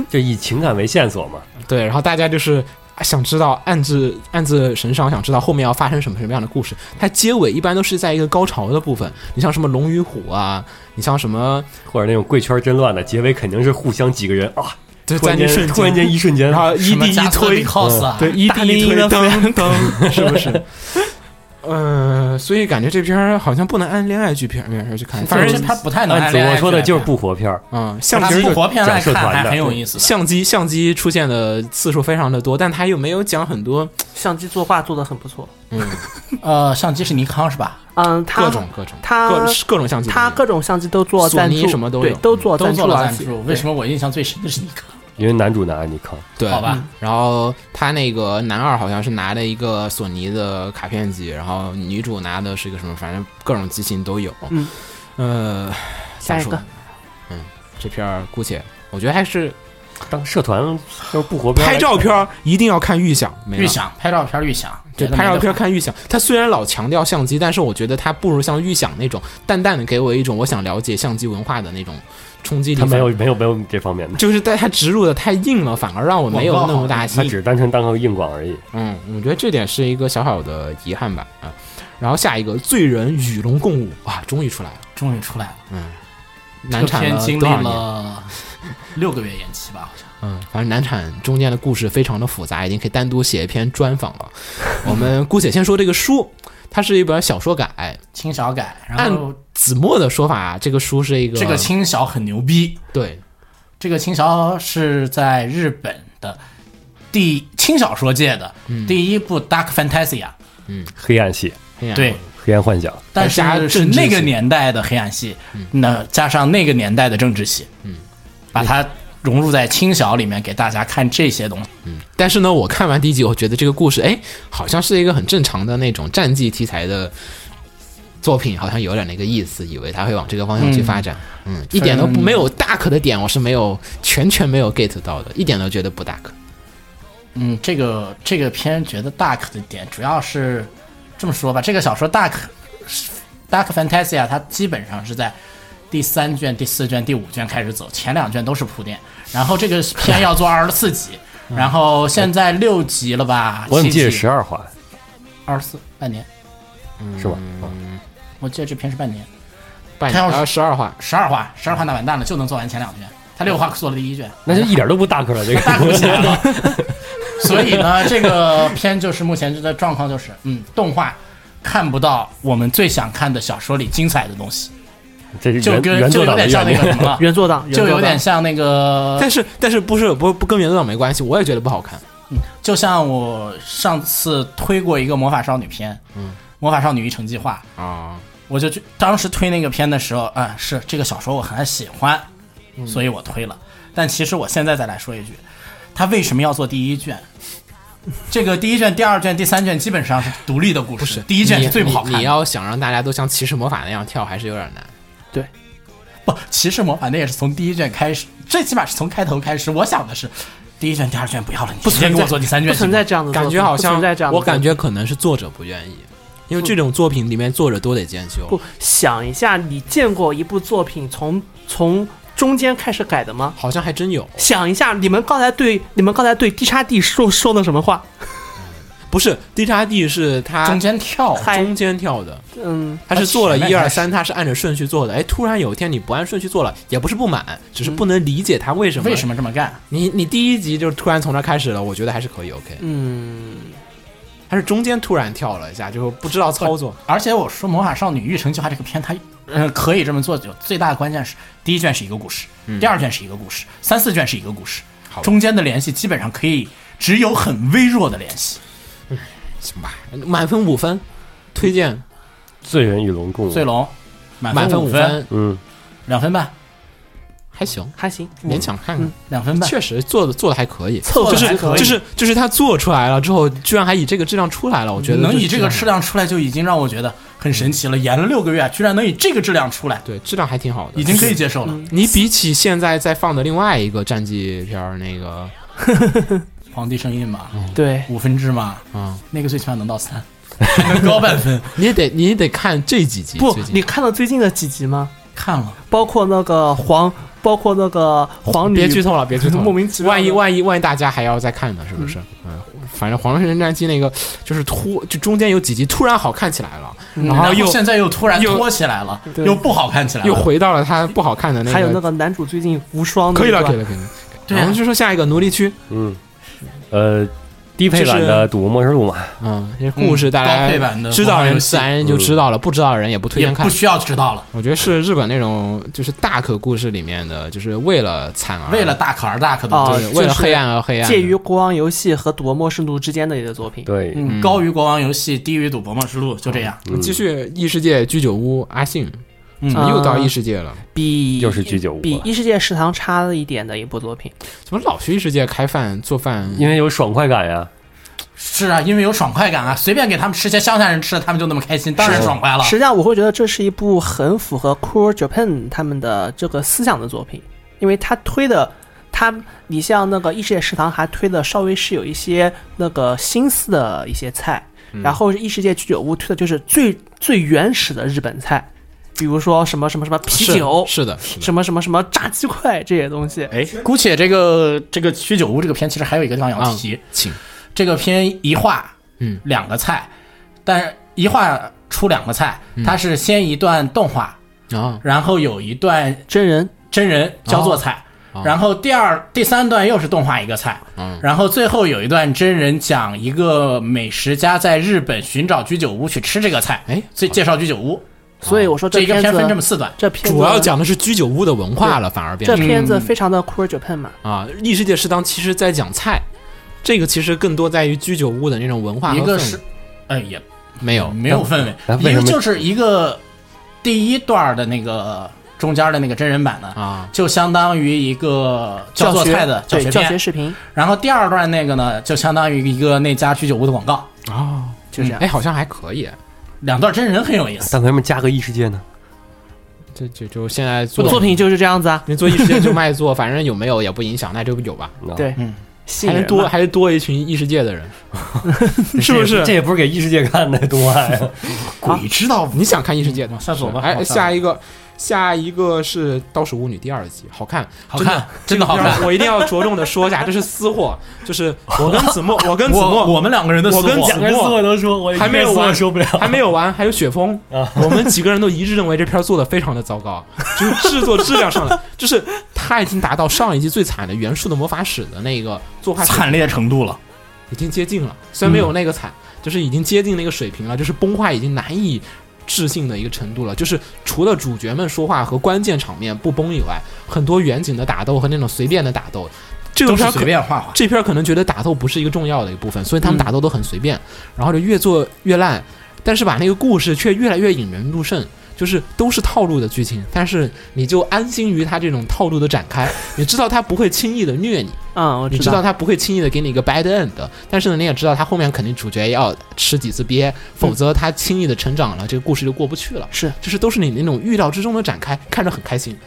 [SPEAKER 1] 就以情感为线索嘛。
[SPEAKER 4] 对，然后大家就是想知道暗自暗自神伤，想知道后面要发生什么什么样的故事。它结尾一般都是在一个高潮的部分，你像什么龙与虎啊，你像什么
[SPEAKER 1] 或者那种贵圈争乱的结尾，肯定是互相几个人啊，
[SPEAKER 4] 就
[SPEAKER 1] 突
[SPEAKER 4] 在
[SPEAKER 1] 然
[SPEAKER 4] 那瞬
[SPEAKER 1] 间
[SPEAKER 4] 间，
[SPEAKER 1] 突然间一瞬间，
[SPEAKER 4] 然后 E
[SPEAKER 5] 什
[SPEAKER 4] 一
[SPEAKER 5] 么
[SPEAKER 4] 地一
[SPEAKER 5] 加斯
[SPEAKER 4] 推嗯
[SPEAKER 5] 比，cos 啊，
[SPEAKER 4] 对，，E 一
[SPEAKER 5] 大
[SPEAKER 4] 地一
[SPEAKER 5] 内
[SPEAKER 4] 推，
[SPEAKER 5] 的
[SPEAKER 4] 噔噔，是不是？ 呃，所以感觉这片儿好像不能按恋爱剧片儿面去看，反
[SPEAKER 5] 反
[SPEAKER 4] 正
[SPEAKER 5] 正他不太能
[SPEAKER 1] 按
[SPEAKER 5] 按
[SPEAKER 1] 子
[SPEAKER 5] 恋
[SPEAKER 1] 墨
[SPEAKER 5] 爱
[SPEAKER 1] 说的
[SPEAKER 5] 片
[SPEAKER 1] 就是不活片儿，
[SPEAKER 4] 嗯，
[SPEAKER 5] 看，
[SPEAKER 4] 像
[SPEAKER 5] 他
[SPEAKER 4] 极
[SPEAKER 5] 不活片来
[SPEAKER 1] 讲社
[SPEAKER 5] 看
[SPEAKER 1] 团
[SPEAKER 5] 还
[SPEAKER 1] 的
[SPEAKER 5] 很有意思的。
[SPEAKER 4] 相机相机出现的次数非常的多，但他又没有讲很多
[SPEAKER 6] 相机作画做的很不错。
[SPEAKER 5] 呃，相机是尼康是吧？
[SPEAKER 6] 嗯，他
[SPEAKER 4] 各种各种
[SPEAKER 6] 他
[SPEAKER 4] 各各种相机，
[SPEAKER 6] 他各种相机都做
[SPEAKER 4] 索
[SPEAKER 6] 赞
[SPEAKER 4] 尼
[SPEAKER 6] 助，
[SPEAKER 4] 什么都
[SPEAKER 6] 对
[SPEAKER 4] 有
[SPEAKER 6] 都做
[SPEAKER 5] 都
[SPEAKER 6] 赞
[SPEAKER 5] 做
[SPEAKER 6] 助
[SPEAKER 5] 了
[SPEAKER 6] 啊
[SPEAKER 5] 赞。助，为什么我印象最深的是尼康？
[SPEAKER 1] 因为男主拿尼康，
[SPEAKER 4] 对，
[SPEAKER 5] 好吧，
[SPEAKER 4] 然后他那个男二好像是拿了一个索尼的卡片机，然后女主拿的是一个什么，反正各种机型都有。
[SPEAKER 6] 嗯，
[SPEAKER 4] 呃，
[SPEAKER 6] 下
[SPEAKER 4] 咋
[SPEAKER 6] 一
[SPEAKER 4] 说
[SPEAKER 6] 个
[SPEAKER 4] 呢，嗯，这片儿姑且，我觉得还是
[SPEAKER 1] 当社团就是不活片儿来
[SPEAKER 4] 拍照片儿一定要看预想，没了
[SPEAKER 5] 预。想拍照片，预想
[SPEAKER 4] 对，
[SPEAKER 5] 觉得
[SPEAKER 4] 拍
[SPEAKER 5] 没
[SPEAKER 4] 照
[SPEAKER 5] 得
[SPEAKER 4] 片儿
[SPEAKER 5] 好
[SPEAKER 4] 看预想，他虽然老强调相机，但是我觉得他不如像预想那种淡淡的给我一种我想了解相机文化的那种冲击力。
[SPEAKER 1] 他没有，没有没有这方面的，
[SPEAKER 4] 就是但他植入的太硬了，反而让我没有那么大
[SPEAKER 1] 他
[SPEAKER 4] 吸
[SPEAKER 1] 只是单纯当个硬广而已。
[SPEAKER 4] 嗯，我觉得这点是一个小小的遗憾吧啊。然后下一个罪人与龙共舞啊，终于出来了，
[SPEAKER 5] 终于出来了。
[SPEAKER 4] 难
[SPEAKER 5] 这
[SPEAKER 4] 产
[SPEAKER 5] 片
[SPEAKER 4] 了
[SPEAKER 5] 经历
[SPEAKER 4] 多少年？
[SPEAKER 5] 了六个月延期吧，好像。
[SPEAKER 4] 嗯，反正难产中间的故事非常的复杂，已经可以单独写一篇专访了。我们姑且先说这个书，它是一本小说改。
[SPEAKER 5] 轻小改，然
[SPEAKER 4] 按
[SPEAKER 5] 后
[SPEAKER 4] 子墨的说法，啊这个书是一个
[SPEAKER 5] 这个轻小很牛逼。
[SPEAKER 4] 对
[SPEAKER 5] 这个轻小是在日本的第轻小说界的
[SPEAKER 4] 嗯
[SPEAKER 5] 第一部 dark fantasy 啊，
[SPEAKER 1] 黑暗系，
[SPEAKER 4] 黑暗
[SPEAKER 5] 对，嗯
[SPEAKER 1] 黑暗幻想，
[SPEAKER 5] 但
[SPEAKER 4] 嗯加
[SPEAKER 5] 是是
[SPEAKER 4] 政治
[SPEAKER 5] 那个
[SPEAKER 4] 系嗯
[SPEAKER 5] 年代的黑暗系，那加上那个年代的政治系，嗯，把它融入在轻小里面给大家看这些东西。
[SPEAKER 4] 但是呢，我看完第一集，我觉得这个故事，哎，好像是一个很正常的那种战绩题材的作品，好像有点那个意思，以为它会往这个方向去发展，嗯，一点都不没有 duck 的点，我是没有全全没有 get 到的，一点都觉得不 duck。
[SPEAKER 5] 嗯，这个这个片觉得 dark 的点主要是这么说吧，这个小说 dark dark fantasy 啊，它基本上是在第三卷、第四卷、第五卷开始走，前两卷都是铺垫，然后这个片要做二十四 集，然后现在六集了吧？
[SPEAKER 1] 嗯我怎么记得
[SPEAKER 5] 七集
[SPEAKER 1] 十二话
[SPEAKER 5] 二十四半年？
[SPEAKER 1] 是吧？啊
[SPEAKER 5] 我记得这片是半年，
[SPEAKER 4] 半
[SPEAKER 5] 它要是
[SPEAKER 4] 然后十二话，
[SPEAKER 5] 十二话，十二话那完蛋了，就能做完前两卷，他六话做了第一卷。
[SPEAKER 1] 那就一点都不大个了，这
[SPEAKER 5] 大 哭起来
[SPEAKER 1] 个。
[SPEAKER 5] 了。所以呢，这个片就是目前的状况就是，嗯，动画看不到我们最想看的小说里精彩的东西，
[SPEAKER 1] 这是
[SPEAKER 5] 就
[SPEAKER 1] 原
[SPEAKER 5] 跟
[SPEAKER 1] 原
[SPEAKER 5] 就
[SPEAKER 1] 作
[SPEAKER 5] 有
[SPEAKER 1] 党的
[SPEAKER 5] 点像那
[SPEAKER 1] 怨
[SPEAKER 5] 个什
[SPEAKER 1] 念。
[SPEAKER 5] 么
[SPEAKER 4] 啊
[SPEAKER 5] 了，
[SPEAKER 6] 原作党
[SPEAKER 5] 就有点
[SPEAKER 6] 原作
[SPEAKER 5] 像那个，
[SPEAKER 4] 但是但是不是不不跟原作党没关系，我也觉得不好看，
[SPEAKER 5] 就像我上次推过一个魔法少女片，嗯，魔法少女育成计划，
[SPEAKER 4] 啊，
[SPEAKER 5] 我就去当时推那个片的时候啊，是这个小说我很喜欢，所以我推了。但其实我现在再来说一句，他为什么要做第一卷？这个第一卷、第二卷、第三卷基本上是独立的故事，第一卷是最不好看
[SPEAKER 4] 你
[SPEAKER 5] 的。
[SPEAKER 4] 你要想让大家都像骑士魔法那样跳，还是有点难。
[SPEAKER 5] 不，骑士魔法那也是从第一卷开始，最起码是从开头开始。我想的是，第一卷、第二卷不要了，你不直接给我做第三
[SPEAKER 6] 党
[SPEAKER 5] 卷
[SPEAKER 6] 不
[SPEAKER 5] 行
[SPEAKER 6] 存
[SPEAKER 5] 吗，
[SPEAKER 6] 在这样的作品，
[SPEAKER 4] 感觉好
[SPEAKER 6] 不
[SPEAKER 4] 像
[SPEAKER 6] 存在这样的
[SPEAKER 4] 我
[SPEAKER 6] 作品，
[SPEAKER 4] 感觉可能是作者不愿意，因为这种作品里面作者都得兼修。
[SPEAKER 6] 不想一下，你见过一部作品从从中间开始改的吗？
[SPEAKER 4] 好像还真有，
[SPEAKER 6] 想一下，你们刚才对你们刚才对 D 叉 D 说说的什么话？
[SPEAKER 4] 不是 D 叉 D 是他
[SPEAKER 5] 中间跳。
[SPEAKER 6] 嗨
[SPEAKER 4] 中间跳的，
[SPEAKER 6] 嗯，
[SPEAKER 4] 他是做了
[SPEAKER 5] 前
[SPEAKER 4] 一
[SPEAKER 5] 面
[SPEAKER 4] 二
[SPEAKER 5] 开始
[SPEAKER 4] 三，他是按着顺序做的。哎，突然有一天你不按顺序做了，也不是不满，只是
[SPEAKER 6] 嗯
[SPEAKER 4] 不能理解他为什么。
[SPEAKER 5] 为什么这么干？
[SPEAKER 4] 你你第一集就突然从那开始了？我觉得还是可以 OK。嗯，他是中间突然跳了一下，就不知道操作。
[SPEAKER 5] 而且我说《魔法少女育成计划》这个片，它呃可以这么做，有最大的关键是第一卷是一个故事，第二卷是一个故事，三四卷是一个故事，
[SPEAKER 4] 嗯好吧
[SPEAKER 5] 中间的联系基本上可以只有很微弱的联系。
[SPEAKER 4] 行吧，满分五分，推荐
[SPEAKER 1] 醉人与龙共舞
[SPEAKER 5] 醉龙满
[SPEAKER 4] 哦满
[SPEAKER 5] 分
[SPEAKER 4] 分五
[SPEAKER 5] 分，
[SPEAKER 4] 分
[SPEAKER 1] 嗯，
[SPEAKER 5] 两分半，
[SPEAKER 4] 还行，
[SPEAKER 6] 还行，
[SPEAKER 4] 勉强看
[SPEAKER 6] 嗯
[SPEAKER 4] 看。
[SPEAKER 5] 两分半。
[SPEAKER 4] 确实做的做的还可以，
[SPEAKER 6] 凑合
[SPEAKER 4] 就
[SPEAKER 5] 做
[SPEAKER 4] 是
[SPEAKER 5] 得还可以
[SPEAKER 4] 就是就是他做出来了之后，居然还以这个质量出来了，我觉得
[SPEAKER 5] 嗯能
[SPEAKER 4] 就是
[SPEAKER 5] 以
[SPEAKER 4] 嗯
[SPEAKER 5] 这个质量出来，就已经让我觉得很神奇了。演了六个月，居然能以这个质量出来，
[SPEAKER 4] 对嗯质量还挺好的，
[SPEAKER 5] 已经可以接受了。
[SPEAKER 4] 你比起现在在放的另外一个战绩片儿，那个
[SPEAKER 5] 皇帝圣印嘛，
[SPEAKER 4] 嗯
[SPEAKER 6] 对，
[SPEAKER 5] 五分制嘛，
[SPEAKER 4] 啊，
[SPEAKER 5] 那个最起码能到三， 还能高半分。
[SPEAKER 4] 你也得你也得看这几集。
[SPEAKER 6] 不
[SPEAKER 4] 最，近
[SPEAKER 6] 你看到最近的几集吗？
[SPEAKER 5] 看了，
[SPEAKER 6] 包括那个黄，包括那个黄女，
[SPEAKER 4] 别剧透了，别剧透了，
[SPEAKER 6] 莫名其妙的
[SPEAKER 4] 万一万一万一大家还要再看呢，是不是？嗯，反正《黄圣人战记》那个就是突就中间有几集突然好看起来了，然后
[SPEAKER 5] 然
[SPEAKER 4] 又
[SPEAKER 5] 后现在哦又突然
[SPEAKER 4] 又
[SPEAKER 5] 拖起来了，
[SPEAKER 6] 对
[SPEAKER 5] 又不好看起来了，
[SPEAKER 4] 又回到了他不好看的那个。
[SPEAKER 6] 还有那个男主最近无双的
[SPEAKER 4] 可以了，
[SPEAKER 6] 一
[SPEAKER 4] 可以
[SPEAKER 6] 段
[SPEAKER 4] 了，可以了。
[SPEAKER 5] 对啊
[SPEAKER 4] 然后就说下一个奴隶区，
[SPEAKER 1] 嗯，呃，低配版的《赌博默示录》嘛，
[SPEAKER 4] 嗯，这故事大
[SPEAKER 5] 高配版
[SPEAKER 4] 家
[SPEAKER 5] 的
[SPEAKER 4] 知道
[SPEAKER 5] 黄
[SPEAKER 4] 人
[SPEAKER 5] 游戏
[SPEAKER 4] 自然就知道了，不知道的人也不推
[SPEAKER 5] 也
[SPEAKER 4] 荐看
[SPEAKER 5] 不。需要知道了。
[SPEAKER 4] 我觉得是日本那种就是大可故事里面的，就是为了惨而
[SPEAKER 5] 为了大可而大可的
[SPEAKER 6] 啊
[SPEAKER 5] 东
[SPEAKER 4] 对
[SPEAKER 5] 西，
[SPEAKER 6] 就是
[SPEAKER 4] 为了黑暗而黑暗的。
[SPEAKER 6] 介于国王游戏和夺末世录之间的一个作品。
[SPEAKER 1] 对，
[SPEAKER 5] 嗯高于国王游戏，低于赌博嘛，之路，就这样。
[SPEAKER 4] 继续异世界居酒屋阿信，
[SPEAKER 5] 嗯
[SPEAKER 4] 怎么又到异世界了？
[SPEAKER 6] 比
[SPEAKER 1] 又是居酒屋
[SPEAKER 6] 比
[SPEAKER 1] 了
[SPEAKER 6] 异世界食堂差了一点的一部作品。
[SPEAKER 4] 怎么老去异世界开饭做饭？
[SPEAKER 1] 因为有爽快感呀，
[SPEAKER 5] 是啊，因为有爽快感啊，随便给他们吃些乡下人吃的，他们就那么开心，当然爽快了。
[SPEAKER 6] 实际上，我会觉得这是一部很符合 Cool Japan 他们的这个思想的作品，因为他推的，他你像那个异世界食堂还推的稍微是有一些那个新思的一些菜，
[SPEAKER 5] 嗯
[SPEAKER 6] 然后是异世界居酒屋推的就是最最原始的日本菜，比如说什么什么什么啤酒，
[SPEAKER 4] 是是的，是的
[SPEAKER 6] 什么什么什么炸鸡块这些东西。
[SPEAKER 5] 哎，姑且这个这个居酒屋这个片，其实还有一个地方要
[SPEAKER 4] 啊
[SPEAKER 5] 提，，
[SPEAKER 4] 请
[SPEAKER 5] 这个片一画，
[SPEAKER 4] 嗯，
[SPEAKER 5] 两个菜，但是一画出两个菜，它是先一段动画，
[SPEAKER 4] 啊，
[SPEAKER 5] 然后有一段
[SPEAKER 6] 真人
[SPEAKER 5] 真人教做菜，
[SPEAKER 4] 哦
[SPEAKER 5] 然后第二、第三段又是动画一个菜，
[SPEAKER 4] 嗯
[SPEAKER 5] 然后最后有一段真人讲一个美食家在日本寻找居酒屋去吃这个菜，
[SPEAKER 4] 哎
[SPEAKER 5] 所以介绍居酒屋，
[SPEAKER 6] 所以我说
[SPEAKER 5] 哦这
[SPEAKER 6] 这
[SPEAKER 5] 一个
[SPEAKER 6] 片子
[SPEAKER 5] 片分这么四段，
[SPEAKER 6] 这片子
[SPEAKER 4] 主要讲的嗯是居酒屋的文化了，反而变
[SPEAKER 6] 这
[SPEAKER 4] 成
[SPEAKER 6] 片子非常的 Cool Japan 嘛，
[SPEAKER 4] 啊，异世界食堂其实在讲菜，这个其实更多在于居酒屋的那种文化和
[SPEAKER 5] 一个
[SPEAKER 4] 氛
[SPEAKER 5] 是
[SPEAKER 4] 围，
[SPEAKER 5] 呃，也
[SPEAKER 4] 没有
[SPEAKER 5] 没有氛围，
[SPEAKER 1] 那为
[SPEAKER 5] 一
[SPEAKER 1] 什
[SPEAKER 5] 个
[SPEAKER 1] 么
[SPEAKER 5] 就是一个第一段的那个中间的那个真人版的
[SPEAKER 4] 啊，
[SPEAKER 5] 就相当于一个教
[SPEAKER 6] 教
[SPEAKER 5] 做
[SPEAKER 6] 学
[SPEAKER 5] 菜的教
[SPEAKER 6] 对
[SPEAKER 5] 学
[SPEAKER 6] 教
[SPEAKER 5] 片，
[SPEAKER 6] 学视频
[SPEAKER 5] 然后第二段那个呢，就相当于一个那家居酒屋的广告，
[SPEAKER 4] 哦，
[SPEAKER 5] 啊
[SPEAKER 6] 就这样
[SPEAKER 4] 哎，。好像还可以，
[SPEAKER 5] 两段真人很有意思。
[SPEAKER 1] 但为什么加个异世界呢？
[SPEAKER 4] 就就就现在
[SPEAKER 6] 我
[SPEAKER 4] 做
[SPEAKER 6] 作品就是这样子啊，
[SPEAKER 4] 你做异世界就卖座，反正有没有也不影响，那就有吧。
[SPEAKER 1] 啊
[SPEAKER 6] 对，
[SPEAKER 5] 嗯
[SPEAKER 6] 吸引
[SPEAKER 4] 还
[SPEAKER 6] 人
[SPEAKER 4] 是
[SPEAKER 6] 嘛
[SPEAKER 4] 多啊还是多一群异世界的人，是
[SPEAKER 1] 这
[SPEAKER 4] 不
[SPEAKER 1] 也
[SPEAKER 4] 是
[SPEAKER 1] 这？也不是给异世界看的动 画呀，
[SPEAKER 5] 鬼知道
[SPEAKER 4] 你想看异世界的吗？
[SPEAKER 5] 往下走吧
[SPEAKER 4] 哎，
[SPEAKER 5] 往下
[SPEAKER 4] 下一个，下一个是《刀手巫女》第二季，好看，
[SPEAKER 5] 好看，真的好看。
[SPEAKER 4] 我一定要着重的说一下，这是私货，就是我跟子墨，我跟子
[SPEAKER 5] 我
[SPEAKER 4] 墨
[SPEAKER 5] 我们两个人的私
[SPEAKER 4] 我跟
[SPEAKER 5] 货
[SPEAKER 4] 蒋
[SPEAKER 1] 两个人所有都说，我
[SPEAKER 4] 还没有
[SPEAKER 1] 我
[SPEAKER 4] 完，
[SPEAKER 1] 受不了。
[SPEAKER 4] 还没有完，还有雪峰，我们几个人都一致认为这片儿做的非常的糟糕，就是制作质量上来，就是他已经达到上一季最惨的《元素的魔法使》的那个作 画水平
[SPEAKER 5] 惨烈程度了，
[SPEAKER 4] 已经接近了，虽然没有那个惨，
[SPEAKER 5] 嗯
[SPEAKER 4] 就是已经接近那个水平了，就是崩坏已经难以置信的一个程度了。就是除了主角们说话和关键场面不崩以外，很多远景的打斗和那种随便的打斗，这个
[SPEAKER 5] 都
[SPEAKER 4] 片
[SPEAKER 5] 是
[SPEAKER 4] 儿可
[SPEAKER 5] 随便嗯画画。
[SPEAKER 4] 这片儿可能觉得打斗不是一个重要的一个部分，所以他们打斗都很随便，然后就越做越烂，但是把那个故事却越来越引人入胜。就是都是套路的剧情，但是你就安心于他这种套路的展开， 你知道他不会轻易的虐你，
[SPEAKER 6] 嗯，我
[SPEAKER 4] 你知道他不会轻易的给你一个 bad end，的但是呢，你也知道他后面肯定主角要吃几次鳖，
[SPEAKER 6] 嗯
[SPEAKER 4] 否则他轻易的成长了，这个故事就过不去了。
[SPEAKER 6] 是，，
[SPEAKER 4] 就是都是你那种预料之中的展开，看着很开心，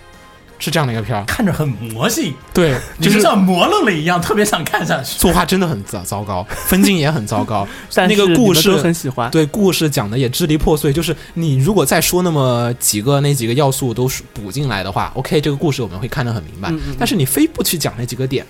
[SPEAKER 4] 是这样的一个片儿。
[SPEAKER 5] 看着很魔性，
[SPEAKER 4] 对，
[SPEAKER 5] 就
[SPEAKER 4] 就是是
[SPEAKER 5] 像魔怔了一样，特别想看下去。
[SPEAKER 4] 作画真的很糟糟糕，分镜也很糟糕
[SPEAKER 6] 但
[SPEAKER 4] 那
[SPEAKER 6] 是
[SPEAKER 4] 个故事
[SPEAKER 6] 你们都很喜欢。
[SPEAKER 4] 啊对故事讲的也支离破碎，就是你如果再说那么几个那几个要素都是补进来的话，OK，这个故事我们会看得很明白。
[SPEAKER 6] 嗯嗯嗯
[SPEAKER 4] 但是你非不去讲那几个点，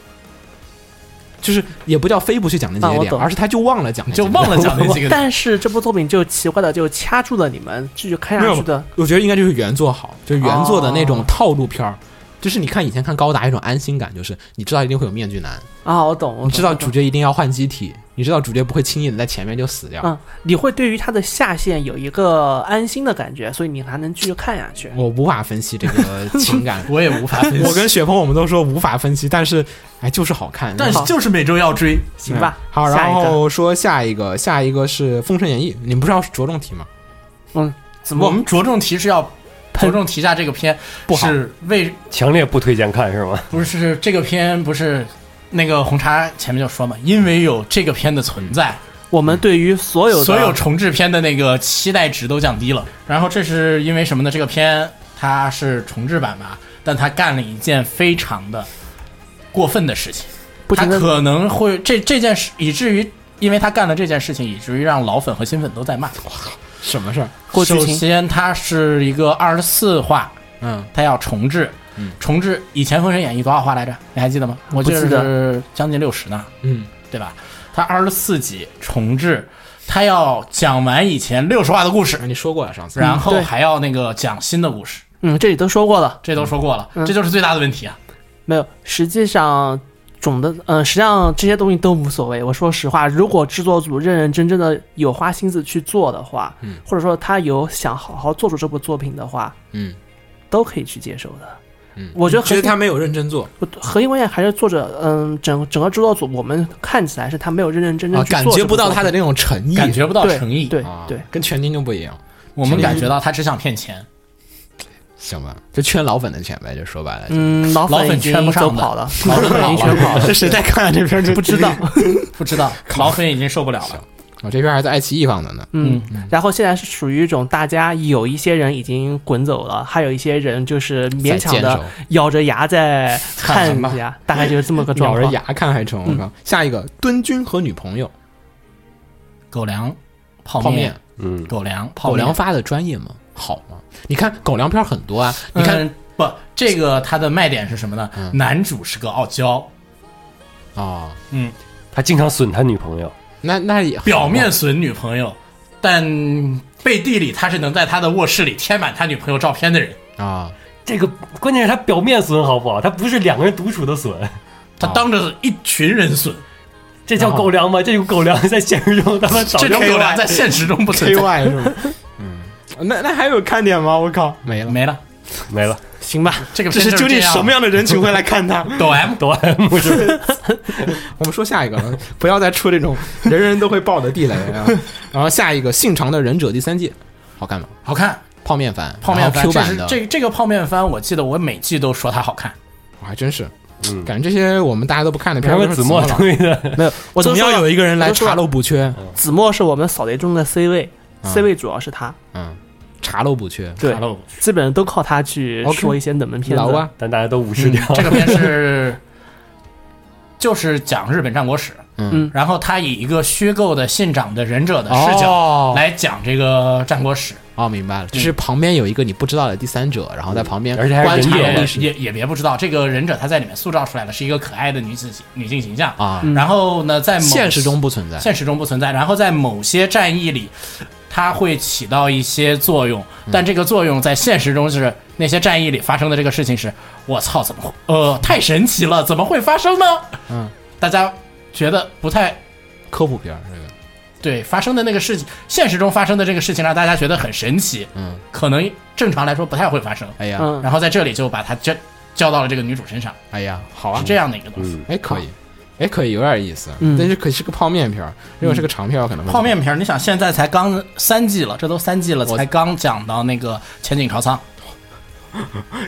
[SPEAKER 4] 就是也不叫非不去讲那
[SPEAKER 6] 啊
[SPEAKER 4] 几个
[SPEAKER 6] 我
[SPEAKER 4] 点，
[SPEAKER 6] 懂
[SPEAKER 4] 而是他就忘了讲那几
[SPEAKER 5] 就
[SPEAKER 4] 个点，
[SPEAKER 5] 忘了讲那几个
[SPEAKER 6] 但是这部作品就奇怪的就掐住了你们继续看
[SPEAKER 4] 没
[SPEAKER 6] 下
[SPEAKER 4] 有
[SPEAKER 6] 去的，
[SPEAKER 4] 我觉得应该就是原作好，就是原作的那种套路片儿。就是你看以前看高达一种安心感，就是你知道一定会有面具男，
[SPEAKER 6] 啊，我懂，我
[SPEAKER 4] 你
[SPEAKER 6] 懂
[SPEAKER 4] 知道
[SPEAKER 6] 我
[SPEAKER 4] 主
[SPEAKER 6] 懂
[SPEAKER 4] 角一定要换机体，你知道主角不会轻易的在前面就死掉。
[SPEAKER 6] 嗯，你会对于他的下线有一个安心的感觉，所以你还能继续看下去。
[SPEAKER 4] 我无法分析这个情 感，
[SPEAKER 5] 我也无法分 析，
[SPEAKER 4] 我跟雪峰我们都说无法分析，但是哎就是好看。
[SPEAKER 5] 但是就是每周要追，
[SPEAKER 6] 行吧，
[SPEAKER 4] 好，
[SPEAKER 6] 下
[SPEAKER 4] 然
[SPEAKER 6] 一个，
[SPEAKER 4] 后说下一个，下一个是《封神演义》，你们不是要着重提吗？
[SPEAKER 6] 嗯，
[SPEAKER 5] 怎么我们着重提示要着重提下这个片
[SPEAKER 1] 不好
[SPEAKER 5] 是为
[SPEAKER 1] 强烈不推荐看是吗？
[SPEAKER 5] 不是这个片不是那个红茶前面就说嘛，因为有这个片的存在，
[SPEAKER 6] 我们对于所有的
[SPEAKER 5] 所有重制片的那个期待值都降低了。然后这是因为什么呢？这个片它是重制版吧，但它干了一件非常的过分的事情，
[SPEAKER 6] 不
[SPEAKER 5] 它
[SPEAKER 6] 停的
[SPEAKER 5] 可能会这这件事以至于。因为他干了这件事情，以至于让老粉和新粉都在骂。
[SPEAKER 4] 什么事儿？
[SPEAKER 6] 过剧
[SPEAKER 5] 首
[SPEAKER 6] 情，
[SPEAKER 5] 先，它是一个二十四话，
[SPEAKER 4] 嗯，
[SPEAKER 5] 它要重置，重置以前《封神演义》多少话来着？你还记得吗？我记得
[SPEAKER 6] 不记得
[SPEAKER 5] 是将近六十呢，
[SPEAKER 4] 嗯，
[SPEAKER 5] 对吧？它二十四集重置，它要讲完以前六十话的故事，
[SPEAKER 4] 你说过了上次，
[SPEAKER 5] 然后
[SPEAKER 6] 对
[SPEAKER 5] 还要那个讲新的故事，
[SPEAKER 6] 嗯，这里都说过了，
[SPEAKER 5] 这都说过了，
[SPEAKER 6] 嗯
[SPEAKER 5] 这就是最大的问题啊！
[SPEAKER 6] 没有，实际上总的，嗯、实际上这些东西都无所谓。我说实话，如果制作组认认真真的有花心思去做的话，
[SPEAKER 4] 嗯
[SPEAKER 6] 或者说他有想好好做出这部作品的话，
[SPEAKER 4] 嗯
[SPEAKER 6] 都可以去接受的。
[SPEAKER 4] 嗯，
[SPEAKER 6] 我觉得
[SPEAKER 4] 其实
[SPEAKER 6] 核心
[SPEAKER 4] 他没有认真做
[SPEAKER 6] 我核心关键还是作者，嗯，整整个制作组，我们看起来是他没有认认真真
[SPEAKER 4] 啊，
[SPEAKER 6] 去做、
[SPEAKER 4] 感觉不到他的。那种诚意，
[SPEAKER 5] 感觉不到诚意，
[SPEAKER 6] 对
[SPEAKER 4] 啊
[SPEAKER 6] 对，
[SPEAKER 4] 跟全金就不一样。
[SPEAKER 5] 我们感觉到他只想骗钱，
[SPEAKER 4] 行吧，就圈老粉的钱呗，就说白了，
[SPEAKER 6] 嗯，老
[SPEAKER 5] 老粉
[SPEAKER 6] 已经
[SPEAKER 5] 圈不上
[SPEAKER 6] 走
[SPEAKER 5] 的
[SPEAKER 6] 跑了，
[SPEAKER 5] 老
[SPEAKER 6] 老
[SPEAKER 5] 粉
[SPEAKER 6] 粉已经
[SPEAKER 5] 跑了
[SPEAKER 6] 全 跑了，
[SPEAKER 4] 这谁在看啊这片？
[SPEAKER 6] 不知道。嗯
[SPEAKER 5] 不知道老粉已经受不了了。
[SPEAKER 4] 我这边还在爱奇艺放的呢。
[SPEAKER 6] 嗯，然后现在是属于一种大家有一些人已经滚走了，还有一些人就是勉
[SPEAKER 4] 在
[SPEAKER 6] 强
[SPEAKER 4] 坚
[SPEAKER 6] 的
[SPEAKER 4] 守
[SPEAKER 6] 咬着牙在看
[SPEAKER 4] 看吧
[SPEAKER 6] 一下， 大概就是这么个状
[SPEAKER 4] 咬着
[SPEAKER 6] 况。
[SPEAKER 4] 牙看还
[SPEAKER 6] 嗯
[SPEAKER 4] 成，我靠！下一个敦君和女朋友
[SPEAKER 5] 狗粮、泡
[SPEAKER 4] 泡面，
[SPEAKER 1] 嗯，
[SPEAKER 5] 狗粮、泡
[SPEAKER 4] 狗
[SPEAKER 5] 面
[SPEAKER 4] 粮发的专业吗？好吗？你看狗粮片很多啊，你看
[SPEAKER 5] 嗯不，这个它的卖点是什么呢？
[SPEAKER 4] 嗯
[SPEAKER 5] 男主是个傲娇，
[SPEAKER 4] 啊，
[SPEAKER 5] 嗯，
[SPEAKER 1] 他经常损他女朋友，
[SPEAKER 4] 那那也好
[SPEAKER 5] 表面
[SPEAKER 4] 嘛
[SPEAKER 5] 损女朋友，但背地里他是能在他的卧室里贴满他女朋友照片的人。
[SPEAKER 4] 啊，
[SPEAKER 1] 这个关键是他表面损好不好？他不是两个人独处的损，
[SPEAKER 5] 他当着一群人损，
[SPEAKER 4] 啊
[SPEAKER 1] 这叫狗粮吗？这种狗粮在现实中他妈早
[SPEAKER 5] 这
[SPEAKER 1] 就
[SPEAKER 5] 种狗粮
[SPEAKER 1] 来
[SPEAKER 5] 在现实中不存
[SPEAKER 4] K
[SPEAKER 5] 在。
[SPEAKER 4] Y 是 吗？嗯，那那还有看点吗？我靠，没了。
[SPEAKER 5] 没了，
[SPEAKER 1] 没了，
[SPEAKER 6] 行吧，
[SPEAKER 5] 这个
[SPEAKER 4] 这是
[SPEAKER 5] 片就
[SPEAKER 4] 究竟
[SPEAKER 5] 这样
[SPEAKER 4] 什么？样的人群会来看它？
[SPEAKER 5] 抖 M
[SPEAKER 1] 抖 M 是
[SPEAKER 4] 我们说下一个，啊不要再出这种人人都会爆的地雷 啊！然后下一个《信长的忍者》第三季，好看吗？
[SPEAKER 5] 好看，
[SPEAKER 4] 泡面番，
[SPEAKER 5] 泡面番
[SPEAKER 4] Q
[SPEAKER 5] 这
[SPEAKER 4] 版
[SPEAKER 5] 是
[SPEAKER 4] 的，
[SPEAKER 5] 这这个泡面番，我记得我每季都说它好看。
[SPEAKER 4] 我还真是，感觉这些我们大家都不看的片
[SPEAKER 1] 什
[SPEAKER 4] 儿，
[SPEAKER 1] 么
[SPEAKER 4] 都是
[SPEAKER 1] 子
[SPEAKER 4] 子
[SPEAKER 1] 墨
[SPEAKER 4] 墨老
[SPEAKER 1] 推的，
[SPEAKER 6] 没有，我
[SPEAKER 4] 总
[SPEAKER 6] 都
[SPEAKER 4] 要
[SPEAKER 6] 说了
[SPEAKER 4] 有一个人来
[SPEAKER 6] 我都说
[SPEAKER 4] 查
[SPEAKER 6] 了
[SPEAKER 4] 漏补缺，
[SPEAKER 6] 子墨是我们扫雷中的 C 位、
[SPEAKER 4] 嗯
[SPEAKER 6] c 位主要是他，
[SPEAKER 4] 嗯，查漏补缺，
[SPEAKER 6] 对
[SPEAKER 5] 查，漏
[SPEAKER 6] 基本上都靠他去
[SPEAKER 4] OK
[SPEAKER 6] 说一些冷门片
[SPEAKER 4] 老
[SPEAKER 6] 子。
[SPEAKER 4] 啊，
[SPEAKER 1] 但大家都无视掉。
[SPEAKER 5] 嗯这个片是就是讲日本战国史，
[SPEAKER 6] 嗯
[SPEAKER 5] 然后他以一个虚构的信长的忍者的嗯视角
[SPEAKER 4] 哦
[SPEAKER 5] 来讲这个战国史，
[SPEAKER 4] 哦，明白了，就是旁边有一个你不知道的第三者，然后在旁边
[SPEAKER 1] 而且还是
[SPEAKER 4] 观察
[SPEAKER 1] 人
[SPEAKER 5] 也
[SPEAKER 1] 类
[SPEAKER 4] 历
[SPEAKER 5] 也
[SPEAKER 4] 史
[SPEAKER 5] 也别不知道，这个忍者他在里面塑造出来的是一个可爱的女子女性形象。
[SPEAKER 4] 啊，
[SPEAKER 5] 然后呢，在某
[SPEAKER 4] 现实中不存在，
[SPEAKER 5] 现实中不存在，然后在某些战役里，它会起到一些作用，
[SPEAKER 4] 嗯
[SPEAKER 5] 但这个作用在现实中是那些战役里发生的这个事情是，我操，怎么会？呃，太神奇了，怎么会发生呢？
[SPEAKER 4] 嗯，
[SPEAKER 5] 大家觉得不太
[SPEAKER 4] 科普片儿这个，
[SPEAKER 5] 对发生的那个事情，现实中发生的这个事情让大家觉得很神奇，
[SPEAKER 4] 嗯，
[SPEAKER 5] 可能正常来说不太会发生。
[SPEAKER 4] 哎呀，
[SPEAKER 6] 嗯，
[SPEAKER 5] 然后在这里就把它交交到了这个女主身上，
[SPEAKER 4] 哎呀，好啊
[SPEAKER 5] 是，这样的一个东西。
[SPEAKER 1] 嗯，
[SPEAKER 4] 哎，可以。哎，可以有点意思，
[SPEAKER 6] 嗯
[SPEAKER 4] 但是可是个泡面片儿，如果是个长片儿，可能会
[SPEAKER 5] 泡面片儿，你想现在才刚三季了，这都三季了，
[SPEAKER 4] 我
[SPEAKER 5] 才刚讲到那个前景朝仓，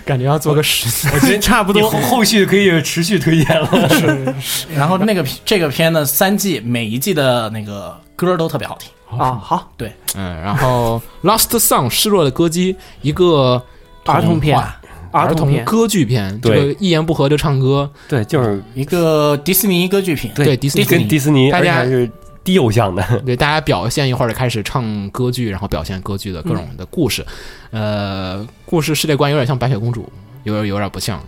[SPEAKER 4] 感觉要做个十 次，
[SPEAKER 1] 我觉得差不多，后后续可以持续推荐了。
[SPEAKER 5] 然后那个这个片呢，三季每一季的那个歌都特别好听，
[SPEAKER 6] 啊，好，
[SPEAKER 5] 对，
[SPEAKER 4] 嗯，然后 Lost Song 失落的歌姬，一个
[SPEAKER 6] 儿童片，啊
[SPEAKER 5] 哇
[SPEAKER 4] 儿
[SPEAKER 6] 童
[SPEAKER 4] 童
[SPEAKER 6] 片，
[SPEAKER 4] 歌剧片，这个
[SPEAKER 1] 对
[SPEAKER 4] 一言不合就唱 歌，
[SPEAKER 1] 对，就是
[SPEAKER 5] 一个迪士尼歌剧片，
[SPEAKER 4] 对迪士尼
[SPEAKER 1] 跟迪士尼，
[SPEAKER 4] 大
[SPEAKER 1] 而且
[SPEAKER 4] 家
[SPEAKER 1] 还是低偶像的。
[SPEAKER 4] 对大家表现一会儿开始唱歌剧，然后表现歌剧的各
[SPEAKER 6] 嗯
[SPEAKER 4] 种的故事，呃，故事世界观有点像白雪公主，有点有点不像，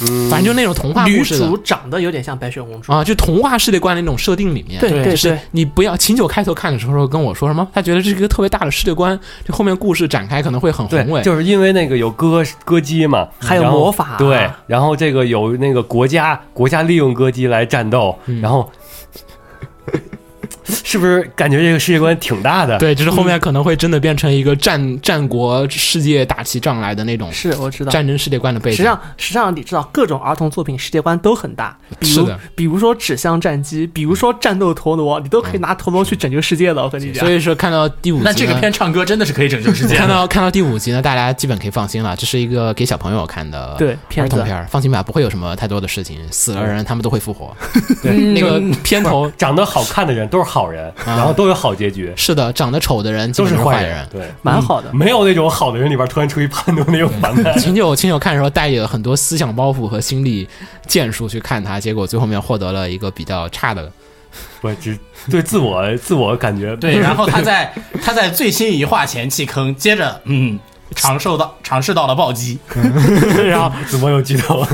[SPEAKER 1] 嗯
[SPEAKER 4] 反正就那种童话
[SPEAKER 6] 女
[SPEAKER 4] 故事
[SPEAKER 6] 主
[SPEAKER 4] 的
[SPEAKER 6] 长得有点像白雪公主，
[SPEAKER 4] 啊，就童话世界观的那种设定里面，
[SPEAKER 6] 对对
[SPEAKER 4] 就是
[SPEAKER 6] 对，
[SPEAKER 4] 你不要秦九开头看的时候跟我说什么，他觉得这是一个特别大的世界观，就后面故事展开可能会很宏伟
[SPEAKER 1] 对，，就是因为那个有歌歌姬嘛，
[SPEAKER 6] 还有
[SPEAKER 1] 然后
[SPEAKER 6] 魔法
[SPEAKER 1] 对，然后这个有那个国家，国家利用歌姬来战斗，然后是不是感觉这个世界观挺大的？，
[SPEAKER 4] 对，就是后面可能会真的变成一个战战国世界打起仗来的那种
[SPEAKER 6] 是我知道。
[SPEAKER 4] 战争世界观的背景。
[SPEAKER 6] 实际上，实际上你知道，各种儿童作品世界观都很大，比
[SPEAKER 4] 是
[SPEAKER 6] 如
[SPEAKER 4] 的
[SPEAKER 6] 比如说《纸箱战机》，比如说《战斗陀螺》，你都可以拿陀螺去拯救世界的。我跟你讲
[SPEAKER 4] 所，以说看到第五集呢，
[SPEAKER 5] 那这个片唱歌真的是可以拯救世界
[SPEAKER 4] 看
[SPEAKER 5] 的。
[SPEAKER 4] 到看到第五集呢，大家基本可以放心了，这是一个给小朋友看的
[SPEAKER 6] 对
[SPEAKER 4] 儿
[SPEAKER 6] 片
[SPEAKER 4] 童
[SPEAKER 6] 子
[SPEAKER 4] 片儿，放心吧，不会有什么太多的事情，死了人他们都会复活。
[SPEAKER 6] 嗯
[SPEAKER 4] 那个片头
[SPEAKER 1] 长得好看的人都是好人，然后都有好结局，
[SPEAKER 4] 是的，长得丑的人基
[SPEAKER 1] 都
[SPEAKER 4] 本
[SPEAKER 1] 是
[SPEAKER 4] 都是坏
[SPEAKER 1] 坏
[SPEAKER 4] 人。
[SPEAKER 1] 对，
[SPEAKER 6] 蛮好的。
[SPEAKER 1] 没有那种好的人里边突然出一叛徒那种反 派。
[SPEAKER 4] 秦九秦九看的时候带有很多思想包袱和心理建树去看它，结果最后面获得了一个比较差的。
[SPEAKER 1] 我只对自我自我感觉
[SPEAKER 5] 对，然后他在 他在最新一话前弃坑，接着嗯，尝受到尝试到了暴击，
[SPEAKER 1] 然后子墨又激动，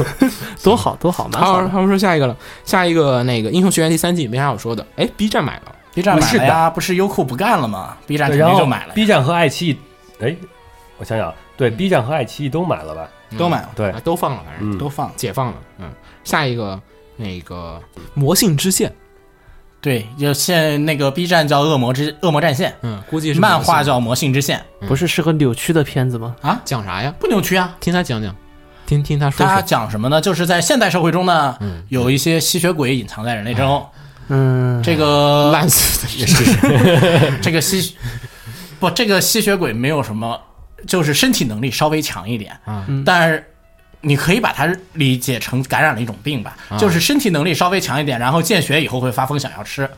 [SPEAKER 6] 多好多好，蛮
[SPEAKER 4] 好，
[SPEAKER 6] 好
[SPEAKER 4] 他
[SPEAKER 6] 的。
[SPEAKER 4] 们说下一个了，下一个那个《英雄学院》第三季没啥好说的，哎，B 站买了，
[SPEAKER 5] B 站买
[SPEAKER 1] 是
[SPEAKER 5] 了
[SPEAKER 1] 的
[SPEAKER 5] 呀，不是优酷不干了吗？B 站肯
[SPEAKER 1] 对然
[SPEAKER 5] 定
[SPEAKER 1] 后
[SPEAKER 5] 就买了呀，
[SPEAKER 1] B 站和爱奇艺，哎，我想想，对 B 站和爱奇艺都买了吧？
[SPEAKER 5] 都买了，
[SPEAKER 1] 对
[SPEAKER 4] 啊，都放了，反正
[SPEAKER 1] 嗯
[SPEAKER 5] 都放了。
[SPEAKER 4] 解放了。嗯，下一个那个《魔性之线》，
[SPEAKER 5] 对，就现那个 B 站叫《恶魔之恶魔战线
[SPEAKER 4] 嗯，估计》，是
[SPEAKER 5] 漫画
[SPEAKER 4] 魔性
[SPEAKER 5] 叫《魔性之线
[SPEAKER 6] 不是是个扭曲的片子吗？
[SPEAKER 4] 讲啥呀》，？
[SPEAKER 5] 不扭曲啊。
[SPEAKER 4] 听他讲讲，听听他说
[SPEAKER 5] 它
[SPEAKER 4] 说。
[SPEAKER 5] 讲什么呢？就是在现代社会中呢
[SPEAKER 4] 嗯，
[SPEAKER 5] 有一些吸血鬼隐藏在人类之中。
[SPEAKER 6] 嗯，
[SPEAKER 5] 这个
[SPEAKER 4] 烂死的人，
[SPEAKER 5] 这个吸，不，这个吸血鬼没有什么，就是身体能力稍微强一点，
[SPEAKER 4] 啊
[SPEAKER 5] 但是你可以把它理解成感染了一种病吧，
[SPEAKER 4] 啊
[SPEAKER 5] 就是身体能力稍微强一点，然后见血以后会发疯想要吃，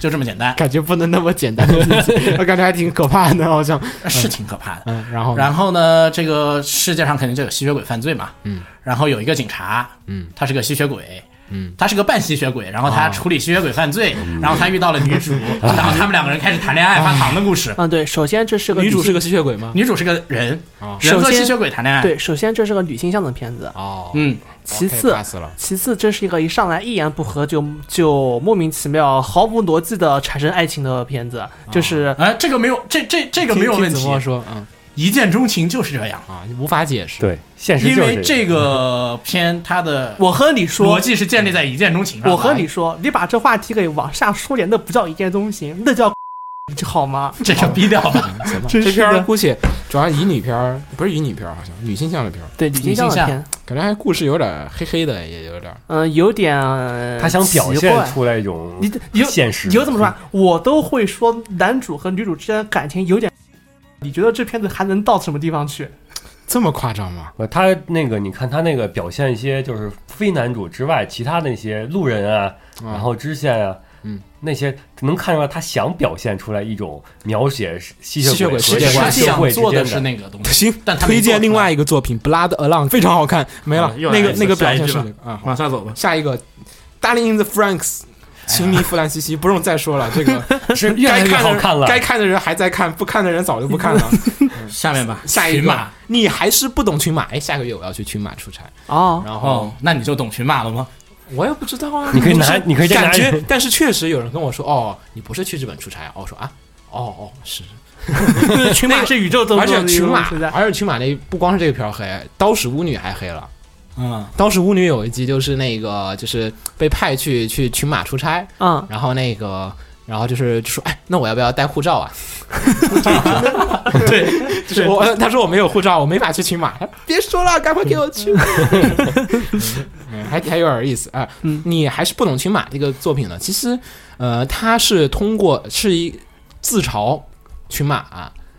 [SPEAKER 5] 就这么简单，
[SPEAKER 4] 感觉不能那么简单的理 解，我感觉还挺可怕的，好像。
[SPEAKER 5] 是挺可怕的。
[SPEAKER 4] 嗯，然后呢
[SPEAKER 5] 然后呢，这个世界上肯定就有吸血鬼犯罪嘛，
[SPEAKER 4] 嗯，
[SPEAKER 5] 然后有一个警察，
[SPEAKER 4] 嗯，
[SPEAKER 5] 他是个吸血鬼。
[SPEAKER 4] 嗯，
[SPEAKER 5] 他是个半吸血鬼，然后他
[SPEAKER 4] 哦
[SPEAKER 5] 处理吸血鬼犯罪，然后他遇到了女主，然后他们两个人开始谈恋爱发糖的故事。
[SPEAKER 6] 啊对，首先这是个
[SPEAKER 4] 女主是
[SPEAKER 6] 性
[SPEAKER 4] 个吸血鬼吗？嗯
[SPEAKER 5] 女主是个人，
[SPEAKER 4] 啊
[SPEAKER 5] 人和
[SPEAKER 6] 首先
[SPEAKER 5] 吸血鬼谈恋爱。，
[SPEAKER 6] 对，首先这是个女性向的片子，
[SPEAKER 4] 哦，
[SPEAKER 5] 嗯，
[SPEAKER 6] 其
[SPEAKER 4] OK，
[SPEAKER 6] 次
[SPEAKER 4] pass 了。
[SPEAKER 6] 其次这是一个一上来一言不合就就莫名其妙、毫无逻辑的产生爱情的片子，就是
[SPEAKER 5] 哎，这个没有，这这这个没有
[SPEAKER 4] 听
[SPEAKER 5] 问
[SPEAKER 4] 听
[SPEAKER 5] 题
[SPEAKER 4] 子，墨说，嗯
[SPEAKER 5] 一见钟情就是这样，
[SPEAKER 4] 啊，无法解释。，
[SPEAKER 1] 对，现实
[SPEAKER 5] 因
[SPEAKER 1] 就是
[SPEAKER 5] 为
[SPEAKER 1] 这
[SPEAKER 5] 这个片它的
[SPEAKER 6] 我和你
[SPEAKER 5] 逻
[SPEAKER 6] 说。
[SPEAKER 5] 辑是建立在一见钟情上的。
[SPEAKER 6] 我和你说，你把这话题给往下说点，那不叫一见钟情，那叫好吗？
[SPEAKER 5] 这
[SPEAKER 4] 哦
[SPEAKER 5] 个逼掉吧，
[SPEAKER 4] 嗯行 吧。
[SPEAKER 6] 真
[SPEAKER 4] 这
[SPEAKER 6] 是
[SPEAKER 4] 片儿
[SPEAKER 6] 的
[SPEAKER 4] 估计主要乙女片儿，不是乙女片儿，好像女性向的片儿，
[SPEAKER 6] 对，女性向
[SPEAKER 5] 女性
[SPEAKER 6] 的
[SPEAKER 5] 向
[SPEAKER 6] 片，
[SPEAKER 4] 感觉还故事有点黑黑的，也有点
[SPEAKER 6] 嗯、有点呃
[SPEAKER 1] 他想表
[SPEAKER 6] 奇
[SPEAKER 1] 现
[SPEAKER 6] 怪
[SPEAKER 1] 出来一种
[SPEAKER 6] 你有
[SPEAKER 1] 现实，
[SPEAKER 6] 你就这么说啊吧，我都会说男主和女主之间感情有点，你觉得这片子还能到什么地方去？
[SPEAKER 4] 这么夸张吗？
[SPEAKER 1] 呃，他那个，你看他那个表现一些就是非男主之外，其他那些路人啊，
[SPEAKER 4] 啊
[SPEAKER 1] 然后支线啊，
[SPEAKER 4] 嗯，
[SPEAKER 1] 那些能看出来他想表现出来一种描写吸
[SPEAKER 4] 吸血鬼
[SPEAKER 1] 鬼
[SPEAKER 4] 世
[SPEAKER 1] 和
[SPEAKER 4] 界
[SPEAKER 1] 这
[SPEAKER 4] 观
[SPEAKER 1] 个
[SPEAKER 5] 他
[SPEAKER 1] 社
[SPEAKER 5] 想
[SPEAKER 1] 会之
[SPEAKER 5] 做的
[SPEAKER 1] 间
[SPEAKER 5] 是那个东西。
[SPEAKER 4] 行，
[SPEAKER 5] 但他没
[SPEAKER 4] 推
[SPEAKER 5] 做
[SPEAKER 4] 荐
[SPEAKER 5] 出
[SPEAKER 4] 另
[SPEAKER 5] 来
[SPEAKER 4] 外一个作品《Blood Alone》，非常好看。没了，
[SPEAKER 7] 啊又来
[SPEAKER 4] 那
[SPEAKER 7] 一
[SPEAKER 4] 个
[SPEAKER 7] 次
[SPEAKER 4] 那个
[SPEAKER 7] 下
[SPEAKER 4] 表
[SPEAKER 7] 一
[SPEAKER 4] 现
[SPEAKER 7] 句
[SPEAKER 4] 是
[SPEAKER 7] 吧
[SPEAKER 4] 啊，
[SPEAKER 7] 往下走吧。
[SPEAKER 4] 下一个《Darling in the Franks》，情迷弗兰西西，不用再说了， 这个
[SPEAKER 1] 是越来
[SPEAKER 4] 该
[SPEAKER 1] 越
[SPEAKER 4] 看的
[SPEAKER 1] 好
[SPEAKER 4] 人
[SPEAKER 1] 看了。
[SPEAKER 4] 该看的人还在看，不看的人早就不看 了。
[SPEAKER 5] 下面吧，
[SPEAKER 4] 下一
[SPEAKER 5] 群
[SPEAKER 4] 个
[SPEAKER 5] 马。，
[SPEAKER 4] 你还是不懂群马，哎，下个月我要去群马出差，
[SPEAKER 6] 哦，
[SPEAKER 4] 然后
[SPEAKER 5] 哦，那你就懂群马了吗？
[SPEAKER 4] 我也不知道啊，
[SPEAKER 1] 你可以
[SPEAKER 4] 不是
[SPEAKER 1] 拿你可以再拿
[SPEAKER 4] 感觉
[SPEAKER 1] 一，
[SPEAKER 4] 但是确实有人跟我说，哦，你不是去日本出差啊，哦我说啊，哦哦是，
[SPEAKER 6] 群马是宇宙中
[SPEAKER 4] 而且
[SPEAKER 6] 的
[SPEAKER 4] 群马
[SPEAKER 6] 存在，，
[SPEAKER 4] 而且群马那不光是这个片儿黑，刀使巫女还黑了。
[SPEAKER 5] 嗯，
[SPEAKER 4] 当时巫女有一集就是那个就是被派去去群马出差，
[SPEAKER 6] 嗯，
[SPEAKER 4] 然后那个然后就是就说哎，那我要不要带护照啊？ 对，就是我呃他说我没有护照，我没法去群马。别说了，赶快给我去。嗯还还有点意思啊、
[SPEAKER 5] 嗯
[SPEAKER 4] 你还是不懂群马这个作品呢。其实，呃，他是通过是一自嘲群马、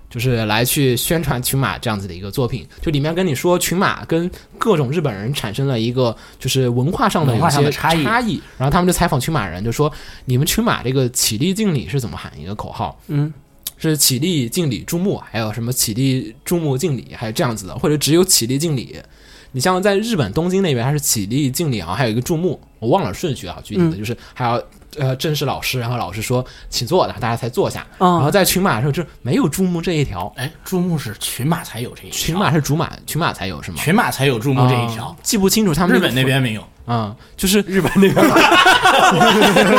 [SPEAKER 4] 就是来去宣传群马这样子的一个作品，就里面跟你说群马跟各种日本人产生了一个就是文化上的
[SPEAKER 5] 文
[SPEAKER 4] 有
[SPEAKER 5] 化
[SPEAKER 4] 一
[SPEAKER 5] 上的
[SPEAKER 4] 些
[SPEAKER 5] 差异
[SPEAKER 4] 差异，然后他们就采访群马人，就说你们群马这个起立敬礼是怎么喊一个口号？
[SPEAKER 6] 嗯，
[SPEAKER 4] 是起立敬礼注目，还有什么起立注目敬礼，还有这样子的，或者只有起立敬礼。你像在日本东京那边，它是起立敬礼，好像还有一个注目，我忘了顺序啊，具体的、
[SPEAKER 6] 嗯
[SPEAKER 4] 就是还要呃正式老师，然后老师说请坐，然后大家才坐下。
[SPEAKER 6] 哦
[SPEAKER 4] 然后在群马的时候就没有注目这一条，
[SPEAKER 5] 哎，注目是群马才有这一条，
[SPEAKER 4] 群马是竹马，群马才有是吗？
[SPEAKER 5] 群马才有注目这一条
[SPEAKER 4] 啊，记不清楚他们
[SPEAKER 5] 日本那边没有。
[SPEAKER 4] 啊、嗯，就是
[SPEAKER 1] 日本那边，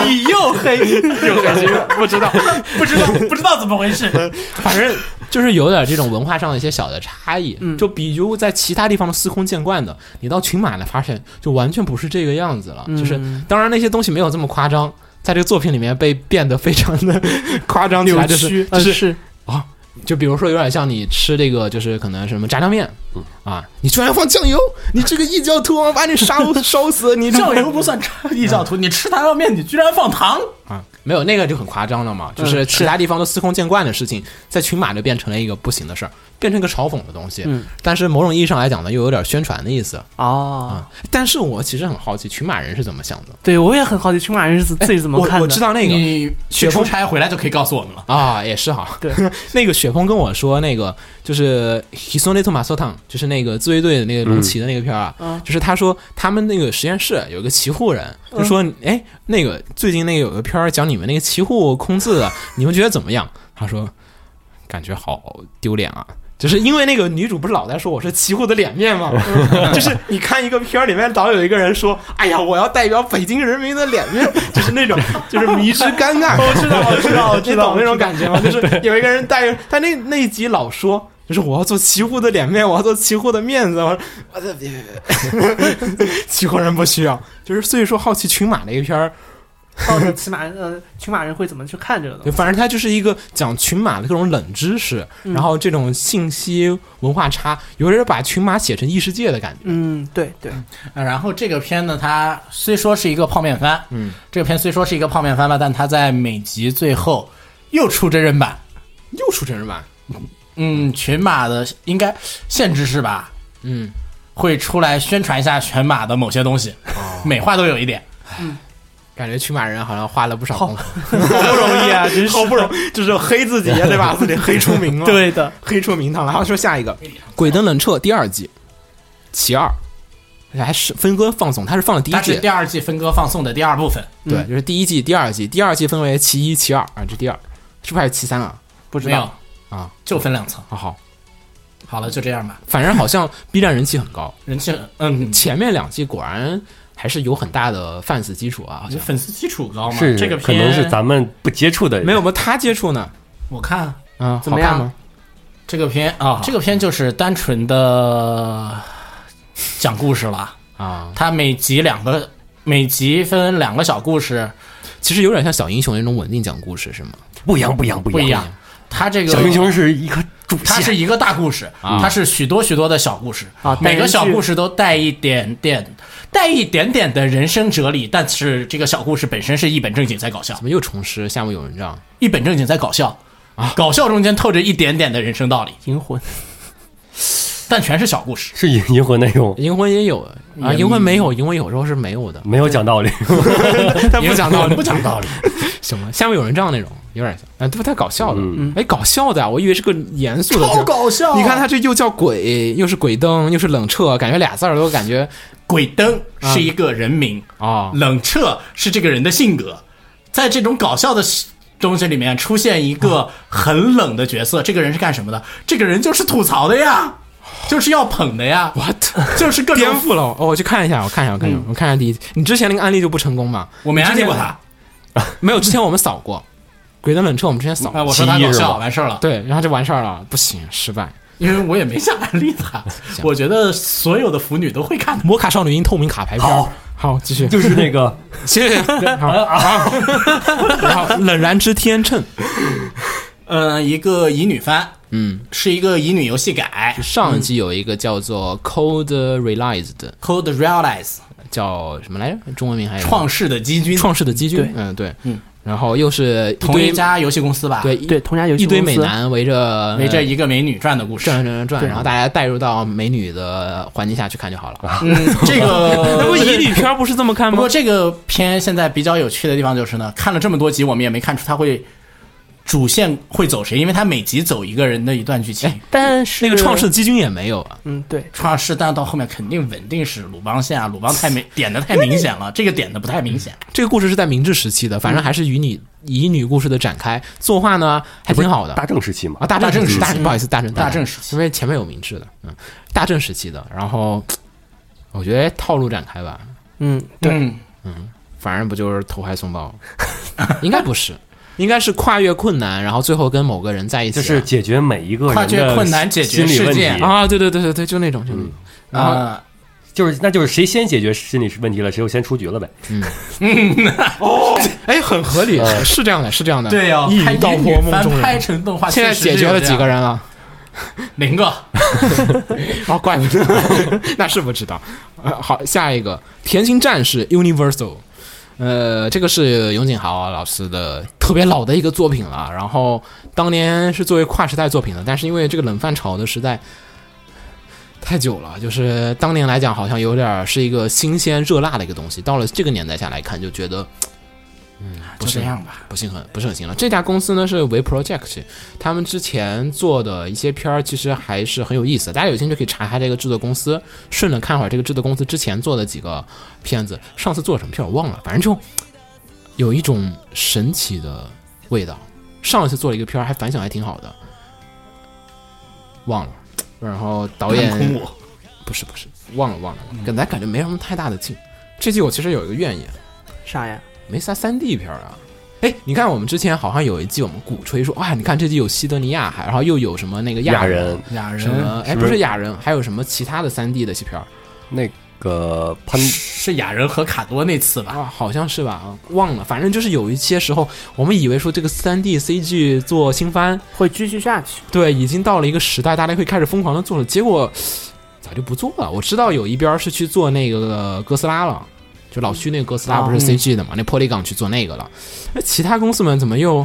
[SPEAKER 5] 你又黑，又黑，不知道， 不知道，不知道怎么回 事。
[SPEAKER 4] 反正就是有点这种文化上的一些小的差异，
[SPEAKER 6] 嗯
[SPEAKER 4] 就比如在其他地方都司空见惯的，
[SPEAKER 5] 嗯
[SPEAKER 4] 你到群马来发现就完全不是这个样子了。就是当然那些东西没有这么夸张，在这个作品里面被变得非常的 夸张起来，就
[SPEAKER 5] 扭
[SPEAKER 4] 是
[SPEAKER 5] 曲
[SPEAKER 6] 呃
[SPEAKER 4] 就是
[SPEAKER 6] 是
[SPEAKER 4] 就比如说有点像你吃这个就是可能什么炸酱面，啊，你居然放酱油，你这个异教徒王把你杀 烧死，你这
[SPEAKER 5] 酱油不算异教 徒，你吃糖酱面你居然放糖，
[SPEAKER 4] 啊，没有那个就很夸张了嘛，就是
[SPEAKER 6] 嗯
[SPEAKER 4] 其他地方都司空见惯的事情，在群马就变成了一个不行的事儿，变成一个嘲讽的东西。
[SPEAKER 6] 嗯，
[SPEAKER 4] 但是某种意义上来讲呢，又有点宣传的意思啊。
[SPEAKER 6] 哦，
[SPEAKER 4] 但是我其实很好奇群马人是怎么想的，
[SPEAKER 6] 对我也很好奇群马人是自己怎么
[SPEAKER 4] 我
[SPEAKER 6] 看的。
[SPEAKER 4] 我知道那个
[SPEAKER 5] 你去
[SPEAKER 4] 雪
[SPEAKER 5] 出
[SPEAKER 4] 峰
[SPEAKER 5] 差回来就可以告诉我们了。
[SPEAKER 4] 啊，也是哈。
[SPEAKER 6] 对，
[SPEAKER 4] 那个雪峰跟我说，那个就是 Hisone to m a s o t a n 就是那个自卫队的那个龙骑的那个片儿啊，
[SPEAKER 6] 嗯
[SPEAKER 4] 就是他说他们那个实验室有一个骑护人，就说哎、那个最近那个有个片儿讲你们那个骑护空字啊的，你们觉得怎么样？他说感觉好丢脸啊。就是因为那个女主不是老在说我是骑护的脸面吗？ 就是你看一个片儿里面老有一个人说，哎呀，我要代表北京人民的脸面，就是那种就是迷之尴尬。我哦知道，我知道，我知 道，你懂那种感觉吗？就是有一个人带着，他那那一集老说。就是我要做骑护的脸面，我要做骑护的面子。我说， 我这别别别，骑护人不需要。就是所以说，好奇群马那一篇儿，
[SPEAKER 6] 到底骑马人呃群马人会怎么去看这个东西？
[SPEAKER 4] 反正它就是一个讲群马的各种冷知识，然后这种信息文化差，有人把群马写成异世界的感觉。
[SPEAKER 6] 嗯，对对，
[SPEAKER 5] 啊然后这个片呢，它虽说是一个泡面番，
[SPEAKER 4] 嗯，
[SPEAKER 5] 这个片虽说是一个泡面番吧，但它在每集最后又出真人版。
[SPEAKER 4] 又出真人版，
[SPEAKER 5] 嗯，群马的应该限制是吧？
[SPEAKER 4] 嗯，
[SPEAKER 5] 会出来宣传一下群马的某些东西，美化都有一点，
[SPEAKER 4] 感觉群马人好像花了不少功夫，
[SPEAKER 5] 好不容易啊，真是
[SPEAKER 4] 好不容易就是黑自己呀，啊对吧？自己黑出 名了，
[SPEAKER 6] 对的，
[SPEAKER 4] 黑出名堂了。然后说下一个《鬼灯冷彻》第二季，其二，哎还是分割放送，它是放了第一
[SPEAKER 5] 它是
[SPEAKER 4] 季
[SPEAKER 5] 第，二季分割放送的第二部分，
[SPEAKER 4] 对，就是第一季、第二季，第二季分为其一、其二啊，这第二是不是还有其三啊？
[SPEAKER 6] 不知
[SPEAKER 5] 没有
[SPEAKER 6] 道，
[SPEAKER 4] 啊，
[SPEAKER 5] 就分两层。
[SPEAKER 4] 好好，
[SPEAKER 5] 好了，就这样吧。
[SPEAKER 4] 反正好像 B 站人气很高，
[SPEAKER 5] 人气，嗯，
[SPEAKER 4] 前面两季果然还是有很大的 fans 基础啊，好像
[SPEAKER 5] 粉丝基础高嘛，
[SPEAKER 1] 是
[SPEAKER 5] 这个
[SPEAKER 1] 可
[SPEAKER 5] 片
[SPEAKER 1] 能是咱们不接触的，
[SPEAKER 4] 没有吗？他接触呢，
[SPEAKER 5] 我看
[SPEAKER 4] 啊，
[SPEAKER 6] 怎
[SPEAKER 4] 好
[SPEAKER 6] 么
[SPEAKER 4] 看
[SPEAKER 6] 样
[SPEAKER 4] 吗？
[SPEAKER 5] 这个片啊，这个片就是单纯的讲故事了。
[SPEAKER 4] 啊，
[SPEAKER 5] 它每集两个，每集分两个小故事，
[SPEAKER 4] 其实有点像小英雄那种稳定讲故事是吗？
[SPEAKER 1] 不一样，不一样，不
[SPEAKER 5] 不
[SPEAKER 1] 一
[SPEAKER 5] 一
[SPEAKER 1] 样。
[SPEAKER 5] 样。它这个
[SPEAKER 1] 小英雄是一颗主
[SPEAKER 5] 它是
[SPEAKER 1] 线，
[SPEAKER 5] 一个大故事，
[SPEAKER 4] 啊
[SPEAKER 5] 它是许多许多的小故事
[SPEAKER 6] 啊
[SPEAKER 5] 每个小
[SPEAKER 6] 单元剧
[SPEAKER 5] 故事都带一点点，带一点点的人生哲理，但是这个小故事本身是一本正经在搞笑
[SPEAKER 4] 怎，么又重施夏目友人帐？
[SPEAKER 5] 一本正经在搞笑，
[SPEAKER 4] 啊
[SPEAKER 5] 搞笑中间透着一点点的人生道理，
[SPEAKER 6] 银魂
[SPEAKER 5] 但全是小故事。
[SPEAKER 1] 是银银魂那种，，
[SPEAKER 4] 银魂也有啊，银魂没有，银魂有时候是没有的
[SPEAKER 1] 没有讲道理。
[SPEAKER 4] 他不讲道理，
[SPEAKER 5] 不讲 道理。
[SPEAKER 4] 什么夏目友人帐那种，有点像，啊，对吧？他搞笑的
[SPEAKER 1] 嗯，
[SPEAKER 4] 哎，搞笑的啊，我以为是个严肃的，
[SPEAKER 5] 超搞笑
[SPEAKER 4] 你看他这又叫鬼，又是鬼灯，又是冷彻，感觉俩字儿都感觉
[SPEAKER 5] 鬼灯是一个人名，
[SPEAKER 4] 啊，
[SPEAKER 5] 冷彻是这个人的性格，在这种搞笑的东西里面出现一个很冷的角色，这个人是干什么的？这个人就是吐槽的呀，就是要捧的呀
[SPEAKER 4] what
[SPEAKER 5] 就是 各
[SPEAKER 4] 颠
[SPEAKER 5] 种。
[SPEAKER 4] 覆了我！哦我去看一下，我看一下，我看一下，我看一下第一集。你之前那个案例就不成功嘛？
[SPEAKER 5] 我没安利过 他，
[SPEAKER 4] 没有，之前我们扫过《鬼灯冷彻》，我们之前扫
[SPEAKER 5] 哎，
[SPEAKER 4] 过，
[SPEAKER 5] 我说他
[SPEAKER 1] 其一
[SPEAKER 5] 搞
[SPEAKER 1] 是
[SPEAKER 5] 笑
[SPEAKER 1] 吧
[SPEAKER 5] 完事儿了，
[SPEAKER 4] 对，然后就完事儿了，不行，失败。
[SPEAKER 5] 因为我也没想安利他。我觉得所有的腐女都会看的。
[SPEAKER 4] 摩卡少女樱透明卡牌片儿，
[SPEAKER 1] 好
[SPEAKER 4] 好，继续，
[SPEAKER 1] 就是那个
[SPEAKER 4] 谢谢。好，好然后冷然之天秤，
[SPEAKER 5] 嗯，一个乙女番
[SPEAKER 4] 嗯，
[SPEAKER 5] 是一个乙女游戏改
[SPEAKER 4] 上一季有一个叫做 Cold Realized，
[SPEAKER 5] ，Code Realize
[SPEAKER 4] 叫什么来着？中文名还有
[SPEAKER 5] 哎创世的基军，
[SPEAKER 4] 创世的基军，嗯对，然后又是一
[SPEAKER 5] 同一
[SPEAKER 4] 堆
[SPEAKER 5] 家游戏公司吧？
[SPEAKER 4] 对，
[SPEAKER 6] 对同家游戏
[SPEAKER 4] 哎一堆
[SPEAKER 6] 公
[SPEAKER 4] 美
[SPEAKER 6] 司
[SPEAKER 4] 男围着
[SPEAKER 5] 围着一个美女转的故事。
[SPEAKER 4] 转转转转，然后大家带入到美女的环境下去看就好了。
[SPEAKER 5] 嗯，这个
[SPEAKER 4] 那不乙女片不是这么看
[SPEAKER 5] 不
[SPEAKER 4] 吗
[SPEAKER 5] 过？这个片现在比较有趣的地方就是呢，看了这么多集，我们也没看出它会主线会走谁，因为它每集走一个人的一段剧情。
[SPEAKER 6] 但是
[SPEAKER 4] 那个创世，基军也没有啊。
[SPEAKER 6] 嗯，对，
[SPEAKER 5] 创世，但到后面肯定稳定是鲁邦线啊，鲁邦太明点的太明显了，这个点的不太明显。
[SPEAKER 4] 这个故事是在明治时期的，反正还是与你乙女故事的展开，作画呢还挺好的
[SPEAKER 1] 大正时期嘛
[SPEAKER 4] 啊。，大
[SPEAKER 5] 大
[SPEAKER 4] 正
[SPEAKER 5] 正
[SPEAKER 4] 时
[SPEAKER 5] 时
[SPEAKER 4] 大
[SPEAKER 5] 期
[SPEAKER 4] 不好意思，大正
[SPEAKER 5] 大正时期
[SPEAKER 4] 因为前面有明治的，嗯，大正时期的。然后我觉得套路展开吧，
[SPEAKER 6] 嗯对，
[SPEAKER 5] 嗯
[SPEAKER 4] 反正不就是投怀送 抱，应该不是，应该是跨越困难，然后最后跟某个人在一起
[SPEAKER 1] 就
[SPEAKER 4] 啊，
[SPEAKER 1] 是解决每一个人
[SPEAKER 5] 跨
[SPEAKER 1] 的
[SPEAKER 5] 越困难解
[SPEAKER 1] 心
[SPEAKER 5] 决
[SPEAKER 1] 理问
[SPEAKER 5] 世
[SPEAKER 1] 题啊
[SPEAKER 5] 界
[SPEAKER 4] 啊，对对对对对，就那种就那种。然后
[SPEAKER 5] 啊，
[SPEAKER 1] 就是那就是谁先解决心理问题了，谁就先出局了呗。
[SPEAKER 4] 哎，很合理，是这样的，是这样的。
[SPEAKER 5] 对呀、
[SPEAKER 4] 一
[SPEAKER 5] 啊拍
[SPEAKER 4] 语道
[SPEAKER 5] 英
[SPEAKER 4] 破
[SPEAKER 5] 语
[SPEAKER 4] 梦
[SPEAKER 5] 翻
[SPEAKER 4] 中
[SPEAKER 5] 拍
[SPEAKER 4] 人。
[SPEAKER 5] 成动画，
[SPEAKER 4] 现在解决了几个
[SPEAKER 5] 人？
[SPEAKER 4] 人了？
[SPEAKER 5] 零个。
[SPEAKER 4] 哦，怪不得， 那是不知道。呃，好，下一个《甜心战士 Universal》，呃，这个是永井豪老师的特别老的一个作品了。然后当年是作为跨时代作品的，但是因为这个冷饭炒的时代太久了，就是当年来讲好像有点儿是一个新鲜热辣的一个东西。到了这个年代下来看，就觉得
[SPEAKER 5] 就这样吧。
[SPEAKER 4] 不是很不是很行了。这家公司呢是为 Project，他们之前做的一些片儿其实还是很有意思的，大家有兴趣可以查一下这个制作公司，顺着看会儿这个制作公司之前做的几个片子，上次做什么片儿我忘了，反正就有一种神奇的味道。上一次做了一个片儿，还反响还挺好的，忘了。然后导演
[SPEAKER 5] 看空我，
[SPEAKER 4] 不是不是忘了忘了，跟咱感觉没什么太大的劲。这季我其实有一个怨言，
[SPEAKER 6] 啥呀？
[SPEAKER 4] 没啥三 D 片儿啊。哎，你看我们之前好像有一季我们鼓吹说，哇，你看这季有西德尼亚，还然后又有什么那个
[SPEAKER 1] 亚
[SPEAKER 4] 人，
[SPEAKER 1] 人
[SPEAKER 5] 俩
[SPEAKER 4] 什
[SPEAKER 5] 人
[SPEAKER 4] 么哎
[SPEAKER 1] 是不
[SPEAKER 4] 不
[SPEAKER 1] 是
[SPEAKER 4] 是亚人，还有什么其他的三 D 的戏片儿
[SPEAKER 1] 那个潘
[SPEAKER 5] 是雅人和卡多那次吧？
[SPEAKER 4] 啊，好像是吧啊，忘了，反正就是有一些时候我们以为说这个三 D CG 做新番，
[SPEAKER 6] 会继续下去。
[SPEAKER 4] 对，已经到了一个时代，大家会开始疯狂的做了，结果早就不做了。我知道有一边儿是去做那个哥斯拉了，就老区那个哥斯拉不是 CG 的嘛，那玻璃港去做那个了，那其他公司们怎么又？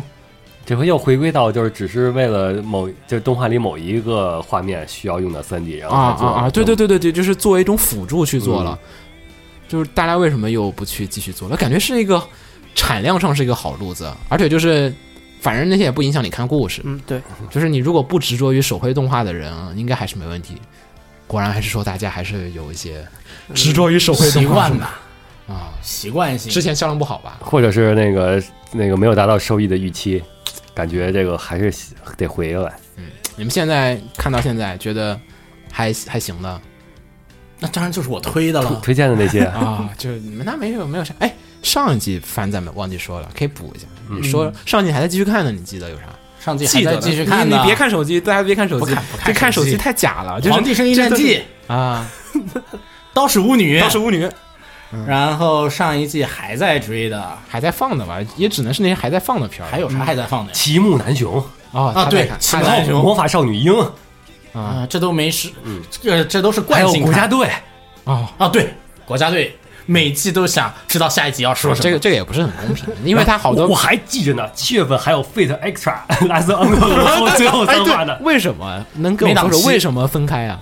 [SPEAKER 1] 这回又回归到就是只是为了某就是动画里某一个画面需要用到三 D，然后
[SPEAKER 4] 啊
[SPEAKER 1] 才
[SPEAKER 4] 啊
[SPEAKER 1] 做
[SPEAKER 4] 啊！对对对对对，就是作为一种辅助去做了，就是大家为什么又不去继续做了？感觉是一个产量上是一个好路子，啊而且就是反正那些也不影响你看故事，
[SPEAKER 6] 嗯，对，
[SPEAKER 1] 啊
[SPEAKER 4] 就是你如果不执着于手绘动画的人，啊应该还是没问题。果然还是说大家还是有一些执着于手绘
[SPEAKER 5] 习
[SPEAKER 4] 动画
[SPEAKER 5] 惯吧，
[SPEAKER 4] 啊，
[SPEAKER 5] 习惯性。
[SPEAKER 4] 之前销量不好吧？
[SPEAKER 1] 或者是那个那个没有达到收益的预期，感觉这个还是得回来。
[SPEAKER 4] 你们现在看到现在觉得还还行的
[SPEAKER 5] 那当然就是我推的了。
[SPEAKER 1] 推荐的那些
[SPEAKER 4] 啊，就你们那没有没有啥哎。上一季番咱们忘记说了，可以补一下。你说上一季还在继续看呢，你记得有啥？
[SPEAKER 5] 上季还
[SPEAKER 4] 记得
[SPEAKER 5] 在
[SPEAKER 4] 呢
[SPEAKER 5] 继续看
[SPEAKER 4] 你
[SPEAKER 5] 呢
[SPEAKER 4] 你别，看手机，大家别看手
[SPEAKER 5] 不
[SPEAKER 4] 机
[SPEAKER 5] 看不，看
[SPEAKER 4] 这看
[SPEAKER 5] 手
[SPEAKER 4] 手
[SPEAKER 5] 机
[SPEAKER 4] 机太假了。就是
[SPEAKER 5] 皇帝圣衣战记》
[SPEAKER 4] 啊，
[SPEAKER 5] 《刀使巫女
[SPEAKER 4] 当时》，巫女
[SPEAKER 5] 然后上一季还在追的，
[SPEAKER 4] 还在放的吧，也只能是那些还在放的片儿。
[SPEAKER 5] 还有啥还在放的呀？
[SPEAKER 1] 奇木南雄、
[SPEAKER 4] 哦
[SPEAKER 5] 啊
[SPEAKER 4] 他
[SPEAKER 5] 对
[SPEAKER 4] 在看
[SPEAKER 5] 奇
[SPEAKER 4] 他
[SPEAKER 5] 木
[SPEAKER 4] 在
[SPEAKER 5] 南雄
[SPEAKER 1] 魔法少女樱，
[SPEAKER 4] 啊
[SPEAKER 5] 啊，这都没事，这这都是
[SPEAKER 1] 还
[SPEAKER 5] 惯
[SPEAKER 1] 有
[SPEAKER 5] 性
[SPEAKER 1] 国家
[SPEAKER 5] 看。
[SPEAKER 1] 队，
[SPEAKER 4] 哦，
[SPEAKER 5] 啊，对，国家队每季都想知道下一集要说什么。
[SPEAKER 4] 这个这个也不是很公平，因为他好
[SPEAKER 1] 我我
[SPEAKER 4] 多
[SPEAKER 1] 还记着呢，七月份还有 Fate Extra 拉斯昂克 鲁最后
[SPEAKER 4] 哎
[SPEAKER 1] 三话呢
[SPEAKER 4] 对，。为什么能跟我
[SPEAKER 5] 没
[SPEAKER 4] 说
[SPEAKER 5] 档
[SPEAKER 4] 说
[SPEAKER 5] 期
[SPEAKER 4] 为什么分开啊？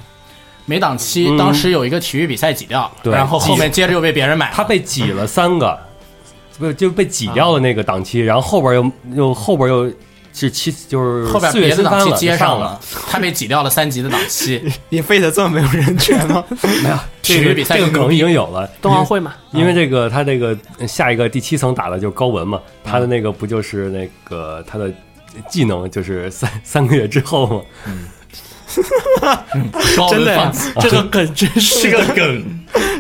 [SPEAKER 5] 每档期当时有一个体育比赛挤掉，
[SPEAKER 1] 对
[SPEAKER 5] 然后后面接着又被别人买了。
[SPEAKER 1] 他被挤了三个，不就被挤掉了那个档
[SPEAKER 5] 啊
[SPEAKER 1] 期，然后后边又又后边又是七就是
[SPEAKER 5] 后边
[SPEAKER 1] 四月
[SPEAKER 5] 别的
[SPEAKER 1] 新
[SPEAKER 5] 档
[SPEAKER 1] 番
[SPEAKER 5] 期
[SPEAKER 1] 了
[SPEAKER 5] 接
[SPEAKER 1] 就上
[SPEAKER 5] 了，他被挤掉了三级的档期。
[SPEAKER 4] 你非得这么没有人权吗？
[SPEAKER 1] 这
[SPEAKER 5] 体育
[SPEAKER 1] 个
[SPEAKER 5] 比赛
[SPEAKER 1] 这个
[SPEAKER 5] 更牛
[SPEAKER 1] 梗
[SPEAKER 5] 逼嗯
[SPEAKER 1] 已经有了，
[SPEAKER 6] 冬奥会嘛，
[SPEAKER 1] 因为这个他这个下一个第七层打的就是高文嘛，
[SPEAKER 5] 嗯
[SPEAKER 1] 他的那个不就是那个他的技能就是三 三个月之后嘛，
[SPEAKER 5] 高
[SPEAKER 4] 真的
[SPEAKER 5] 温
[SPEAKER 4] 呀
[SPEAKER 5] 放这个梗真是个梗。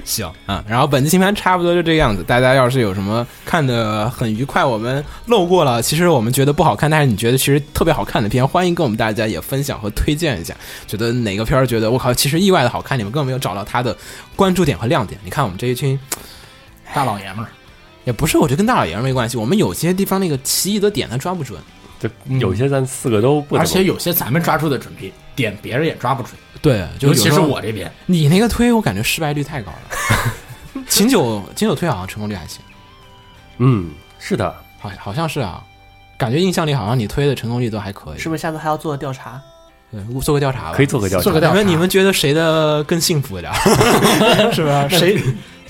[SPEAKER 4] 行啊，然后本期新番差不多就这个样子。大家要是有什么看的很愉快，我们漏过了，其实我们觉得不好看，但是你觉得其实特别好看的片，欢迎跟我们大家也分享和推荐一下。觉得哪个片儿觉得我靠，其实意外的好看，你们根本没有找到它的关注点和亮点。你看我们这一群
[SPEAKER 5] 大老爷们儿，
[SPEAKER 4] 也不是，我觉得跟大老爷们儿没关系，我们有些地方那个奇异的点他抓不准。
[SPEAKER 1] 就有些咱四个都不
[SPEAKER 5] 嗯而
[SPEAKER 1] 怎
[SPEAKER 5] 且
[SPEAKER 1] 么
[SPEAKER 5] 有些咱们抓住的准备点，别人也抓不准，
[SPEAKER 4] 对，就
[SPEAKER 5] 尤其
[SPEAKER 4] 有
[SPEAKER 5] 是
[SPEAKER 4] 时候
[SPEAKER 5] 我这边。
[SPEAKER 4] 你那个推，我感觉失败率太高了。 秦九秦九推好像成功率还行。
[SPEAKER 1] 嗯是的，
[SPEAKER 4] 好好像是啊，感觉印象里好像你推的成功率都还可以，
[SPEAKER 6] 是不是下次还要做调查？
[SPEAKER 4] 对，做个调查吧，
[SPEAKER 1] 可以做个调查
[SPEAKER 5] 做个，调查
[SPEAKER 4] 你们你们觉得谁的更幸福一点？ 是吧？谁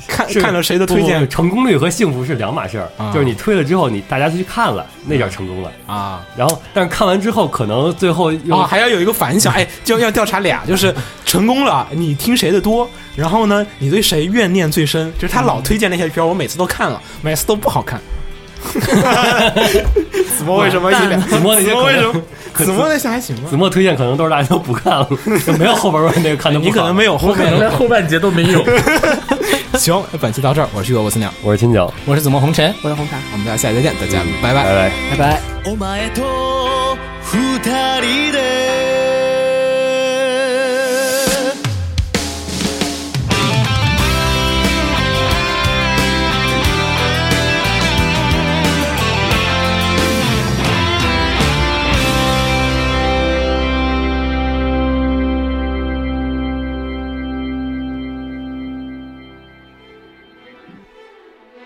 [SPEAKER 4] 看
[SPEAKER 1] 是
[SPEAKER 4] 看了谁的推
[SPEAKER 1] 不不
[SPEAKER 4] 荐
[SPEAKER 1] 不成功率和幸福是两码事儿
[SPEAKER 4] 啊，
[SPEAKER 1] 就是你推了之后你大家都去看了，那叫成功了。
[SPEAKER 4] 啊？
[SPEAKER 1] 然后，但是看完之后，可能最后又、
[SPEAKER 4] 哦，还要有一个反响，哎，就要调查 俩，就是成功了，你听谁的多，然后呢，你对谁怨念最深？就是他老推荐那些片儿，我每次都看了，每次都不好 看。子 墨为什么一 脸？
[SPEAKER 1] 子墨那些
[SPEAKER 4] 子墨
[SPEAKER 1] 可
[SPEAKER 4] 为
[SPEAKER 1] 能
[SPEAKER 4] 什么？子墨那些还行吗
[SPEAKER 1] 子？墨推荐可能都是大家都不看了，就没有后边儿那个看的不好。
[SPEAKER 4] 你可能没有后面的。
[SPEAKER 5] 后半节都没有。
[SPEAKER 4] 行，那本期到这儿，我是雨果我思鸟，
[SPEAKER 1] 我是秦九，
[SPEAKER 5] 我是紫梦红尘。
[SPEAKER 6] 我的红茶。
[SPEAKER 4] 我们大家下期再见，再见，拜拜
[SPEAKER 1] 拜。拜。
[SPEAKER 6] 拜拜。
[SPEAKER 3] お前と二人で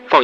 [SPEAKER 7] 放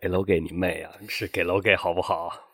[SPEAKER 1] 给楼给你妹啊！是给楼给好不好？